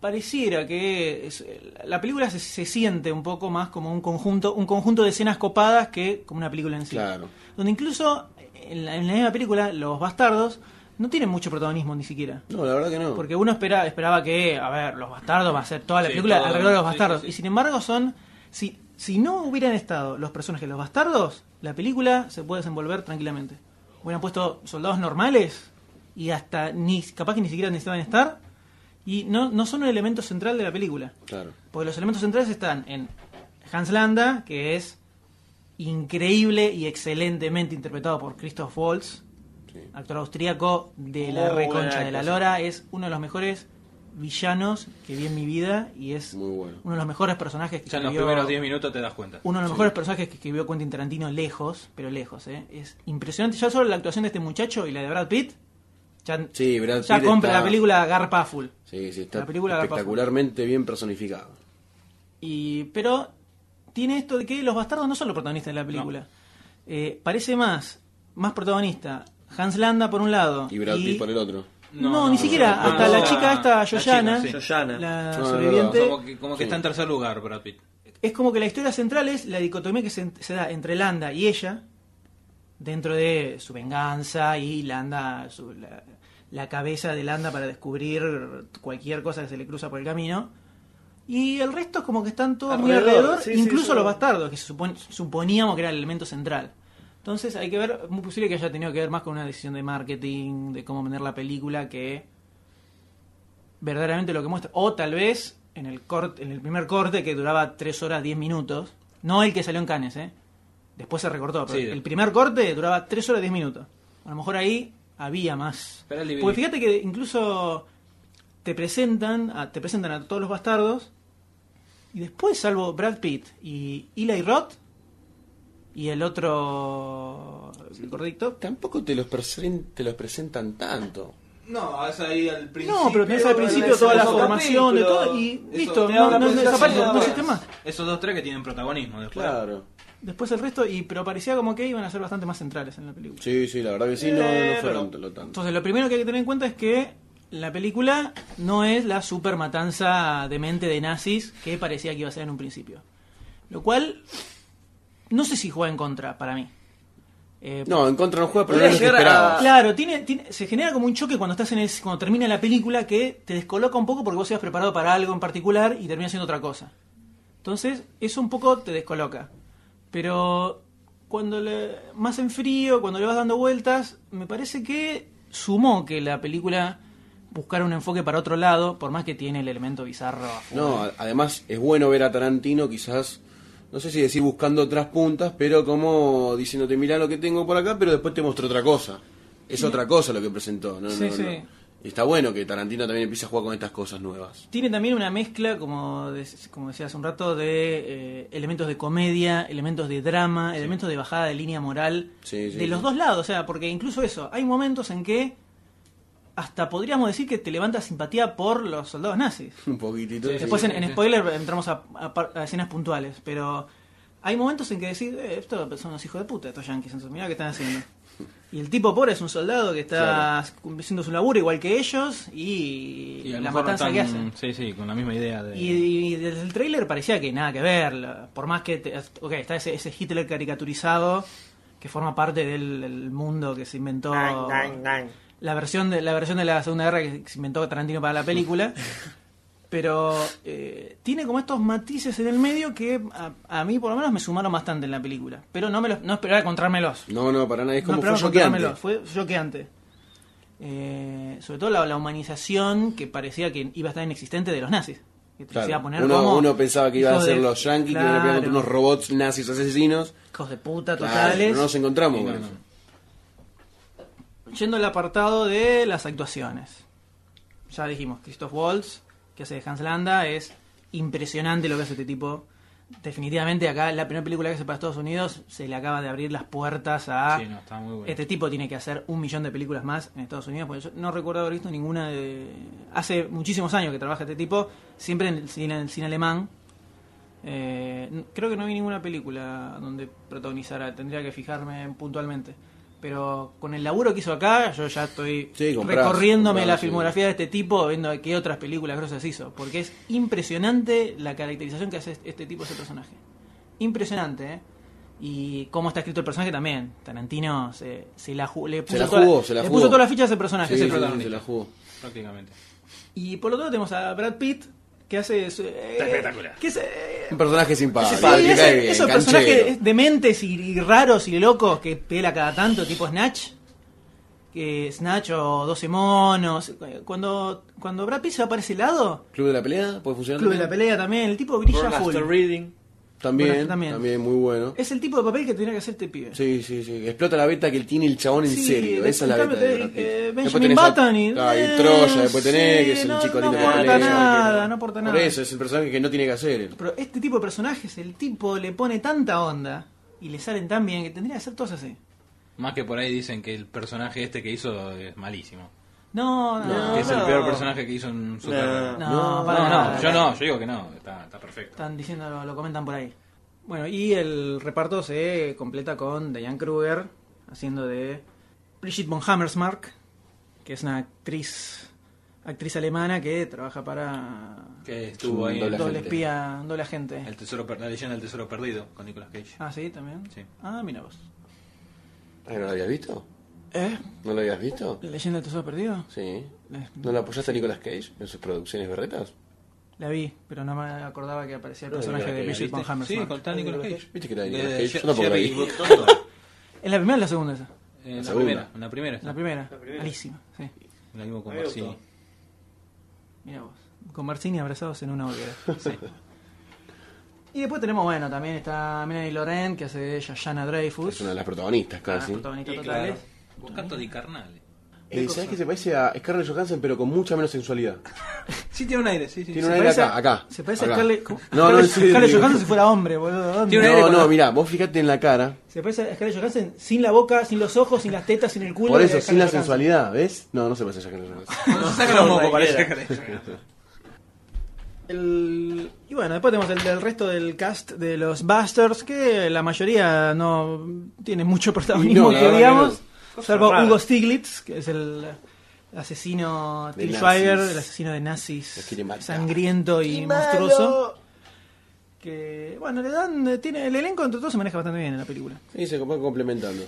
A: pareciera que es- la película se, se siente un poco más como un conjunto, un conjunto de escenas copadas que como una película en sí.
C: Claro.
A: Donde incluso en la, en la misma película, los bastardos no tienen mucho protagonismo ni siquiera.
C: No, la verdad que no.
A: Porque uno espera, esperaba que, a ver, los bastardos va a ser toda la
C: Sí,
A: película
C: todo,
A: alrededor de los
C: sí,
A: bastardos.
C: sí,
A: Y sin embargo son, si, si no hubieran estado los personajes, los bastardos, la película se puede desenvolver tranquilamente. Hubieran puesto soldados normales y hasta ni, capaz que ni siquiera necesitaban estar. Y no, no son un elemento central de la película.
C: Claro.
A: Porque los elementos centrales están en Hans Landa, que es increíble y excelentemente interpretado por Christoph Waltz, actor austríaco de la
E: Muy buena
A: reconcha de la
E: actuación.
A: lora, es uno de los mejores villanos que vi en mi vida y es uno de los mejores personajes que
D: Ya en los
A: escribió-
D: primeros 10 minutos te das cuenta.
A: uno de los mejores personajes que escribió Quentin Tarantino lejos, pero lejos, ¿eh? Es impresionante. Ya solo la actuación de este muchacho y la de Brad Pitt, ya,
C: Sí, Brad
A: ya
C: Pitt
A: compra
C: está-
A: la película Garpa Full.
C: Sí, sí, está
A: La película de la papa.
C: espectacularmente bien personificado.
A: Y, pero tiene esto de que los bastardos no son los protagonistas de la película. Eh, parece más, más protagonista Hans Landa por un lado.
C: Y Brad Pitt por el otro.
A: No, ni siquiera. hasta la chica esta, Yoyana, la,
C: No, no, no.
A: sobreviviente,
D: Como que, como que está en tercer lugar, Brad Pitt.
A: es como que la historia central es la dicotomía que se, se da entre Landa y ella, dentro de su venganza y Landa, su- la, la cabeza de Landa para descubrir cualquier cosa que se le cruza por el camino. Y el resto es como que están todos muy
E: Alrededor,
A: alrededor,
E: sí, sí,
A: incluso
E: yo-
A: los bastardos, que se supon- suponíamos que era el elemento central. Entonces hay que ver, muy posible que haya tenido que ver más con una decisión de marketing, de cómo vender la película, que verdaderamente lo que muestra. O tal vez en el corte, en el primer corte que duraba 3 horas 10 minutos. No el que salió en Canes, ¿eh? Después se recortó, pero
D: Sí.
A: el primer corte duraba 3 horas 10 minutos. A lo mejor ahí había más.
D: Pero el DVD.
A: Porque fíjate que incluso te presentan a, te presentan a todos los bastardos y después salvo Brad Pitt y Eli Roth y el otro gordito
C: tampoco te los presen- te los presentan tanto.
D: No, es ahí al principio.
A: No, pero tenés al principio toda la
D: esos
A: formación de
D: capítulos,
A: todo y
D: esos-
A: listo,
D: te
A: no, no,
D: hablan
A: no
D: por sí
A: desaparece,
D: solos.
A: no existe más.
D: Esos dos, tres que tienen protagonismo después.
C: Claro.
A: Después el resto, y pero parecía como que iban a ser bastante más centrales en la película.
C: Sí, sí, la verdad que sí, no, no
A: Eh, Pero-
C: fueron lo tanto.
A: Entonces, lo primero que hay que tener en cuenta es que la película no es la super matanza demente de nazis que parecía que iba a ser en un principio. Lo cual, no sé si juega en contra para mí. Eh,
C: No, en contra no juega, pero no es lo que esperaba.
A: Claro, tiene, tiene- se genera como un choque cuando estás en el, cuando termina la película que te descoloca un poco porque vos ibas preparado para algo en particular y termina siendo otra cosa. Entonces, eso un poco te descoloca. Pero cuando le, más en frío, cuando le vas dando vueltas, me parece que sumó que la película buscara un enfoque para otro lado, por más que tiene el elemento bizarro. a full.
C: No, a- además es bueno ver a Tarantino quizás, no sé si decir buscando otras puntas, pero como diciéndote, mirá lo que tengo por acá, pero después te muestro otra cosa. Es
A: Sí.
C: otra cosa lo que presentó. No,
A: Sí,
C: no,
A: sí.
C: no. Y está bueno que Tarantino también empiece a jugar con estas cosas nuevas.
A: Tiene también una mezcla, como, de- como decía hace un rato, de eh, elementos de comedia, elementos de drama, elementos de bajada de línea moral,
C: Sí, sí,
A: de los
C: sí.
A: dos lados, o sea, porque incluso eso, hay momentos en que hasta podríamos decir que te levanta simpatía por los soldados nazis.
C: Un poquitito. sí.
A: Después en, en spoiler entramos a, a par- a escenas puntuales, pero hay momentos en que decís, eh, estos son los hijos de puta, estos yanquis, entonces, mirá qué están haciendo. Y el tipo pobre es un soldado que está haciendo su laburo igual que ellos y,
D: Y a lo
A: la
D: mejor no
A: matanza
D: tan-
A: que hacen.
D: Sí, sí, con la misma idea de.
A: Y, y desde el trailer parecía que nada que ver. la- Por más que. te- ok, está ese, ese Hitler caricaturizado que forma parte del, del mundo que se inventó. La versión, de, la versión de la Segunda Guerra que se inventó Tarantino para la película. Pero eh, tiene como estos matices en el medio que a, a mí, por lo menos, me sumaron bastante en la película. Pero no, me los, no esperaba encontrármelos.
C: No, no, para nada, es como
A: No,
C: fue
A: pero
C: choqueante.
A: contármelo, Fue choqueante. Eh, sobre todo la, la humanización que parecía que iba a estar inexistente de los nazis. Que te los
C: Claro.
A: iba a poner
C: uno,
A: como
C: uno pensaba que iban a
A: hijos
C: ser
A: de-
C: los yankees, que iban a pelear contra
A: claro,
C: unos robots nazis asesinos.
A: Hijos de puta
C: Claro,
A: totales.
C: pero no nos encontramos con eso.
A: Yendo al apartado de las actuaciones. Ya dijimos, Christoph Waltz, que hace de Hans Landa, es impresionante lo que hace este tipo. Definitivamente acá la primera película que hace para Estados Unidos se le acaba de abrir las puertas a...
B: Sí, no, está muy
D: eh,
B: bueno.
A: Este tipo tiene que hacer un millón de películas más en Estados Unidos, porque yo no recuerdo haber visto ninguna de... Hace muchísimos años que trabaja este tipo, siempre en el cine, en el cine alemán. Eh, n- creo que no vi ninguna película donde protagonizara, tendría que fijarme puntualmente. Pero con el laburo que hizo acá, yo ya estoy
C: Sí, comprás,
A: recorriéndome
C: comprás,
A: la
C: sí.
A: filmografía de este tipo, viendo qué otras películas grosas hizo. Porque es impresionante la caracterización que hace este- este tipo, ese personaje. Impresionante, ¿eh? Y cómo está escrito el personaje también. Tarantino se, se la, ju- le puso
C: la
A: toda
C: jugó, se la
A: le
C: jugó.
A: puso todas las fichas a ese personaje.
C: Sí,
A: ese
C: sí, sí,
A: protagonista.
C: se la jugó.
D: Prácticamente.
A: Y por lo tanto tenemos a Brad Pitt, que hace... su- eh, que es, eh,
C: Un personaje
A: Sí,
C: simpático.
A: ese-
C: que cae bien,
A: esos
C: canchero.
A: personajes dementes y, y raros y locos que pela cada tanto, tipo Snatch. Que Snatch o 12 monos. Cuando, cuando Brad Pitt se va para ese lado,
C: Club de la pelea, puede funcionar.
A: Club de la
C: también?
A: pelea también, el tipo brilla
C: Burn
A: full.
C: After También,
A: Bueno,
C: también,
A: también.
C: muy bueno.
A: Es el tipo de papel que tendría que hacer este pibe.
C: Sí, sí, sí. Explota la beta que tiene el chabón en
A: Sí,
C: serio.
A: de-
C: Esa es
A: en
C: la beta
A: cambio
C: de
A: te-
C: Brad Pitt.
A: eh,
C: Después
A: Benjamin
C: tenés a-
A: Button y-
C: Ah,
A: eh,
C: y Troya, después tenés, que es
A: sí,
C: el
A: no-
C: chico
A: no
C: lindo que
A: aporta
C: pelea,
A: nada,
C: que-
A: no aporta
C: Por
A: nada.
C: eso, es el personaje que no tiene que hacer él.
A: Pero este tipo de personajes, el tipo le pone tanta onda y le salen tan bien que tendría que ser todos así.
D: Más que por ahí dicen que el personaje este que hizo es malísimo.
A: No, no.
D: que es el
A: no.
D: peor personaje que hizo en su
A: No.
D: carrera.
A: No,
D: no,
A: para
D: no,
A: nada.
D: yo no, yo digo que no, está, está perfecto.
A: Están diciendo, lo, lo comentan por ahí. Bueno, y el reparto se completa con Diane Kruger haciendo de Brigitte von Hammersmark, que es una actriz actriz alemana que trabaja para
D: Que estuvo ahí en
A: doble,
D: Doble
A: espía, doble agente.
D: El tesoro, per- la leyenda del tesoro perdido con Nicolas Cage.
A: Ah, sí, también.
D: Sí.
A: Ah, mira vos.
C: Ah, ¿No lo habías visto?
A: ¿Eh?
C: ¿No lo habías visto?
A: ¿La leyenda del tesoro perdido?
C: Sí.
A: La-
C: ¿No lo apoyaste a Nicolas Cage en sus producciones berretas?
A: La vi, pero no me acordaba que aparecía el
C: No,
A: personaje
C: Nicolas
A: de
C: Cage,
A: Brigitte von
C: ¿viste?
A: Hammersmark.
D: Sí, con tal Nicolas Cage.
C: ¿Viste que era de
D: De
C: Nicolas Cage? Yo
D: Sher-
C: tampoco la
D: Sherry
C: vi.
D: Burton.
A: ¿Es la primera o la segunda esa?
D: Eh, la
C: segunda.
D: primera, la primera. está.
A: La primera.
D: La primera.
A: Malísima, sí.
D: La vimos con
A: Me gustó.
D: Marcini.
A: Mira vos. Con Marcini abrazados en una hoguera. Y después tenemos, bueno, también está Melanie Laurent, que hace de ella Jana Dreyfus. Ah,
C: Es una de las protagonistas, casi.
A: protagonista
D: Y
A: total.
D: claro. Buscato di Carnale.
C: Eh, ¿Sabes que se parece a Scarlett Johansson, pero con mucha menos sensualidad?
D: Sí, tiene un aire, sí, sí.
C: Tiene un aire acá, acá.
A: Se parece
C: acá.
A: a Scarlett... ¿cómo?
C: No, no,
A: Scarlett-
C: en serio,
A: Scarlett
C: digo.
A: Johansson si fuera hombre, boludo. ¿dónde?
C: No, no, mirá, vos fijate en la cara.
A: Se parece a Scarlett Johansson sin la boca, sin los ojos, sin las tetas, sin el culo.
C: Por
A: de
C: eso, sin
A: Scarlett
C: la
A: Johansson.
C: sensualidad, ¿ves? No, no se parece a Scarlett Johansson.
D: No, saca los mocos, parece
A: cualquiera. El- y bueno, después tenemos el, el resto del cast de los Busters, que la mayoría no tiene mucho protagonismo,
C: No, la
A: que
C: verdad
A: digamos.
C: que no.
A: Salvo
C: Cosa rara.
A: Hugo Stiglitz, que es el asesino
C: De
A: Schweiger,
C: nazis.
A: el asesino de nazis,
C: Los quiere matar.
A: sangriento y,
C: ¡Qué malo!
A: monstruoso. Que, bueno, le dan, tiene, el elenco entre todos se maneja bastante bien en la película.
C: Sí, se van complementando.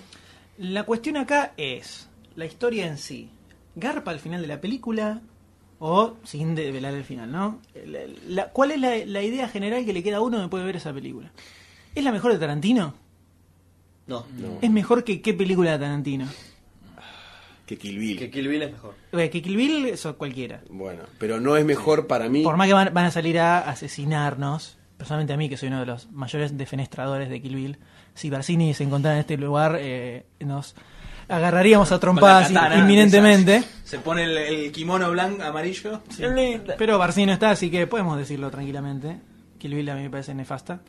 A: La cuestión acá es la historia en sí. ¿Garpa al final de la película? O sin develar el final, ¿no? La- la- ¿Cuál es la, la idea general que le queda a uno después de ver esa película? ¿Es la mejor de Tarantino?
E: No.
A: ¿Es mejor que qué película de Tarantino?
C: Que Kill Bill.
E: Que Kill Bill es mejor.
A: Eh, Que Kill Bill, eso cualquiera.
C: Bueno, pero no es mejor para mí.
A: Por más que van, van a salir a asesinarnos, personalmente a mí, que soy uno de los mayores defenestradores de Kill Bill, si Barcini se encontrara en este lugar, eh, nos agarraríamos a trompadas
D: Con la katana,
A: inminentemente.
D: esa. Se pone el, el kimono blanco, amarillo.
A: Sí. Pero Barcini no está, así que podemos decirlo tranquilamente. Kill Bill a mí me parece nefasta.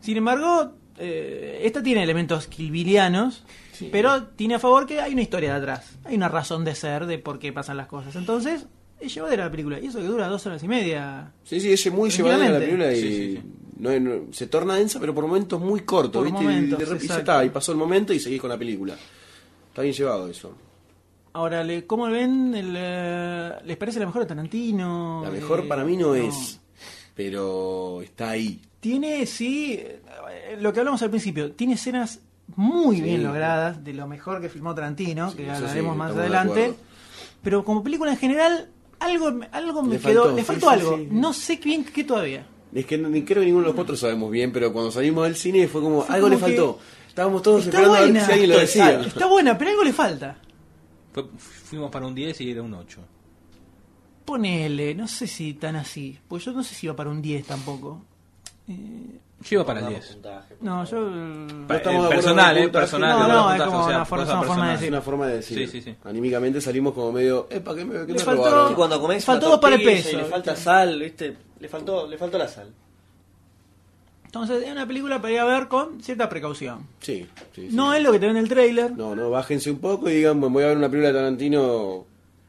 A: Sin embargo, eh, esta tiene elementos kilbilianos, pero tiene a favor que hay una historia de atrás. Hay una razón de ser de por qué pasan las cosas. Entonces, es llevadera la película. Y eso que dura dos horas y media.
C: Sí, sí, es muy llevadera la
A: Tranquilamente.
C: película y no- no- se torna densa, pero por momentos muy corto,
A: Por
C: ¿viste?
A: momentos,
C: y, de rep- y ya
A: exacto.
C: está, y pasó el momento y seguís con la película. Está bien llevado eso.
A: Ahora, le- ¿cómo ven? El, eh, ¿Les parece la mejor de Tarantino?
C: La mejor
A: Eh,
C: para mí no, es, pero está ahí.
A: Tiene, sí, eh, lo que hablamos al principio, tiene escenas muy
C: Sí.
A: bien logradas, de lo mejor que filmó Tarantino, que
C: eso
A: hablaremos
C: sí,
A: más
C: estamos de
A: adelante.
C: acuerdo.
A: Pero como película en general, algo, algo me
C: Le
A: quedó,
C: faltó,
A: le
C: sí,
A: faltó
C: sí,
A: algo.
C: sí.
A: No sé bien qué todavía.
C: Es que ni creo que ninguno de los cuatro sabemos bien, pero cuando salimos del cine fue como,
A: Fue
C: algo
A: como
C: le faltó. Estábamos todos
A: Está
C: esperando a ver
A: buena,
C: si alguien lo decía.
A: está buena, pero algo le falta.
D: Fue- fuimos para un 10 y era un 8.
A: Ponele, no sé si tan así, pues yo no sé si iba para un 10 tampoco.
D: Yo iba para el 10.
A: No, yo. el-
D: Pa- eh, personal, eh, personal.
A: No,
D: no,
A: no, es
D: puntaje,
A: como
D: o sea,
A: una forma,
D: cosa
A: una forma de
D: personal.
A: decir.
C: Una forma de decir.
D: Sí, sí, sí.
C: Anímicamente salimos como medio. Epa, ¿qué me, qué me
A: Le faltó-
C: robaron?"
A: Sí, cuando comés Faltó una dos para el tortilla peso, y
E: Le
A: le
E: falta
A: falta
E: sal, ¿viste? Le faltó, le faltó la sal.
A: Entonces, es una película para ir a ver con cierta precaución.
C: Sí, sí, sí.
A: No es lo que te ve en el trailer.
C: No, no, bájense un poco y digan, "Bueno, voy a ver una película de Tarantino.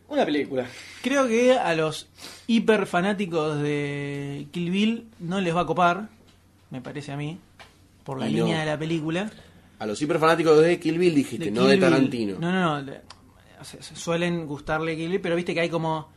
E: Una película.
A: Creo que a los hiper fanáticos de Kill Bill no les va a copar, me parece a mí, por la
C: Ay, no.
A: línea de la película.
C: A los hiperfanáticos de Kill Bill dijiste,
A: de
C: no
A: Kill
C: de
A: Bill.
C: Tarantino.
A: No, no, no. de- o sea, suelen gustarle Kill Bill, pero viste que hay como.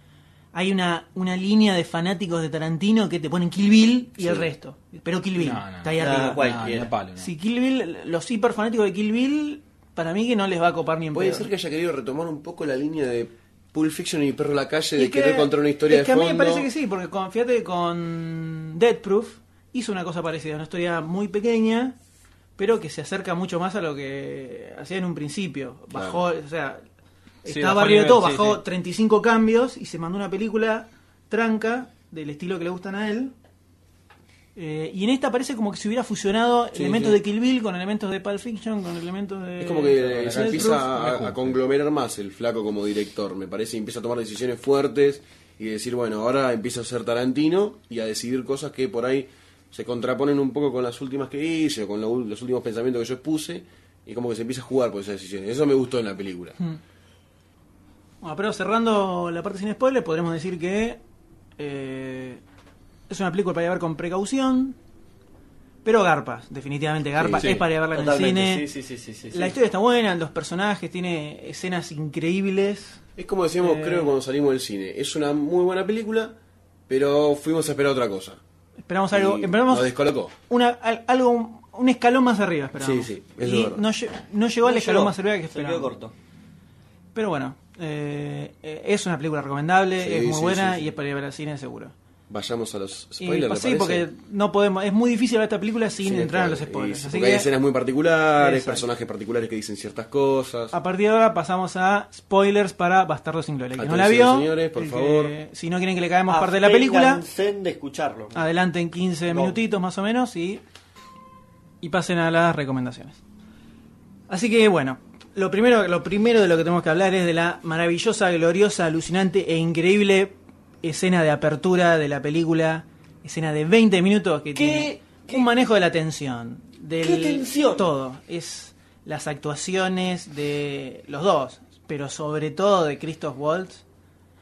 A: Hay una, una línea de fanáticos de Tarantino que te ponen Kill Bill y
D: Sí.
A: el resto. Pero Kill Bill,
D: No, no,
A: está ahí
D: no,
A: arriba.
D: no, cualquiera. no, palo, no.
A: Si Kill Bill, los hiper fanáticos de Kill Bill, para mí que no les va a copar ni en
C: Puede
A: pedo.
C: ser que haya querido retomar un poco la línea de Pulp Fiction y Perro en la Calle,
A: Y
C: de querer contar una historia
A: es
C: de
A: que
C: fondo.
A: a mí me parece que sí, porque con- fíjate que con Dead Proof hizo una cosa parecida, una historia muy pequeña, pero que se acerca mucho más a lo que hacía en un principio. Bajó, o sea,
D: Sí,
A: estaba
D: bajó el
A: arriba
D: nivel,
A: de todo,
D: sí,
A: bajó
D: sí.
A: 35 cambios y se mandó una película tranca del estilo que le gustan a él. Eh, y en esta parece como que se hubiera fusionado
C: Sí,
A: elementos
C: sí.
A: de Kill Bill con elementos de Pulp Fiction, con elementos de...
C: Es como que
A: de
C: se
A: Death
C: empieza
A: Proof.
C: a, a conglomerar más el flaco como director, me parece, y empieza a tomar decisiones fuertes y decir, bueno, ahora empiezo a ser Tarantino y a decidir cosas que por ahí se contraponen un poco con las últimas que hice o con lo ul- los últimos pensamientos que yo expuse y como que se empieza a jugar por esas decisiones. Eso me gustó en la película.
A: Hmm. Bueno, pero cerrando la parte sin spoiler, podremos decir que eh, es una película para ir a ver con precaución, pero garpa, definitivamente garpa,
E: Sí, sí.
A: es para ir a verla en el
E: Totalmente,
A: cine.
E: sí, sí, sí, sí, sí,
A: la
E: sí.
A: historia está buena, los personajes, tiene escenas increíbles.
C: Es como decíamos,
A: Eh,
C: creo, cuando salimos del cine. Es una muy buena película, pero fuimos a esperar otra cosa.
A: Esperamos algo,
C: Y
A: esperamos
C: Nos descolocó.
A: una, al- algo, un- un escalón más arriba, esperamos.
C: Sí, sí, eso
A: y
C: es verdad.
A: no, lle- no llegó al
E: No
A: escalón
E: llegó,
A: más arriba que
E: se quedó
A: esperábamos.
E: corto.
A: Pero bueno, eh, eh, es una película recomendable,
C: Sí,
A: es muy
C: sí,
A: buena
C: sí, sí.
A: y es para ir a ver al cine seguro.
C: Vayamos a los
A: Y,
C: spoilers.
A: pues,
C: ¿le
A: sí,
C: parece?
A: porque no podemos, es muy difícil ver esta película sin,
C: Sin
A: entrar a los
C: spoilers.
A: spoilers.
C: Y sí,
A: Así
C: porque hay
A: que
C: escenas muy particulares,
A: Exacto.
C: personajes particulares que dicen ciertas cosas.
A: a partir de ahora pasamos a spoilers para Bastardo sin Gloria. El que no la
C: Atención,
A: vio,
C: señores, por
A: el que-
C: favor.
A: si no quieren que le caemos parte de la película, Ah,
E: Absténganse de escucharlo.
A: adelante en 15
E: No.
A: minutitos más o menos y, y pasen a las recomendaciones. Así que bueno, lo primero, lo primero de lo que tenemos que hablar es de la maravillosa, gloriosa, alucinante e increíble escena de apertura de la película, escena de 20 minutos que tiene un manejo de la tensión, del
E: ¿Qué tensión?
A: todo, es las actuaciones de los dos, pero sobre todo de Christoph Waltz.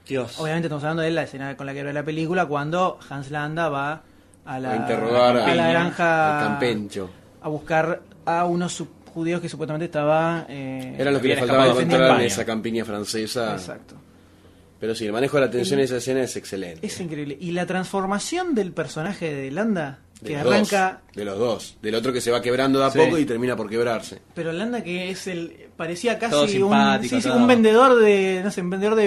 E: Dios.
A: Obviamente estamos hablando de la escena con la que abre la película cuando Hans Landa va a la,
C: a interrogar
A: a la granja
C: al campencho.
A: a buscar a unos sub- judíos que supuestamente estaba eh,
C: Era lo que le
A: habían
C: faltaba
A: escapado de
C: encontrar en
A: España.
C: esa campiña francesa.
A: Exacto.
C: Pero sí, el manejo de la atención
A: El-
C: en esa escena es excelente.
A: Es increíble. Y la transformación del personaje de Landa,
C: De
A: que
C: los dos,
A: arranca,
C: de los dos. Del otro que se va quebrando de a
D: Sí.
C: poco y termina por quebrarse.
A: pero Landa que es el parecía
D: Todo
A: casi un,
D: simpático,
A: sí, sí,
D: todo.
A: un vendedor de no sé, un vendedor de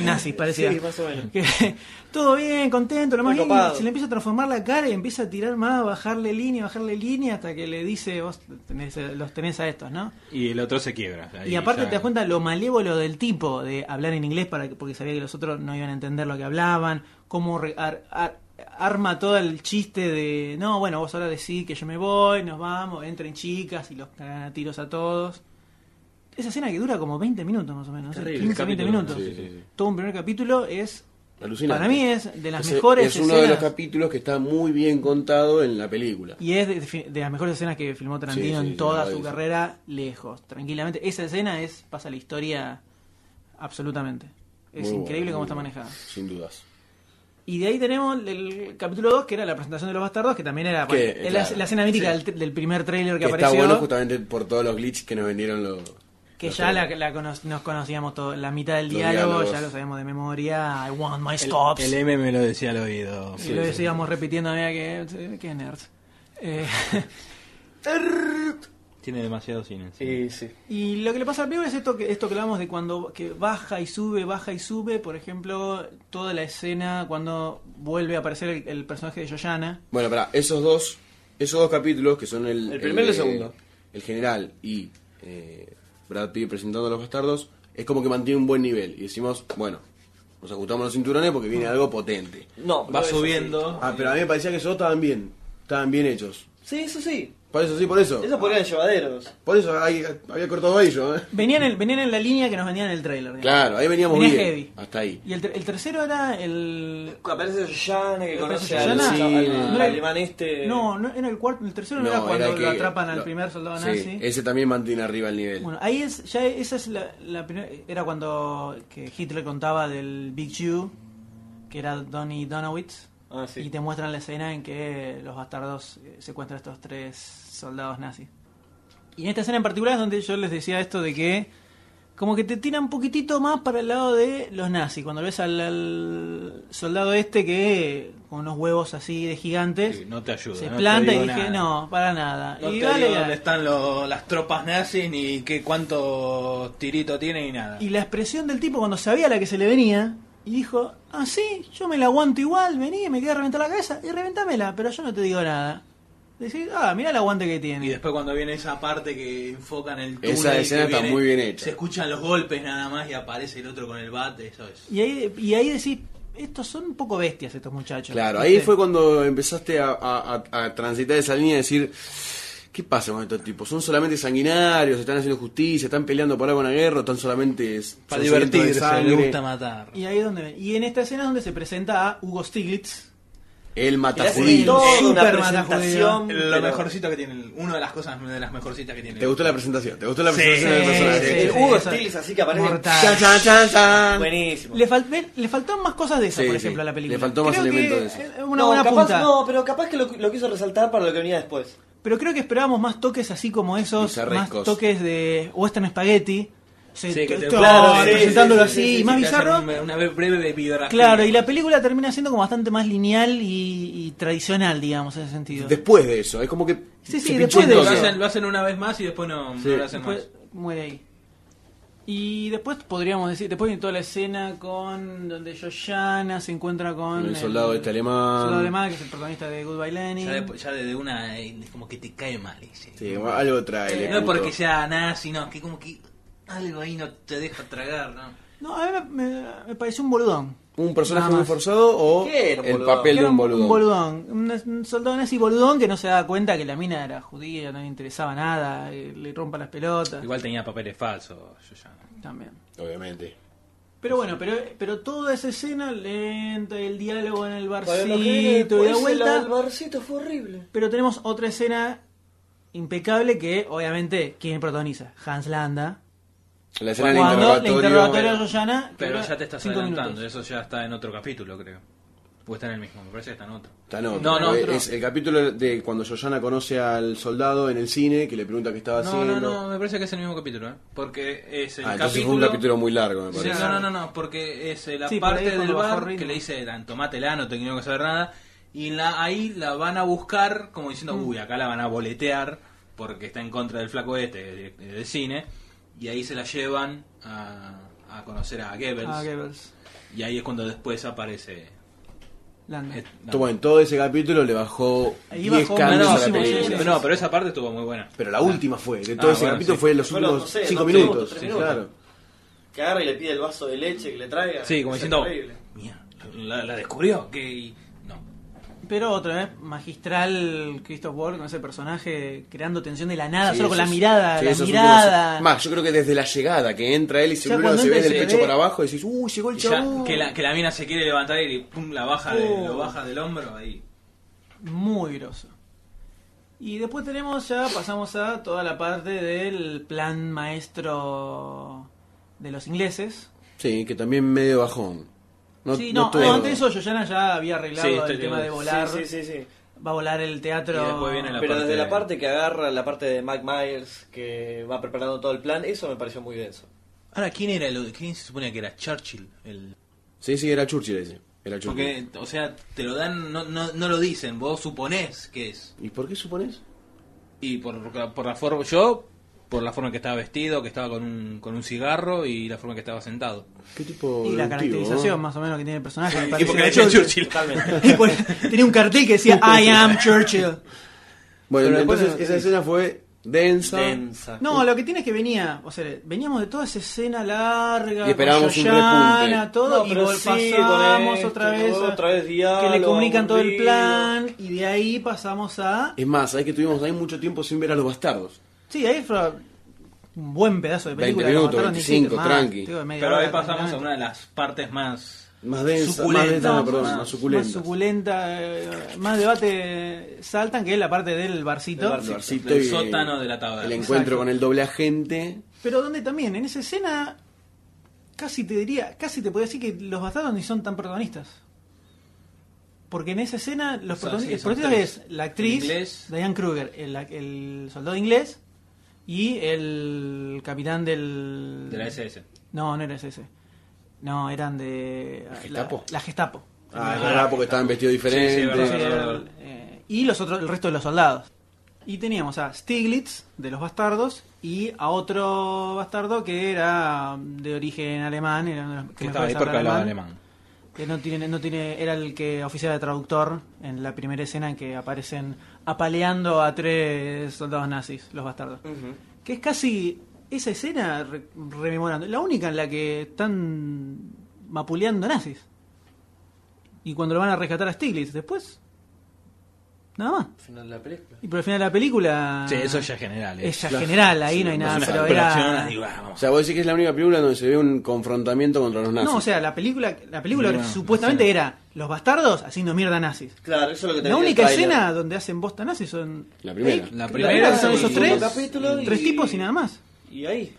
A: nazis parecía.
E: Sí, más o menos.
A: Que- todo bien, contento, lo más
E: Muy
A: bien,
E: copado.
A: se le empieza a transformar la cara y empieza a tirar más, bajarle línea, bajarle línea hasta que le dice, vos tenés- los tenés a estos, ¿no?
D: Y el otro se quiebra. Ahí
A: Y aparte
D: ya-
A: te das cuenta lo malévolo del tipo de hablar en inglés para que- porque sabía que los otros no iban a entender lo que hablaban, cómo re- ar- ar- arma todo el chiste de, no, bueno, vos ahora decís que yo me voy, nos vamos, entren chicas y los cagan a tiros a todos. Esa escena que dura como 20 minutos más o menos, ¿eh?
D: Terrible,
A: 15, 20
D: capítulo,
A: minutos.
D: sí, sí, sí.
A: Todo un primer capítulo es,
C: Alucinante.
A: para mí es de las
C: Ese-
A: mejores
C: Es uno de los
A: escenas
C: capítulos que está muy bien contado en la película.
A: y es de, de- de las mejores escenas que filmó Tarantino
C: Sí, sí,
A: en toda
C: sí,
A: su
C: sí.
A: carrera, lejos, tranquilamente. Esa escena es pasa a la historia absolutamente. Es
C: Muy
A: increíble
C: bueno,
A: cómo
C: muy
A: está
C: bueno,
A: manejada.
C: Sin dudas.
A: Y de ahí tenemos el, el capítulo 2, que era la presentación de los bastardos, que también era
C: Que,
A: bueno, la,
C: claro,
A: la escena mítica
C: sí.
A: del, del primer trailer que,
C: Que
A: apareció,
C: está bueno justamente por todos los glitches que nos vendieron los.
A: que
C: los
A: ya la,
C: trailers.
A: la cono- nos conocíamos todo, la mitad del
C: Los
A: diálogo,
C: diálogos.
A: ya lo sabíamos de memoria, I want my scopes.
D: El M me lo decía al oído.
A: Y lo decíamos repitiendo, mira que, que nerd. Eh,
D: Tiene demasiado cine.
E: Sí, sí.
A: Y lo que le pasa al película es esto que esto que hablamos de cuando que baja y sube, baja y sube, por ejemplo, toda la escena cuando vuelve a aparecer el, el personaje de Yoyana.
C: Bueno, para esos dos, esos dos capítulos que son el,
E: El primero y el
C: eh,
E: segundo.
C: el general y eh, Brad Pitt presentando a los bastardos, es como que mantiene un buen nivel y decimos, bueno, nos ajustamos los cinturones porque viene algo potente.
E: No,
D: Va subiendo.
C: Ah, pero a mí me parecía que esos dos estaban bien. Estaban bien hechos.
E: Sí, eso sí.
C: Por eso, sí, por eso.
E: Eso podrían llevaderos.
C: Por eso hay- había cortado ellos, ¿eh?
A: Venían, el- venían en la línea que nos vendían en el trailer. digamos.
C: Claro, ahí veníamos
A: Venía
C: bien.
A: heavy.
C: Hasta ahí.
A: Y el, ter- el tercero era el.
E: Aparece Shoshana que conoce
A: Shoshana?
E: al,
A: Sí,
E: al- al
A: no.
E: alemán este.
A: No, no, era el cuarto. El tercero no,
C: No,
A: era cuando
C: era
A: lo
C: que-
A: atrapan al
C: lo-
A: primer soldado
C: Sí,
A: nazi.
C: ese también mantiene arriba el nivel.
A: Bueno, ahí es, ya esa es la, la primera, era cuando que Hitler contaba del Big Jew, que era Donny Donowitz,
E: Ah,
A: y te muestran la escena en que los bastardos eh, secuestran a estos tres soldados nazis. Y en esta escena en particular es donde yo les decía esto de que como que te tira un poquitito más para el lado de los nazis, cuando ves al, al soldado este que con unos huevos así de gigantes
D: No te ayuda.
A: se
D: no te
A: planta y
D: digo nada.
A: dije, no, para nada.
D: No
A: y
D: te
A: dale
D: digo
A: la-
D: dónde están lo- las tropas nazis ni qué cuántos tiritos tienen y nada.
A: Y la expresión del tipo cuando sabía la que se le venía y dijo, ah, sí, yo me la aguanto igual, vení, me quedé reventar la cabeza y reventámela, pero yo no te digo nada. Decís, ah, mirá el aguante que tiene.
D: Y después cuando viene esa parte que enfocan el túnel...
C: Esa escena
D: que
C: está muy bien hecha.
D: Se escuchan los golpes nada más y aparece el otro con el bate, eso es.
A: Y ahí, y ahí decís, estos son un poco bestias estos muchachos.
C: Claro,
A: ¿Viste?
C: ahí fue cuando empezaste a, a- a- a transitar esa línea y decir, ¿qué pasa con estos tipos? ¿Son solamente sanguinarios? ¿Están haciendo justicia? ¿Están peleando por alguna guerra? ¿O están solamente... s-
D: Para
C: son sedientos de
D: divertirse,
C: sangre?
D: le gusta matar.
A: Y ahí es donde... Y en esta escena es donde se presenta a Hugo Stiglitz.
C: El
A: Le hace
C: matajudío.
A: todo una presentación,
D: Lo
A: pero-
D: mejorcito que tiene, el- una de las cosas, de las mejorcitas que tiene.
C: ¿Te gustó la presentación? ¿Te gustó la
D: Sí,
C: presentación del
D: sí,
C: personaje? Uh,
D: sí, sí.
E: Hugo
D: sí.
E: Stiglitz así que aparece.
A: Mortal.
E: Chan, chan,
C: chan, chan.
E: Buenísimo.
A: Le, fal- le faltaron más cosas de esa,
C: Sí,
A: por
C: sí.
A: ejemplo, a la película.
C: Le faltó más
A: Creo que
C: elementos de eso.
A: es Una
E: no,
A: buena
E: capaz,
A: punta.
E: no, pero capaz que lo, lo quiso resaltar para lo que venía después.
A: Pero creo que esperábamos más toques así como esos, más
E: Bizarrescos.
A: toques de Western Spaghetti. Se-
D: Sí, que
A: to-
D: te-
A: to- presentándolo así, y más
D: que te
A: bizarro.
D: hacen Una, una breve biografía.
A: Claro, y la película termina siendo como bastante más lineal y, y tradicional, digamos, en ese sentido.
C: Después de eso, es como que...
A: Sí,
C: se
A: sí,
C: pinchó
A: después
C: un
A: de
D: Lo
C: toque.
D: hacen, lo hacen una vez más y después no, no
C: Sí.
D: lo hacen
A: Después muere ahí. Y después podríamos decir, después viene toda la escena con donde Shoshana se encuentra con
C: El soldado este alemán.
A: soldado alemán, que es el protagonista de Goodbye
D: más. Ya
A: Lenin.
D: de, ya de una, eh, es como que te cae mal ese.
C: Sí, algo trae. le
D: no es
C: puto.
D: porque sea nazi, no, que como que algo ahí no te deja tragar, ¿no?
A: No, a mí me, me- me pareció un boludón.
C: ¿Un personaje
A: Nada
C: muy
A: más.
C: forzado o
A: ¿Qué era un
C: el
A: boludón?
C: papel de
A: Era
C: un boludón?
A: Un boludón. Un- Un soldado nazi boludón que no se da cuenta que la mina era judía, no le interesaba nada, eh, le rompa las pelotas.
D: Igual tenía papeles falsos, yo ya.
A: También.
C: Obviamente.
A: Pero bueno, pero, pero toda esa escena lenta, el diálogo en el
E: Para lo que viene
A: barcito y la
E: después, lo
A: vuelta.
E: del barcito fue horrible.
A: Pero tenemos otra escena impecable que, obviamente, ¿quién protagoniza? Hans Landa.
C: La escena del
A: Cuando la
C: interrogatorio. eh,
A: interrogatoria de Rosana.
D: Pero ya te estás adelantando, eh,
A: Minutos.
D: eso ya está en otro capítulo, creo. Puede estar en el mismo, me parece que está en otro.
C: Está en otro.
D: No, no,
C: Eh,
D: otro.
C: es el capítulo de cuando Yoyana conoce al soldado en el cine que le pregunta qué estaba
D: No,
C: haciendo.
D: no, no, me parece que es el mismo capítulo, ¿eh? Porque es el
C: Ah, entonces
D: capítulo...
C: fue un capítulo muy largo, me
D: Sí,
C: parece.
D: no, no, no, no, porque es eh, la
A: Sí, por ahí
D: parte
A: cuando
D: del
A: bajó
D: bar
A: ritmo.
D: que le dice, "Dan, tomátela, no tengo que saber nada. Y la, ahí la van a buscar, como diciendo,
A: Mm.
D: uy, acá la van a boletear, porque está en contra del flaco este, del, del cine. Y ahí se la llevan a, a conocer a Goebbels.
A: Ah, Goebbels.
D: Y ahí es cuando después aparece... Este,
A: Landa.
C: Estuvo en todo ese capítulo le bajó
A: Ahí
C: 10
A: bajó
C: cambios a la
A: muchísimo,
C: película.
A: sí, sí, sí.
D: No, pero esa parte estuvo muy buena.
C: Pero la última fue, de todo
D: Ah,
C: ese
D: bueno,
C: capítulo
D: sí.
C: fue los
E: Fue los,
C: últimos
E: no sé,
C: 5
E: dos
C: minutos.
E: minutos, tres
C: sí,
E: minutos.
C: claro.
E: Que agarra y le pide el vaso de leche que le traiga.
D: Sí, como
E: Eso es
D: diciendo,
E: horrible.
D: "Mía, la, la descubrió, que... No.
A: Pero otra vez, magistral Christoph Waltz con ese personaje creando tensión de la nada,
C: Sí,
A: solo con la
C: esos-
A: mirada,
C: sí,
A: la
C: esos
A: mirada.
C: últimos- Más, yo creo que desde la llegada que entra él y se,
A: Ya
C: mira,
A: cuando
C: se ve
A: entra
C: del
A: se
C: pecho
A: ve-
C: para abajo y decís, uy, llegó el
D: Y ya
C: chabón.
D: que la, que la mina se quiere levantar y pum, la baja de-
B: Uh.
A: Oh.
D: lo baja del hombro ahí.
A: Muy groso. Y después tenemos ya, pasamos a toda la parte del plan maestro de los ingleses.
C: Sí, que también medio bajón. No,
A: sí, no,
C: estuvo-
A: no, antes de eso Yoyana ya había arreglado
E: Sí,
A: el
E: estoy-
A: tema de volar.
E: Sí, sí, sí, sí.
A: Va a volar el teatro.
E: Pero desde la parte que agarra, la parte de Mike Myers que va preparando todo el plan, eso me pareció muy denso.
D: Ahora, ¿quién era el, quién se suponía que era Churchill? El,
C: Sí, sí, era Churchill ese. Era Churchill.
D: porque, o sea, te lo dan, no, no, no lo dicen, vos suponés que es.
C: ¿Y por qué suponés?
D: Y por, por la forma, yo, por la forma que estaba vestido, que estaba con un, con un cigarro y la forma que estaba sentado.
C: ¿Qué tipo
A: Y la
C: de
A: caracterización más o menos que tiene el personaje.
D: Sí,
A: me
D: y
A: parece.
D: porque le decían Churchill. Totalmente.
A: Y pues, por- tenía un cartel que decía I am Churchill.
C: Bueno,
A: Pero después
C: entonces
A: no-
C: esa escena fue Densa.
E: Densa.
A: No, lo que tiene es que venía, o sea, veníamos de toda esa escena larga,
C: Y esperábamos
A: con
C: un
A: Yoyana,
C: repunte.
A: todo,
E: No,
A: y
E: pero
A: vol-
E: sí,
B: este,
E: con
A: pasamos
E: esto,
A: otra vez, a-
E: otra vez
A: que le
E: diálogo,
A: comunican todo el
E: aburrido.
A: plan, y de ahí pasamos a...
C: Es más, hay que tuvimos ahí mucho tiempo sin ver a los bastardos.
A: Sí, ahí fue un buen pedazo de
C: 20
A: película.
C: minutos,
A: que mataron
C: 25,
A: diecisiete, más,
C: tranqui.
A: digo, de media
B: Pero ahí
A: hora,
B: pasamos a
A: tranquilamente.
B: una de las partes más.
C: Más densa,
B: Suculenta.
C: más densa, no,
B: No,
C: perdón,
B: más-
C: más suculenta.
A: Más suculenta, eh, más debate saltan, que es la parte del barcito.
C: Del barcito
B: Del
C: y-
B: sótano de la taberna.
C: El encuentro
A: Exacto.
C: con el doble agente.
A: Pero donde también, en esa escena, casi te diría, casi te podría decir que los bastardos ni son tan protagonistas. Porque en esa escena, los
B: sea,
A: protagonistas,
B: sí,
A: el
B: son
A: protagonista
B: tres.
A: es la actriz,
B: El inglés.
A: Diane Kruger, el, el soldado inglés, y el capitán del...
B: De la SS.
A: No, no era ese. No, eran de... ¿La
C: Gestapo?
A: La, Gestapo.
C: Ah, es
A: Tenía-
C: verdad, porque estaban vestidos diferentes.
B: Sí, sí, verdad,
A: Sí,
B: verdad,
A: el-
B: verdad.
A: eh, y los otros, el resto de los soldados. Y teníamos a Stiglitz de los bastardos y a otro bastardo que era mm, de origen alemán, era uno de los
B: Que
A: mejores
B: estaba ahí
A: habla
B: porque hablaba alemán.
A: Que no tiene, no tiene, era el que oficiaba de traductor en la primera escena en que aparecen apaleando a tres soldados nazis, los bastardos. Que es casi esa escena re- rememorando, la única en la que están mapuleando nazis. Y cuando lo van a rescatar a Stiglitz, después Nada más.
E: Final de la película.
A: Y por el final de la película.
B: Sí, eso ya Ah. es general. ¿eh?
A: Es ya general, ahí
B: Sí,
A: no hay nada.
B: es una
A: pero
B: operación,
A: era...
B: digo, ah,
C: O
B: vamos.
C: sea, vos decís que es la única película donde se ve un confrontamiento contra los nazis.
A: No, o sea, la película, la película
C: No,
A: que
C: no
A: supuestamente era los bastardos haciendo mierda a nazis.
E: Claro, eso es lo que te
A: La
E: decía el
A: única
E: tráiler.
A: escena donde hacen bosta nazis son.
C: La primera.
B: La
A: primera
B: primera
A: que son
B: y-
A: esos tres.
E: capítulo y-
A: Tres tipos y nada más.
E: Y ahí.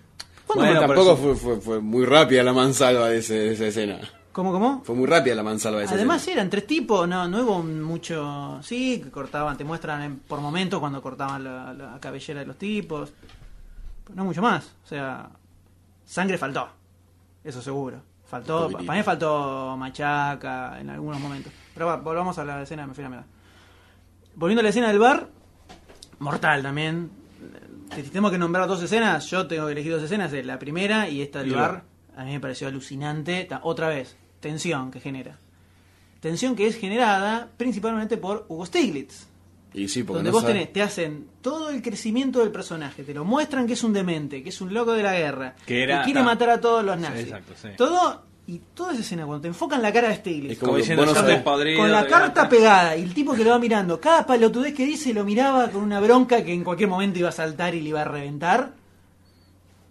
A: ¿Cuándo
C: Bueno,
A: fue?
C: tampoco fue, fue, fue muy rápida la mansalva de, ese- de esa escena.
A: ¿Cómo, cómo?
C: Fue muy rápida la mansalva de esa
A: Además eran tres tipos, no, no hubo mucho. Sí, que cortaban, te muestran en- por momentos cuando cortaban la, la cabellera de los tipos. Pero no mucho más. O sea, sangre faltó. Eso seguro.
C: Un
A: Faltó,
C: poquitito.
A: para mí faltó machaca en algunos momentos. Pero va, volvamos a la escena de Me fui a la mierda. Volviendo a la escena del bar, mortal también. Si tenemos que nombrar dos escenas, yo tengo que elegir dos escenas. es La primera y esta del
B: Y la-
A: bar. A mí me pareció alucinante. Ta- Otra vez, tensión que genera. Tensión que es generada principalmente por Hugo Stiglitz.
C: escena. Y sí, porque
A: Donde
C: no
A: vos
C: sabe-
A: tenés, te hacen todo el crecimiento del personaje, te lo muestran que es un demente, que es un loco de la guerra,
B: Que era-
A: quiere
B: ah.
A: matar a todos los nazis.
B: exacto, sí.
A: Todo, y toda esa escena, cuando te enfocan la cara de Stiglitz,
C: Es
B: Como
C: que
B: diciendo,
C: vos no
B: yo
C: sabés.
B: te podrido,
A: con la
B: te-
A: carta pegada y el tipo que lo va mirando, cada palotudez que dice lo miraba con una bronca que en cualquier momento iba a saltar y le iba a reventar.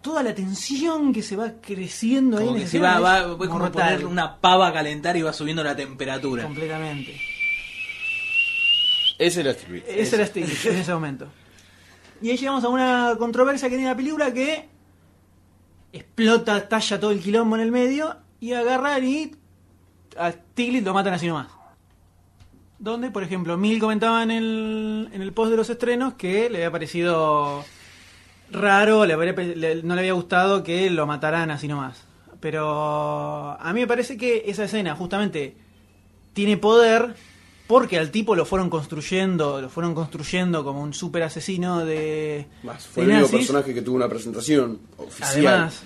A: Toda la tensión que se va creciendo ahí
B: Como
A: en
B: que
A: esa
B: se va,
A: escena
B: va,
A: es
B: es como
A: mortal.
B: poner una pava a calentar y va subiendo la temperatura.
A: completamente.
C: Ese era Steve.
A: Ese era Stiglitz en ese momento. Y ahí llegamos a una controversia que tiene la película que explota, talla todo el quilombo en el medio y agarran y a Stiglitz lo matan así nomás. Donde, por ejemplo, Mil comentaba en el, en el post de los estrenos que le había parecido raro, le habría pe- le- no le había gustado que lo mataran así nomás. Pero a mí me parece que esa escena justamente tiene poder porque al tipo lo fueron construyendo, lo fueron construyendo como un super asesino de,
C: Más, fue
A: de
C: el único
A: nazis.
C: personaje que tuvo una presentación oficial.
A: Además.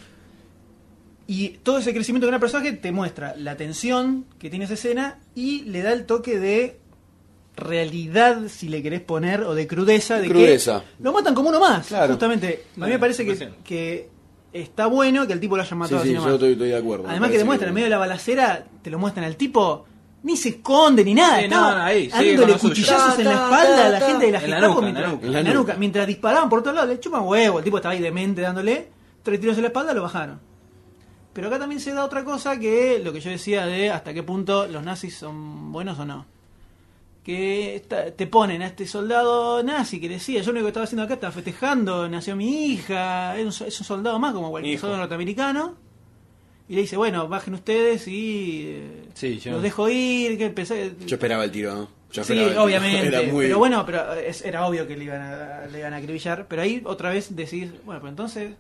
A: Y todo ese crecimiento de un personaje te muestra la tensión que tiene esa escena y le da el toque de realidad, si le querés poner, o de crudeza. De que
C: Crudeza.
A: lo matan como uno más,
C: Claro.
A: justamente. A mí me parece que, que está bueno que el tipo lo haya
C: sí,
A: matado
C: sí,
A: así
C: yo
A: nomás.
C: estoy, estoy de acuerdo. me
A: Además que
C: parece
A: te muestran en medio de la balacera, te lo muestran al tipo, ni se esconde ni nada,
B: Sí,
A: estaba
B: no, ahí, sigue con
A: dándole
B: lo suyo.
A: cuchillazos
B: Ta,
A: en la
B: ta,
A: espalda a la
B: ta,
A: gente de la
B: en la
A: Gestapo
B: nuca,
A: mientras,
B: en la nuca.
A: en la nuca. mientras disparaban por todos lados, le chupan huevo, el tipo estaba ahí demente dándole, tres tiros en la espalda lo bajaron. Pero acá también se da otra cosa que lo que yo decía de hasta qué punto los nazis son buenos o no. Que esta- te ponen a este soldado nazi que decía, yo lo único que estaba haciendo acá estaba festejando, nació mi hija, es un, so- es un soldado más como cualquier
B: Hijo.
A: soldado norteamericano. Y le dice, bueno, bajen ustedes y eh,
B: Sí, yo-
A: los dejo ir, que pensé...
C: Yo esperaba el tiro, ¿no? Yo
A: Sí,
C: esperaba el tiro.
A: obviamente.
C: Era muy...
A: Pero bueno, pero es- era obvio que le iban, a, le iban a acribillar. Pero ahí otra vez decís, bueno, pero entonces,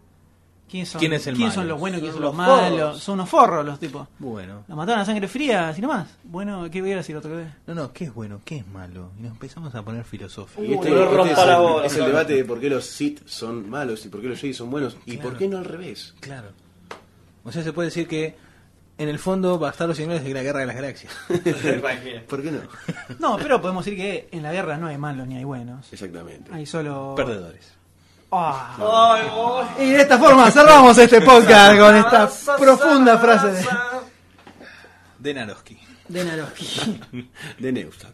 A: ¿quién son,
B: ¿Quién es el malo?
A: son los buenos y quiénes son
E: Son
A: los
E: los
A: malos?
E: forros.
A: Son unos forros los tipos.
B: Bueno.
A: Los mataron a sangre fría, así nomás. Bueno, ¿qué voy a decir otra vez?
B: No, no, ¿qué es bueno? ¿Qué es malo? Y nos empezamos a poner filosóficos.
C: Y este-
E: no
C: este
E: rompa
C: es, el,
E: la bola,
C: es el
E: claro.
C: debate de por qué los Sith son malos y por qué los Jedi son buenos y por qué no al revés.
B: Claro. O sea, se puede decir que en el fondo Bastardos y Ingleses es la guerra de las galaxias.
C: ¿Por qué no?
A: No, pero podemos decir que en la guerra no hay malos ni hay buenos.
C: Exactamente.
A: Hay solo
B: Perdedores.
A: Ah. Y de esta forma cerramos este podcast con esta profunda frase de,
B: De Naroski.
A: de Naroki.
C: De Neustadt.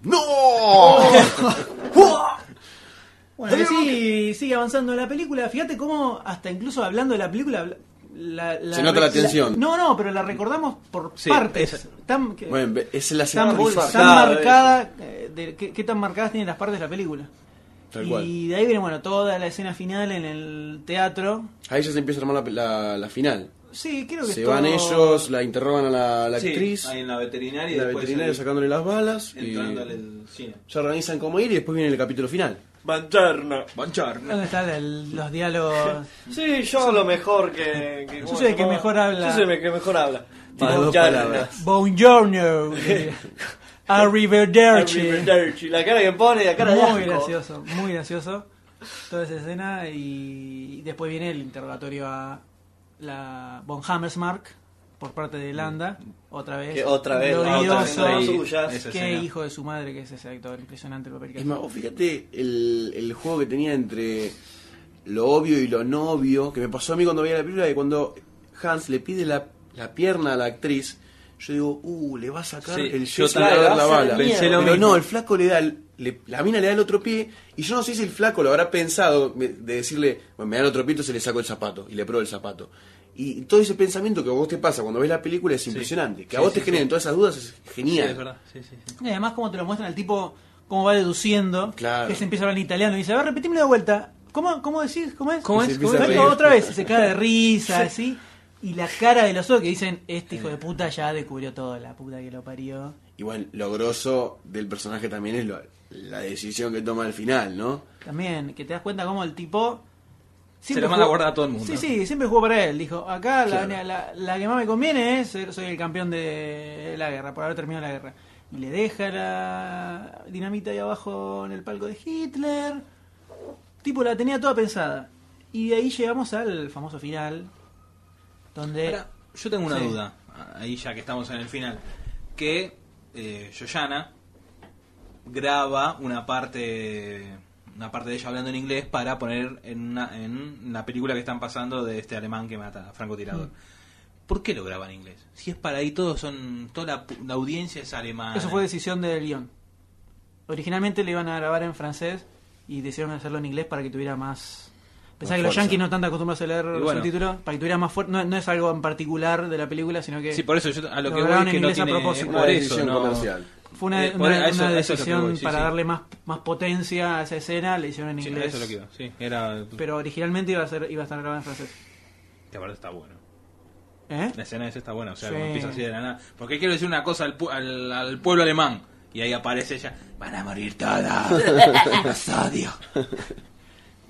A: Bueno, que sí, sigue avanzando la película. Fíjate cómo, hasta incluso hablando de la película, la- la-
C: Se nota la tensión.
A: no, no, pero la recordamos por
C: Sí,
A: partes.
C: esa-
A: Tan, que-
C: Bueno, ve- es la
A: tan, tan
C: segunda parte.
A: marcada, eh, de, qué, qué tan marcadas tienen las partes de la película.
C: Tal
A: y
C: cual.
A: de ahí viene, bueno, toda la escena final en el teatro.
C: Ahí ya se empieza a armar la, la- la final.
A: Sí, creo que
C: Se
A: es
C: van
A: todo-
C: ellos, la interrogan a la, a la
B: Sí,
C: actriz,
B: ahí en la veterinaria y
C: la
B: después
C: veterinaria
B: ahí
C: sacándole las balas. y
B: entrando al cine.
C: Ya organizan cómo ir y después viene el capítulo final.
E: Bancherna.
A: ¿Dónde están el- los diálogos?
E: Sí, yo hablo mejor que. que-
A: Yo
E: ¿cómo
A: soy el
E: se
A: que
E: llamaba?
A: mejor habla.
E: Yo soy el que mejor habla.
A: Tipo,
E: Bancherna.
A: dos palabras. Buongiorno. Arrivederci.
E: Arrivederci. La cara que pone, la cara de
A: Muy
E: asco.
A: gracioso, muy gracioso. Toda esa escena y, y después viene el interrogatorio a la von Hammersmark por parte de Landa. Otra vez.
E: Que otra vez,
A: Glorioso.
E: otra vez las suyas.
A: Qué
E: Esa escena.
A: hijo de su madre que es ese actor. Impresionante el papel que
C: Es
A: hace.
C: más, vos fíjate el, el juego que tenía entre lo obvio y lo novio, que me pasó a mí cuando veía la película, que cuando Hans le pide la, la pierna a la actriz, yo digo, uh, le va a sacar
D: Sí,
C: el
D: yo
C: yeso y le va
D: también
C: a dar la
D: pensé lo
C: bala.
D: mismo.
C: Pero
D: Pensé lo
C: no,
D: mismo.
C: el flaco le da, el- le- la mina le da el otro pie, y yo no sé si el flaco lo habrá pensado me- de decirle, bueno, me da el otro pie, entonces le saco el zapato, y le pruebo el zapato. Y todo ese pensamiento que a vos te pasa cuando ves la película es impresionante. Que a
D: Sí,
C: vos
D: sí,
C: te
D: sí.
C: generen todas esas dudas es genial.
D: Sí, es verdad. Sí, sí, sí.
A: Y además, como te lo muestran, el tipo, cómo va deduciendo.
C: Claro.
A: Que se empieza a hablar en italiano y dice: A ver, repetímelo de vuelta. ¿Cómo, cómo decís? ¿Cómo es?
C: ¿Cómo Y se es? ¿Cómo empieza es? a
A: Bueno,
C: reír.
A: Otra vez, se cae de risa, así. Y la cara de los ojos que dicen: Este
C: Eh.
A: hijo de puta ya descubrió todo, la puta que lo parió.
C: Y bueno, lo grosso del personaje también es lo- la decisión que toma al final, ¿no?
A: También, que te das cuenta cómo el tipo.
C: lo manda a guardar a todo el mundo.
A: Sí, sí, siempre jugó para él. Dijo: Acá la,
C: Claro.
A: la- la que más me conviene es ser, soy el campeón de la guerra, por haber terminado la guerra. Y le deja la dinamita ahí abajo en el palco de Hitler. Tipo, la tenía toda pensada. Y de ahí llegamos al famoso final. Donde.
B: Ahora, yo tengo una
A: Sí.
B: duda, ahí ya que estamos en el final, que eh, Yoyana graba una parte una parte de ella hablando en inglés para poner en una, en la película que están pasando de este alemán que mata a francotirador.
A: Mm.
B: ¿Por qué lo graba en inglés? Si es para ahí todos son toda la, pu- la audiencia es alemana.
A: Eso fue decisión del guión. Originalmente le iban a grabar en francés y decidieron hacerlo en inglés para que tuviera más. Pensaba
D: Más
A: que los
D: fuerza.
A: yankees no están acostumbrados a leer
D: Y
A: los
D: bueno.
A: subtítulos, para que tuviera más fuerza. No, no es algo en particular de la película, sino que.
B: Sí, por eso yo a lo que voy es
A: grabaron
B: que
A: en
B: no
A: inglés
B: tiene-
A: a propósito.
B: es por Una eso, decisión no- comercial.
A: Fue una,
B: Eh, por eso-
A: una- una
B: eso es lo que
A: decisión
B: voy, sí,
A: para
B: sí.
A: darle más, más potencia a esa escena, le hicieron en
B: Sí,
A: inglés.
B: eso es lo que iba, Mm. sí, era-
A: Pero originalmente iba a, ser, iba a estar grabada en francés.
B: Que aparte está bueno.
A: ¿Eh?
B: La escena esa está buena, o sea,
A: Sí.
B: como empieza así de la nada. Porque quiero decir una cosa al, pu- al, al pueblo alemán. Y ahí aparece ella. Van a morir todas. Los odio.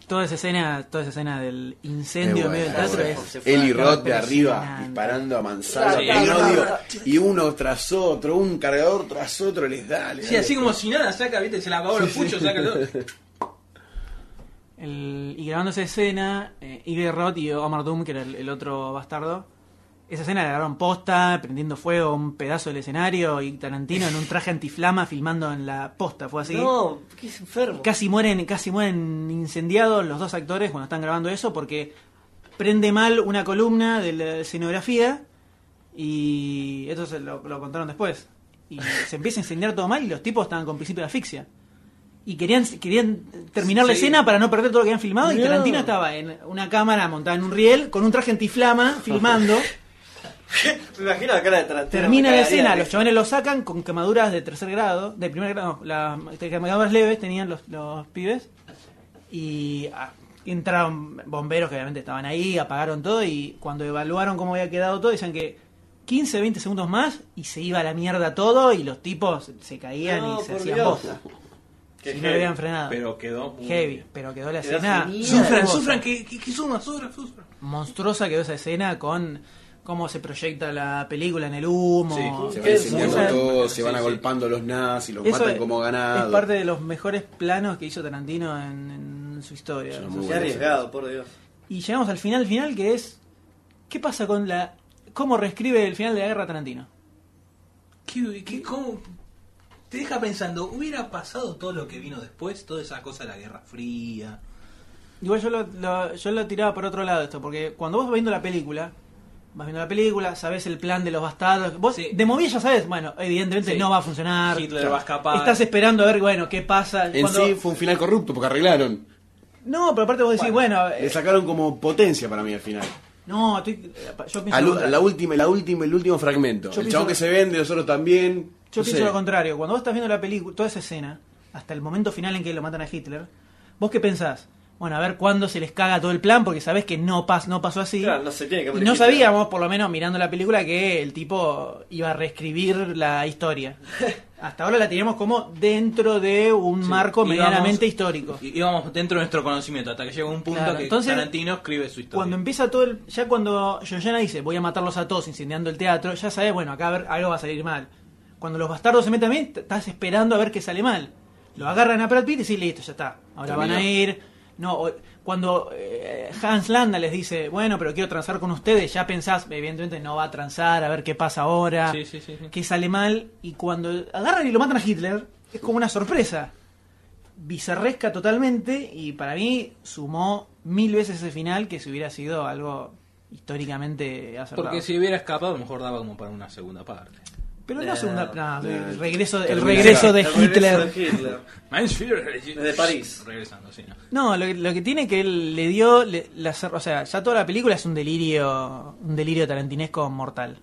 A: Toda esa escena, toda esa escena del incendio en medio del teatro es.
C: Eli Roth de arriba
A: impresionante.
C: disparando a mansalva
A: Sí.
C: con odio y uno tras otro, un cargador tras otro les da. les
B: Sí,
C: da,
B: así
C: les-
B: como si nada, saca, viste, se la acabó los puchos, saca los...
A: El- y grabando esa escena, eh, Iggy Roth y Omar Doom, que era el, el otro bastardo, esa escena la grabaron posta, prendiendo fuego a un pedazo del escenario y Tarantino en un traje antiflama filmando en la posta, fue así.
E: No, que es enfermo.
A: Casi mueren, casi mueren incendiados los dos actores cuando están grabando eso porque prende mal una columna de la escenografía y eso se lo, lo contaron después. Y se empieza a incendiar todo mal y los tipos estaban con principio de asfixia. Y querían, querían terminar la
E: Sí.
A: escena para no perder todo lo que habían filmado y
E: No.
A: Tarantino estaba en una cámara montada en un riel con un traje antiflama filmando.
E: Me imagino la cara de Tarantino.
A: Termina
E: me
A: la
E: cagaría
A: escena,
E: de
A: los
E: risa.
A: chavanes lo sacan con quemaduras de tercer grado, de primer grado, no, las quemaduras leves tenían los, los pibes. Y ah, entraron bomberos que obviamente estaban ahí, apagaron todo y cuando evaluaron cómo había quedado todo, decían que 15, 20 segundos más y se iba a la mierda todo y los tipos se caían
E: No,
A: y se
E: por
A: hacían
E: Dios.
A: bosta.
E: Qué
A: Si no
E: heavy.
A: lo habían frenado.
B: Pero quedó...
A: Heavy, pero quedó la
B: Quedó
A: escena.
B: genial.
A: Sufran,
B: Hermosa.
A: sufran,
B: que, que, que sufran, sufran, sufran.
A: monstruosa quedó esa escena con cómo se proyecta la película en el humo.
C: se van
A: Qué
C: incendiando
A: hermosa.
C: todos, se van
A: Sí, sí.
C: agolpando los nazis, los
A: Eso
C: matan
A: es-
C: como ganado.
A: Es parte de los mejores planos que hizo Tarantino en, en su historia.
C: una
A: O
C: muy
A: sea,
E: Qué arriesgado, por Dios.
A: Y llegamos al final final que es ¿qué pasa con la cómo reescribe el final de la guerra Tarantino?
B: ¿Qué, qué, cómo? Te deja pensando, hubiera pasado todo lo que vino después, toda esa cosa de la Guerra Fría,
A: Igual yo lo, lo- yo lo tiraba por otro lado esto, porque cuando vos vas viendo la película, vas viendo la película, sabés el plan de los bastardos, vos de movida ya sabés, bueno, evidentemente
B: Sí.
A: no va a funcionar.
B: Hitler va a escapar.
A: Estás esperando a ver, bueno, qué pasa.
C: En
A: cuando-
C: sí fue un final corrupto porque arreglaron.
A: No, pero aparte vos decís, bueno, eh,
C: Le sacaron como potencia para mí al final.
A: no, estoy- eh, yo pienso,
C: Al-
A: lo contra-
C: la última, la última, el último fragmento.
A: Yo
C: el
A: pienso
C: chabón
A: lo-
C: que se vende, nosotros también.
A: yo
C: no
A: pienso
C: sé.
A: lo contrario. Cuando vos estás viendo la película, toda esa escena, hasta el momento final en que lo matan a Hitler, vos qué pensás? Bueno, a ver cuándo se les caga todo el plan, porque sabés que no, pas, no pasó así.
E: Claro, no se tiene que
A: Y
E: morir
A: no
E: Hitler.
A: sabíamos, por lo menos mirando la película, que el tipo iba a reescribir la historia. Hasta ahora la teníamos como dentro de un marco
B: íbamos-
A: medianamente histórico.
B: Y- Íbamos dentro de nuestro conocimiento hasta que llega un punto
A: Claro,
B: que
A: entonces-
B: Tarantino escribe su historia.
A: Cuando empieza todo el. Ya cuando Georgiana dice voy a matarlos a todos incendiando el teatro, ya sabes, bueno, acá a ver, algo va a salir mal. Cuando los bastardos se meten bien, t- estás esperando a ver qué sale mal. Lo agarran a Brad Pitt y decís, listo, ya está. Ahora
B: Terminó.
A: van a ir. No, o- cuando eh, Hans Landa les dice, bueno, pero quiero transar con ustedes, ya pensás, evidentemente no va a transar, a ver qué pasa ahora,
B: Sí, sí, sí, sí.
A: qué sale mal. Y cuando agarran y lo matan a Hitler, es como una sorpresa bizarresca totalmente y para mí sumó mil veces ese final que si hubiera sido algo históricamente acertado.
B: Porque si hubiera escapado, a lo mejor daba como para una segunda parte.
A: Pero no segunda no,
B: Eh,
A: el regreso, el
B: termina
A: regreso
B: acá.
A: de
B: El regreso
A: Hitler.
B: de Hitler. Mein Führer. Desde París. Regresando, sí, ¿no?
A: No, lo, que- lo que tiene que él le dio, le- la cer- o sea, ya toda la película es un delirio, un delirio tarantinesco mortal.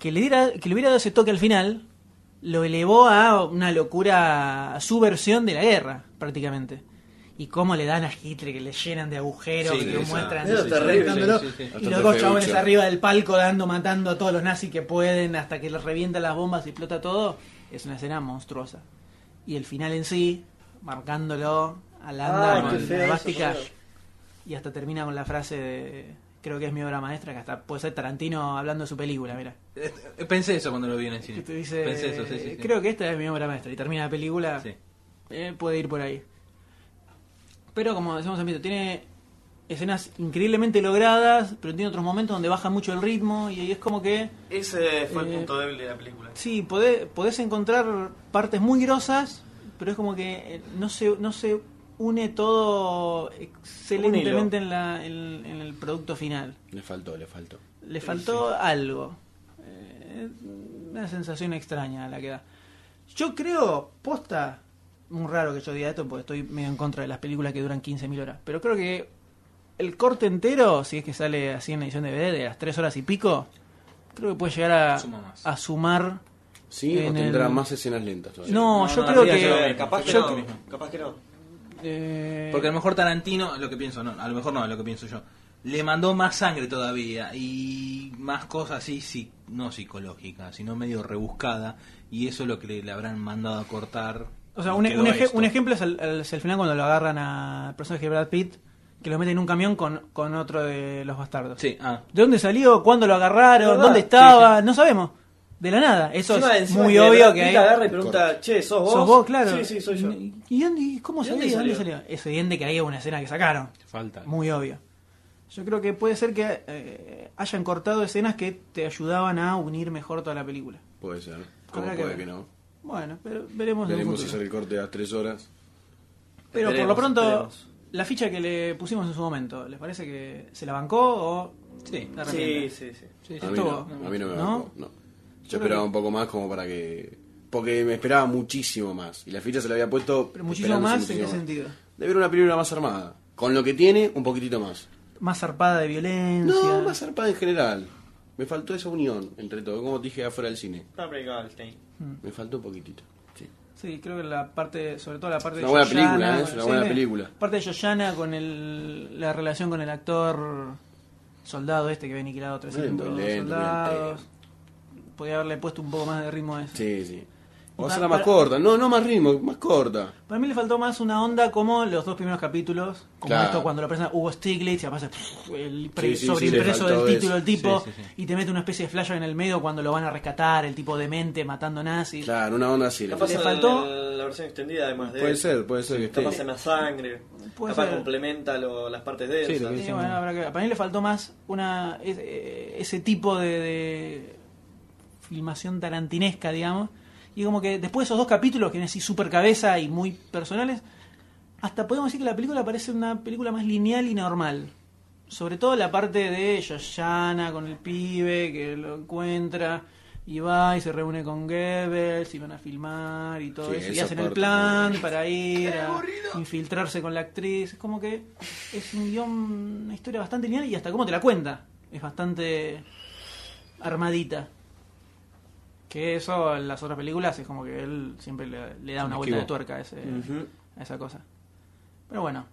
A: Que le diera, que le hubiera dado ese toque al final, lo elevó a una locura, a su versión de la guerra, prácticamente. Y cómo le dan a Hitler, que le llenan de agujeros,
E: Sí,
A: que lo
E: esa-
A: muestran,
E: eso es terrible.
A: reventándolo,
E: Sí, sí, sí.
A: y los dos chabones arriba del palco dando, matando a todos los nazis que pueden, hasta que les revientan las bombas y explota todo, es una escena monstruosa. Y el final en sí, marcándolo a
E: Ay,
A: Landa
E: qué
A: con
E: feo
A: la
E: eso,
A: bástica,
E: claro.
A: y hasta termina con la frase de, creo que es mi obra maestra, que hasta puede ser Tarantino hablando de su película, mira.
B: Eh, Pensé eso cuando lo vi en el cine.
A: Que te dice,
B: Pensé eso, sí, sí, sí.
A: creo que esta es mi obra maestra, y termina la película, eh, puede ir por ahí. Pero como decíamos al principio, tiene escenas increíblemente logradas, pero tiene otros momentos donde baja mucho el ritmo y, y es como que...
E: Ese fue el
A: Eh,
E: punto débil de la película.
A: Sí, podés, podés encontrar partes muy grosas, pero es como que eh, no se, no se une todo excelentemente en, la, en, en el producto final.
C: Le faltó, le faltó.
A: Le faltó algo. Eh, una sensación extraña la que da. Yo creo, posta, muy raro que yo diga esto porque estoy medio en contra de las películas que duran 15.000 horas, pero creo que el corte entero, si es que sale así en la edición de DVD, de las 3 horas y pico, creo que puede llegar a, a sumar.
C: Sí, o
A: en
C: tendrá
A: el-
C: más escenas lentas todavía.
A: No, yo creo
B: arriba yo
A: que.
B: creo que capaz que
A: yo-
B: no.
E: Capaz que no.
A: eh,
B: Porque a lo mejor Tarantino, lo que pienso, no, a lo mejor no, lo que pienso yo, le mandó más sangre todavía y más cosas así, sí, no psicológicas, sino medio rebuscada, y eso es lo que le, le habrán mandado a cortar.
A: O sea,
B: y
A: un, e-
B: quedó
A: un eje-
B: esto.
A: un ejemplo es el, el- es el final cuando lo agarran al personaje de Brad Pitt, que lo meten en un camión con, con otro de los bastardos.
B: ah.
A: ¿De dónde salió? ¿Cuándo lo agarraron?
E: ¿Verdad?
A: ¿Dónde estaba? No sabemos. De la nada. Eso
E: Encima-
A: es
E: encima
A: muy
E: que
A: obvio
E: Brad
A: que
E: Pitt
A: hay...
E: agarra y pregunta, che, ¿sos vos?
A: ¿Sos vos? Claro.
E: Sí, sí, soy yo.
A: ¿Y dónde, cómo
E: ¿De
A: sabía?
E: dónde
A: ¿De dónde salió? Es evidente que hay una escena que sacaron.
B: Falta.
A: Muy obvio. Yo creo que puede ser que eh, hayan cortado escenas que te ayudaban a unir mejor toda la película.
C: Puede ser. ¿Cómo
A: Habrá que
C: puede
A: ver.
C: que no?
A: Bueno, pero veremos en un
C: Veremos si
A: futuro.
C: sale el corte a las 3 horas.
A: Pero por
C: Esperemos,
A: lo pronto,
C: esperemos.
A: la ficha que le pusimos en su momento, ¿les parece que se la bancó o
B: sí.
A: la
E: Sí,
A: revienta?
E: sí, sí.
C: A mí no, a mí no me bancó, no. Yo
A: creo
C: esperaba
A: que-
C: un poco más como para que... Porque me esperaba muchísimo más. Y la ficha se la había puesto...
A: Pero muchísimo
C: esperándose
A: más en qué
C: muchísimo más.
A: sentido.
C: De ver una película más armada. Con lo que tiene, un poquitito más.
A: Más zarpada de violencia.
C: No, más armada en general. Me faltó esa unión entre todo. Como te dije afuera del cine.
E: Está pegado el Stein.
C: Me faltó un poquitito.
A: Sí, creo que la parte, sobre todo la parte
C: Una
A: de
C: buena
A: Yoyana,
C: película, ¿eh? Es una buena
A: sí,
C: película.
A: Parte de Yoyana con el, la relación con el actor soldado este que había aniquilado 300
C: Eh, Lento, lento,
A: soldados. Podía haberle puesto un poco más de ritmo a eso.
C: Sí, sí. O
A: Para-
C: hacerla más
A: para-
C: corta. No, no más ritmo, más corta.
A: Para mí le faltó más una onda como los dos primeros capítulos, como
C: Claro.
A: esto cuando lo presenta Hugo Stiglitz y aparece pff, el pre-
C: Sí, sí, sí,
A: sobreimpreso
C: le faltó
A: del título del
C: eso.
A: tipo
C: Sí, sí,
A: y te mete una especie de flashback en el medio cuando lo van a rescatar, el tipo demente matando nazis.
C: Claro, una onda así. le
A: Capaz Le
C: faltó.
A: faltó-
E: La, la versión extendida, además de.
C: Puede ser, puede ser que esté.
E: Capaz se más sangre.
A: Puede
E: capaz
A: ser.
E: complementa lo- las partes de él.
A: Sí, bueno, habrá que ver. Para mí le faltó más una es- eh, ese tipo de, de filmación tarantinesca, digamos. Y como que después de esos dos capítulos, que eran así súper cabeza y muy personales, hasta podemos decir que la película parece una película más lineal y normal. Sobre todo la parte de Shoshana con el pibe que lo encuentra y va y se reúne con Goebbels y van a filmar y todo
C: Sí,
A: eso. Y
C: esa
A: hacen el
C: parte
A: plan
C: no.
A: para ir a infiltrarse con la actriz. Es como que es un guión, una historia bastante lineal y hasta cómo te la cuenta. Es bastante armadita. Que eso en las otras películas es como que él siempre le, le da una
C: Me
A: vuelta de
C: equivoco.
A: tuerca a, ese, a esa cosa. Pero bueno,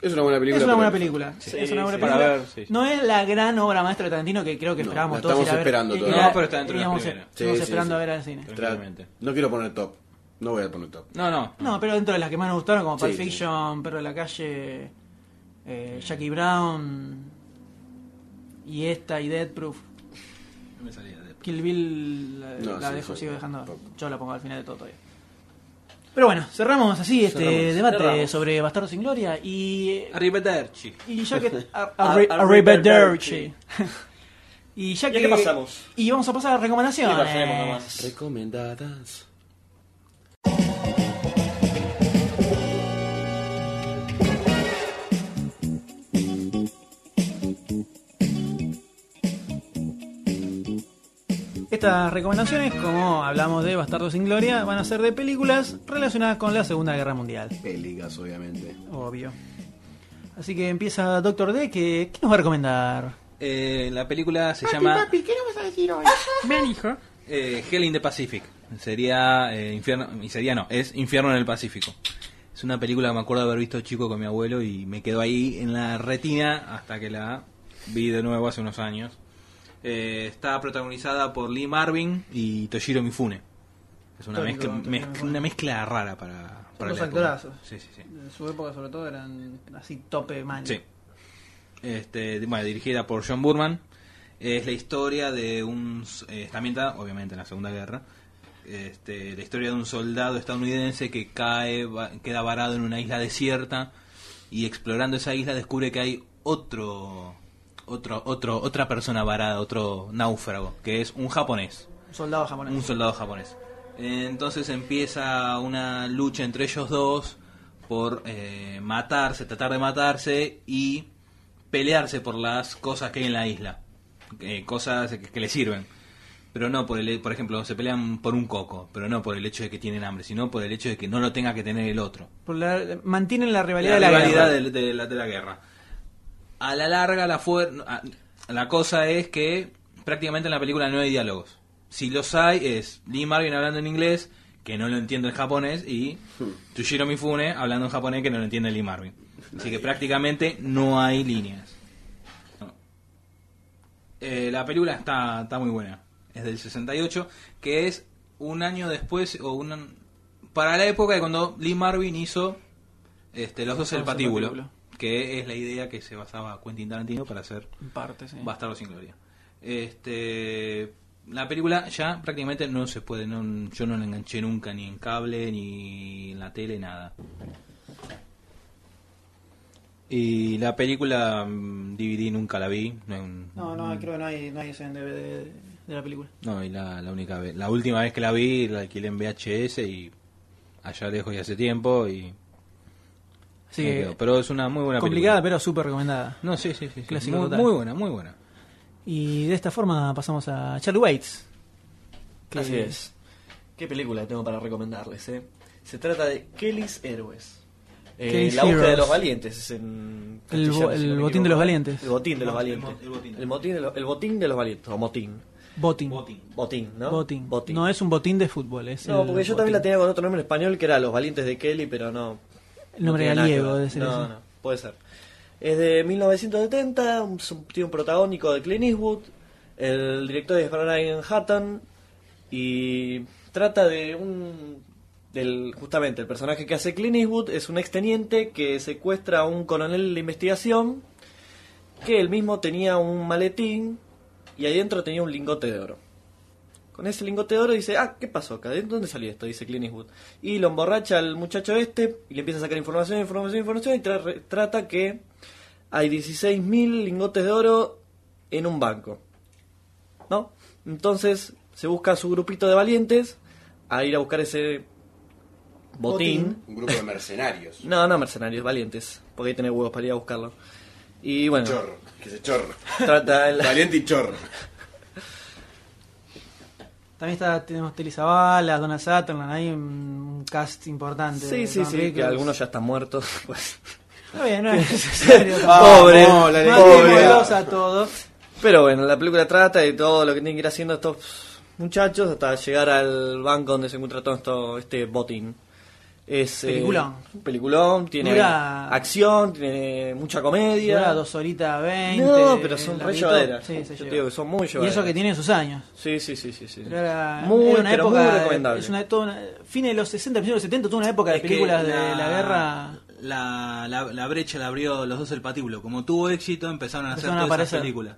C: Es una buena película.
A: es una
C: pero-
A: buena película. es una buena película. No es la gran obra maestra de Tarantino que creo que
C: No,
A: esperábamos
C: la
A: todos.
C: estamos
A: ir a ver.
C: esperando
A: Y- y
C: todavía.
A: la-
C: No, pero está dentro de las
A: íbamos-
C: primeras.
A: íbamos
C: Sí, sí,
A: esperando
C: sí.
A: a ver al cine.
C: Tra- No quiero poner top. No voy a poner top.
B: No, no.
A: No, pero dentro de las que más nos gustaron, como
C: Sí,
A: Pulp
C: sí.
A: Fiction, Perro de la Calle, eh, Jackie Brown, y esta, y Dead Proof.
B: No me salía de...
A: Kill Bill la,
B: No,
A: la
B: sí,
A: dejo,
B: sí,
A: sigo
B: sí,
A: dejando. Yo la pongo al final de todo todavía. Pero bueno, cerramos así este
B: Cerramos.
A: debate
B: Cerramos.
A: sobre Bastardo sin Gloria y.
B: Arrivederci.
A: Y ya que. ar-
E: Arri-
A: arri- Arrivederci. Y ya
E: ¿Y a
A: que.
E: qué pasamos?
A: Y vamos a pasar a recomendaciones.
C: Recomendadas.
A: Estas recomendaciones, como hablamos de Bastardo sin Gloria, van a ser de películas relacionadas con la Segunda Guerra Mundial.
C: Películas, obviamente.
A: Obvio. Así que empieza Doctor D, que ¿qué nos va a recomendar?
D: Eh, la película se llama
G: ¿qué nos vas a decir hoy?
A: Ven, hijo.
D: eh, Hell in the Pacific. Sería eh, infierno y sería no, es Infierno en el Pacífico. Es una película que me acuerdo haber visto chico con mi abuelo y me quedó ahí en la retina hasta que la vi de nuevo hace unos años. Eh, está protagonizada por Lee Marvin y Toshiro Mifune. Es una
A: Tónico,
D: mezcla,
A: Toshiro
D: mezcla-
A: Mifune.
D: una mezcla rara para, para
A: Los
D: la época.
A: actorazos.
D: Sí, sí, sí.
A: En su época, sobre todo, eran así tope man.
D: Sí. Este, di- bueno, dirigida por John Burman. Es la historia de un. s- eh, está ambientada, obviamente, en la Segunda Guerra. Este, la historia de un soldado estadounidense que cae, va- queda varado en una isla desierta y explorando esa isla descubre que hay otro, otro, otro, otra persona varada, otro náufrago, que es un japonés.
A: Un soldado japonés.
D: Un soldado japonés. Entonces empieza una lucha entre ellos dos por eh, matarse, tratar de matarse y pelearse por las cosas que hay en la isla. Eh, cosas que, que le sirven. Pero no por el, por ejemplo, se pelean por un coco, pero no por el hecho de que tienen hambre, sino por el hecho de que no lo tenga que tener el otro.
A: Por la- mantienen la
D: La
A: rivalidad de la
D: rivalidad
A: guerra.
D: del- de, la, de la guerra. A la larga, la, fuer- a- la cosa es que prácticamente en la película no hay diálogos. Si los hay, es Lee Marvin hablando en inglés, que no lo entiende el japonés, y Toshiro Mifune hablando en japonés, que no lo entiende Lee Marvin. Así que prácticamente no hay líneas. Eh, la película está, está muy buena. Es del 68, que es un año después, o un, para la época de cuando Lee Marvin hizo este, Los dos el
A: Los Doce
D: patíbulo,
A: Patíbulo.
D: que es la idea que se basaba Quentin Tarantino para hacer
A: En parte, sí.
D: Bastardo sin Gloria. Este, la película ya prácticamente no se puede, no- yo no la enganché nunca ni en cable, ni en la tele, nada. Y la película mm, DVD nunca la vi. no-
A: No, no, creo que no hay, no hay ese en DVD de, de la película.
D: no, y la, la única vez, la última vez que la vi la alquilé en VHS y allá lejos y hace tiempo y
A: Sí,
D: me quedo. pero es una muy buena
A: Complicada, pero súper recomendada.
D: No, sí, sí, sí.
A: sí.
D: película.
A: Clásico
D: muy,
A: total.
D: muy buena, muy buena.
A: Y de esta forma pasamos a Charlie Waits. que
E: Así es. ¿Qué película tengo para recomendarles? Eh? Se trata de Kelly's Héroes. Eh,
A: Kelly's
E: la búsqueda de
A: Heroes.
E: los valientes es en
A: El bo-
E: castellano,
A: el
E: si no me
A: botín de
E: equivoco.
A: los valientes.
E: El botín de los
A: El
E: valientes.
A: botín, el botín.
E: El botín de, lo- el botín de los valientes. O motín.
A: Botín.
E: Botín, ¿no?
A: Botín. No es un botín de fútbol, es
E: No,
A: el
E: porque yo
A: botín.
E: también la tenía con otro nombre en español que era Los Valientes de Kelly, pero no.
A: El nombre
E: tiene nada que
A: gallego,
E: ver.
A: debe ser
E: No,
A: ese.
E: no, puede ser. Es de 1970, un, es un- tiene un protagónico de Clint Eastwood, el director es Brian Hatton, y trata de un. Del, justamente, el personaje que hace Clint Eastwood es un exteniente que secuestra a un coronel de investigación que él mismo tenía un maletín y adentro tenía un lingote de oro. Con ese lingote de oro dice, ah, ¿qué pasó acá? ¿De dónde salió esto? Dice Clint Eastwood. Y lo emborracha al muchacho este y le empieza a sacar información, información, información y tra- re- trata que hay 16.000 lingotes de oro en un banco. ¿No? Entonces se busca a su grupito de valientes a ir a buscar ese Botín.
C: Un grupo de mercenarios.
E: No, no mercenarios, valientes. Porque ahí tenés huevos para ir a buscarlo. Y bueno.
C: Chorro, que se chorro.
E: Trata el-
C: Valiente y chorro.
A: También está, tenemos Telly Savalas, Donna Sutherland, hay un un cast importante.
E: Sí,
A: de
E: sí,
A: Don
E: sí,
A: Rickles.
E: que algunos ya están muertos. pues.
A: Está bien, no es necesario.
E: pobre,
A: No, la
E: pobre.
A: a todo.
E: Pero bueno, la película trata de todo lo que tienen que ir haciendo estos muchachos hasta llegar al banco donde se encuentra todo esto- este botín. Es, eh,
A: Peliculón.
E: un peliculón, tiene
A: Dura-
E: acción, tiene mucha comedia.
A: Dura dos horitas veinte.
E: ¿eh? No, pero son re
A: larguito.
E: llevaderas.
A: Sí,
E: Yo
A: se
E: te
A: lleva.
E: digo que son muy
A: Y
E: llevaderas.
A: eso que tiene sus años.
E: Sí, sí, sí, sí. sí.
A: Pero era-
E: muy,
A: era una
E: pero
A: época,
E: muy recomendable.
A: Es una, toda una- fines de los 60, principios de los 70, tuvo una época de
B: Es que
A: películas de la guerra.
B: La, la- la brecha la abrió los dos el patíbulo. Como tuvo éxito, empezaron a hacer
A: Empezaron a
B: todas esas
A: aparecer.
B: películas.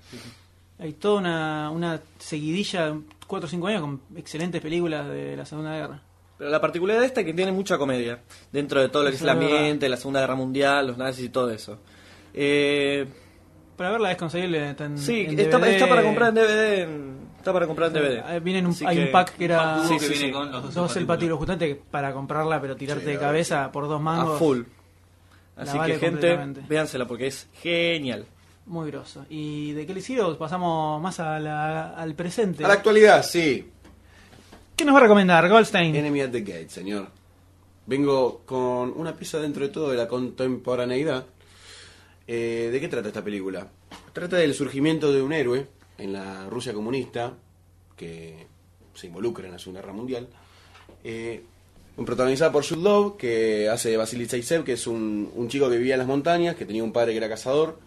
A: Hay toda una, una seguidilla, 4 o 5 años, con excelentes películas de la Segunda Guerra.
E: Pero la particularidad de esta es que tiene mucha comedia dentro de todo lo que es
A: Eso
E: el
A: es verdad.
E: ambiente, la Segunda Guerra Mundial, los nazis y todo eso. Eh,
A: Para verla es conseguible. Está en,
E: sí,
A: en
E: está,
A: DVD.
E: está para comprar en DVD. en- está para comprar en DVD.
A: Ah, viene en un-
E: Así
A: hay un pack que era
E: Sí, sí, sí.
A: dos el patíbulo, justamente para comprarla, pero tirarte
E: Sí,
A: de
E: la
A: cabeza por dos mangos.
E: A full.
A: La
E: Así
A: vale
E: que, gente,
A: completamente.
E: véansela porque es genial.
A: Muy grosso. Y de Kelly Heroes pasamos más a la- al presente.
C: A la actualidad, sí.
A: ¿Qué nos va a recomendar, Goldstein?
C: Enemy at the Gate, señor. Vengo con una pieza dentro de todo de la contemporaneidad. Eh, ¿De qué trata esta película? Trata del surgimiento de un héroe en la Rusia comunista que se involucra en la Segunda Guerra Mundial. Eh, protagonizada por Jude Law, que hace de Vasily Zaitsev, que es un, un chico que vivía en las montañas, que tenía un padre que era cazador,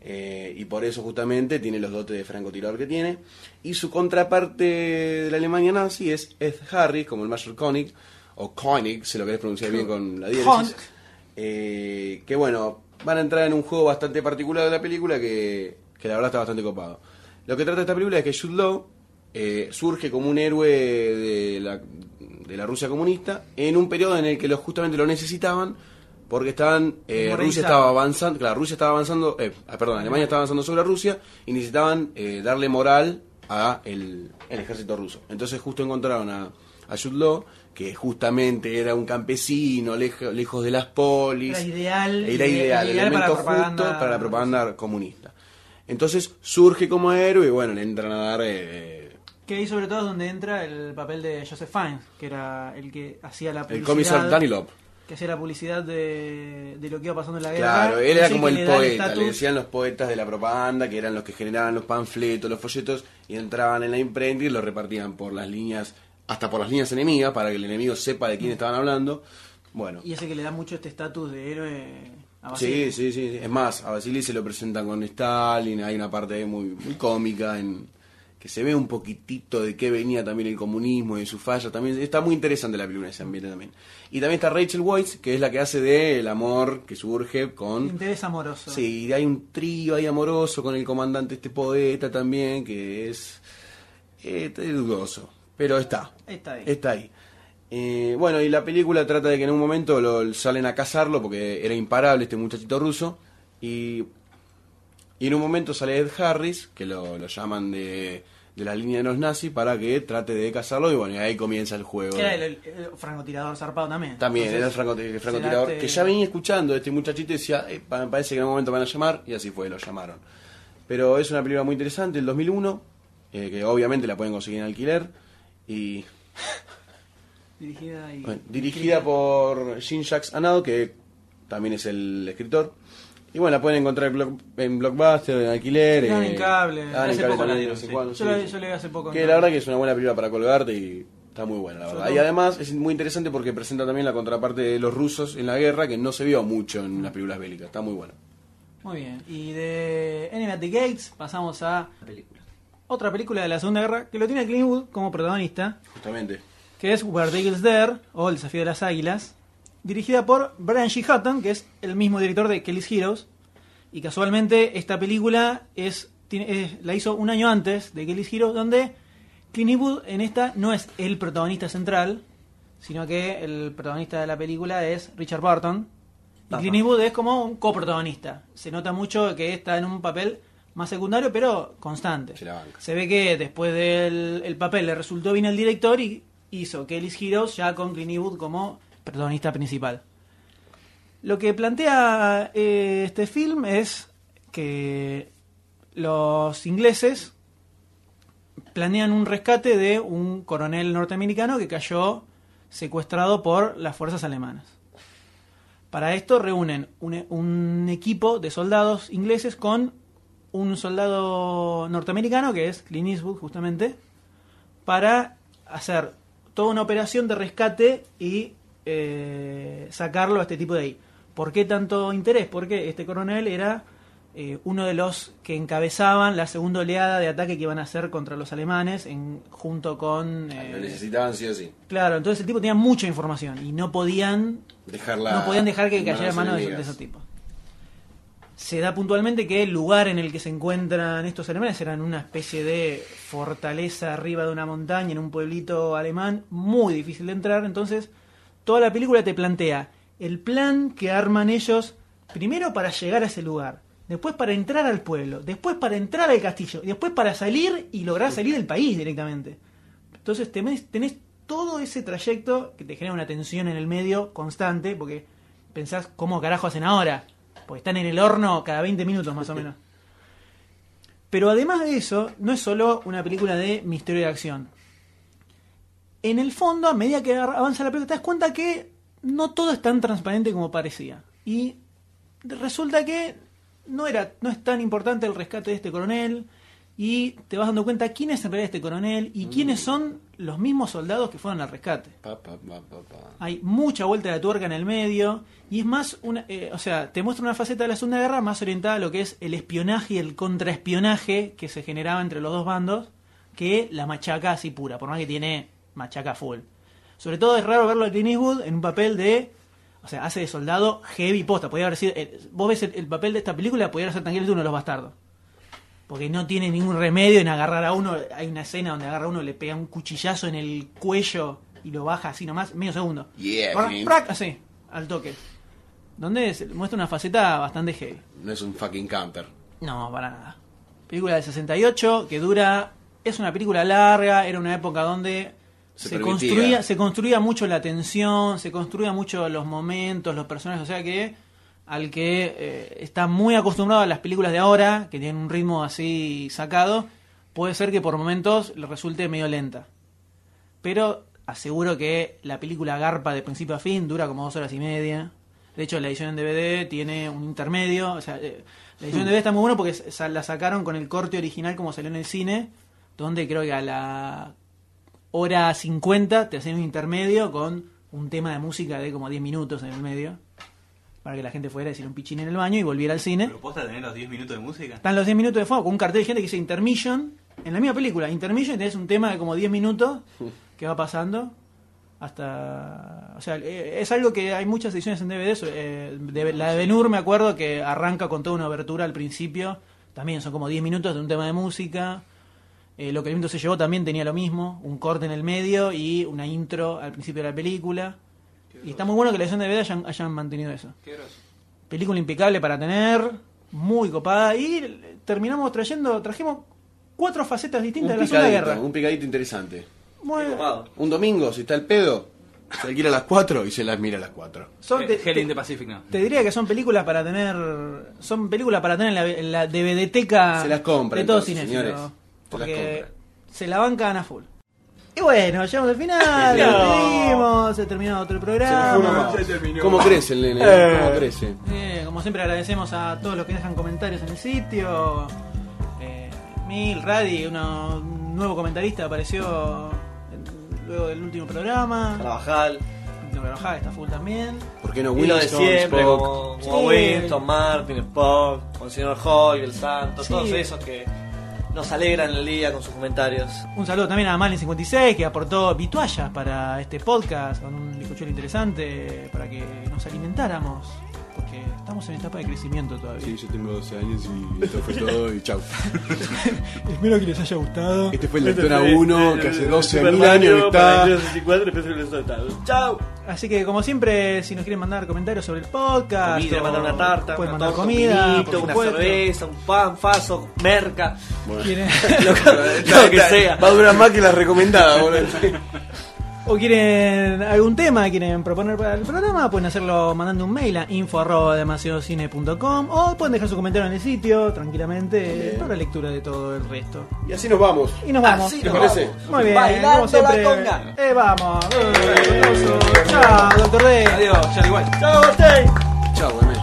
C: eh, y por eso justamente tiene los dotes de francotirador que tiene. Y su contraparte de la Alemania nazi es Ed Harris, como el Marshal Koenig, o Koenig, si lo querés pronunciar bien con la diéresis.
A: Honk.
C: Eh, que bueno, van a entrar en un juego bastante particular de la película que, que la verdad está bastante copado. Lo que trata esta película es que Jude Law eh, surge como un héroe de la, de la Rusia comunista en un periodo en el que los, justamente lo necesitaban porque estaban eh,
A: Desmoralizado.
C: Rusia estaba avanzando claro Rusia estaba avanzando eh, ah, perdón Alemania estaba avanzando sobre Rusia y necesitaban eh, darle moral a el, el ejército ruso entonces justo encontraron a, a Jude Law que justamente era un campesino lejo- lejos de las polis
A: Era ideal.
C: era ideal,
A: ideal para la
C: elemento
A: propaganda.
C: justo para la propaganda comunista entonces surge como héroe y bueno le entran a dar eh,
A: Que ahí sobre todo es donde entra el papel de Joseph Fiennes, que era el que hacía la
C: el
A: publicidad.
C: comisar Danilov
A: Que hacía la publicidad de, de lo que iba pasando en la guerra.
C: Claro, él era
A: Sí,
C: como
A: que
C: el
A: le da
C: poeta, le
A: estatus.
C: decían los poetas de la propaganda, que eran los que generaban los panfletos, los folletos, y entraban en la imprenta y los repartían por las líneas, hasta por las líneas enemigas, para que el enemigo sepa de quién estaban hablando. Bueno,
A: Mm. Y ese que le da mucho este estatus de héroe a Vasily.
C: sí, sí, sí. sí. Es más, a Vasily se lo presentan con Stalin, hay una parte ahí muy, muy cómica en que se ve un poquitito de qué venía también el comunismo y de su falla. También está muy interesante la película en ese ambiente también. Y también está Rachel Weisz, que es la que hace de el amor que surge con
A: Interés amoroso.
C: Sí, y hay un trío ahí amoroso con el comandante, este poeta también, que es, eh, es dudoso, pero está,
A: Está ahí.
C: está ahí. Eh, bueno, y la película trata de que en un momento lo, salen a cazarlo porque era imparable este muchachito ruso, y, y en un momento sale Ed Harris, que lo, lo llaman de, de la línea de los nazis, para que trate de cazarlo, y bueno, y ahí comienza el juego.
A: Era el, el- el francotirador zarpado también.
C: También,
A: Entonces,
C: era el francotir- el francotirador
A: se da
C: que
A: este-
C: ya venía escuchando a este muchachito y decía, "Eh, pa- parece que en algún momento van a llamar, y así fue, lo llamaron. Pero es una película muy interesante, el 2001, eh, que obviamente la pueden conseguir en alquiler, y
A: Dirigida y.
C: bueno, dirigida por Jean Jacques Anado, que también es el escritor. Y bueno, la pueden encontrar en, Block- en Blockbuster, en alquiler.
A: Dan
C: eh,
A: en cable.
C: Dan en
A: Hace
C: cable
A: poco la
C: también,
A: dieron,
C: no sé
A: sí.
C: cuándo,
A: Yo
C: sí,
A: la-
C: sí.
A: yo la vi hace poco,
C: Que
A: ¿no?
C: la verdad que es una buena película para colgarte y está muy buena, la verdad.
A: Sobre
C: Y
A: todo-
C: además es muy interesante porque presenta también la contraparte de los rusos en la guerra, que no se vio mucho en las películas bélicas. Está muy bueno.
A: Muy bien. Y de Enemy at the Gates pasamos a. Otra película de la Segunda Guerra que lo tiene Clint Eastwood como protagonista,
C: Justamente.
A: que es Where the Eagles Dare o El Desafío de las Águilas, dirigida por Brian G. Hutton, que es el mismo director de Kelly's Heroes. Y casualmente esta película es, tiene- es- la hizo un año antes de Kelly's Heroes, donde Clint Eastwood en esta no es el protagonista central, sino que el protagonista de la película es Richard Burton. Y
E: Tapa.
A: Clint Eastwood es como un coprotagonista. Se nota mucho que está en un papel más secundario, pero constante.
C: Se la banca.
A: Se ve que después del el papel le resultó bien al director y hizo Kelly's Heroes ya con Clint Eastwood como protagonista principal. Lo que plantea eh, este film es que los ingleses planean un rescate de un coronel norteamericano que cayó secuestrado por las fuerzas alemanas. Para esto reúnen un, un equipo de soldados ingleses con un soldado norteamericano, que es Clint Eastwood justamente, para hacer toda una operación de rescate y eh, sacarlo a este tipo de ahí. ¿Por qué tanto interés? Porque este coronel era eh, uno de los que encabezaban la segunda oleada de ataque que iban a hacer contra los alemanes en, junto con... eh,
C: Ah, Lo necesitaban sí o sí.
A: claro, entonces el tipo tenía mucha información y no podían
C: Dejarla
A: no podían dejar que
C: en
A: cayera en manos de,
C: enemigas.
A: de esos tipos. Se da puntualmente que el lugar en el que se encuentran estos alemanes eran una especie de fortaleza arriba de una montaña en un pueblito alemán muy difícil de entrar. Entonces, toda la película te plantea el plan que arman ellos primero para llegar a ese lugar, después para entrar al pueblo, después para entrar al castillo, y después para salir y lograr salir del país directamente. Entonces tenés, tenés todo ese trayecto que te genera una tensión en el medio constante, porque pensás, ¿cómo carajo hacen ahora? Porque están en el horno cada 20 minutos más o menos. Pero además de eso, no es solo una película de misterio y de acción. En el fondo, a medida que ar- avanza la película, te das cuenta que no todo es tan transparente como parecía. Y resulta que no, era, no es tan importante el rescate de este coronel, y te vas dando cuenta quién es en realidad este coronel y quiénes son los mismos soldados que fueron al rescate.
C: Pa, pa, pa, pa, pa.
A: Hay mucha vuelta de tuerca en el medio y es más, una, eh, o sea, te muestra una faceta de la Segunda Guerra más orientada a lo que es el espionaje y el contraespionaje que se generaba entre los dos bandos que la machaca así pura, por más que tiene machaca full. Sobre todo es raro verlo a Clint Eastwood en un papel de... O sea, hace de soldado heavy posta. Podría haber sido, eh, vos ves el, el papel de esta película, podría ser tranquilamente uno de los bastardos. Porque no tiene ningún remedio en agarrar a uno. Hay una escena donde agarra a uno, le pega un cuchillazo en el cuello y lo baja así nomás, medio segundo.
C: Yeah,
A: Brac,
C: man.
A: brac, así, al toque. Donde se muestra una faceta bastante heavy.
C: No es un fucking camper.
A: No, para nada. Película del 68 que dura. Es una película larga, era una época donde
C: Se
A: se,
C: permitía.
A: construía, se construía mucho la tensión, se construía mucho los momentos, los personajes. O sea que al que eh, está muy acostumbrado a las películas de ahora, que tienen un ritmo así sacado, puede ser que por momentos le resulte medio lenta. Pero aseguro que la película garpa de principio a fin dura como dos horas y media. De hecho, la edición en DVD tiene un intermedio. O sea, eh, la edición en DVD está muy buena porque sa- la sacaron con el corte original como salió en el cine, donde creo que a la hora 50 te hacen un intermedio con un tema de música de como 10 minutos en el medio, para que la gente fuera a decir un pichín en el baño y volviera al cine.
D: ¿Pero posta tener los 10 minutos de música?
A: Están los 10 minutos de fuego con un cartel de gente que dice Intermission. En la misma película, Intermission, y tenés un tema de como 10 minutos que va pasando hasta... O sea, eh, es algo que hay muchas ediciones en DVD. so- eh, de- la de Benur me acuerdo que arranca con toda una abertura al principio. También son como 10 minutos de un tema de música. Eh, lo que el viento se llevó también tenía lo mismo. Un corte en el medio y una intro al principio de la película. Y está muy bueno que la edición de DVD hayan- hayan mantenido eso. Película impecable para tener, muy copada. Y terminamos trayendo, trajimos cuatro facetas
C: Un
A: distintas de la Segunda
C: picadito,
A: Guerra.
C: un picadito interesante.
A: Muy-
C: Un domingo, si está el pedo, se alquila a las 4 y se las mira a las 4.
A: son- te,
D: Hell in the Pacific, no.
A: te diría que son películas para tener. Son películas para tener en la, en la DVDteca
C: Se las compra,
A: de todos
C: entonces, señores. Se las
A: Porque se la bancan a full. Y bueno, llegamos al final.
C: No.
A: nos despedimos, se terminó otro
C: Ah,
A: programa.
C: ¿Cómo crece el nene?
A: Eh.
C: ¿Cómo crece?
A: Eh, como siempre agradecemos a todos los que dejan comentarios en el sitio. Eh, Mil, Radi, uno- un nuevo comentarista apareció en- luego del último programa.
E: Carabajal.
A: Último Carabajal está full también.
C: ¿Por qué no
E: Y lo de
C: Winston,
E: siempre,
C: Spock?
E: como, como
A: Sí.
E: Winston, Martin, Spock, con el señor Hall, el Santo,
A: Sí.
E: todos esos que nos alegran el día con sus comentarios.
C: Este
A: Un saludo también a Malin56 que aportó vituallas para este podcast con un bizcochuelo interesante para que nos alimentáramos. Porque estamos en etapa de crecimiento todavía.
C: Sí, yo tengo 12 años y esto fue todo y chau.
A: Espero que les haya gustado.
C: Este fue el Lectora 1 que hace 12.000 años que está.
E: Chao.
A: Así que como siempre, si nos quieren mandar comentarios sobre el podcast,
E: Comida,
A: o
E: mandar una tarta,
A: pueden
E: una
A: mandar
E: torta, un
A: comida,
E: vinito,
A: por
E: una
A: supuesto.
E: cerveza, un pan, faso, merca,
A: Quieren-
E: lo que- lo que sea.
C: Va a durar más que las recomendadas, boludo.
A: o quieren algún tema, quieren proponer para el programa, pueden hacerlo mandando un mail a info.demasiadocine.com o pueden dejar su comentario en el sitio tranquilamente
C: Bien.
A: para lectura de todo el resto.
C: Y así nos vamos.
A: Y nos vamos.
C: ¿Te parece?
A: Muy bien.
C: Bailando
A: como siempre.
C: la conga.
A: Eh, vamos. Eh, aplauso. Chao, doctor D.
C: Adiós,
A: ya igual. Chao, Ortega.
C: Chao,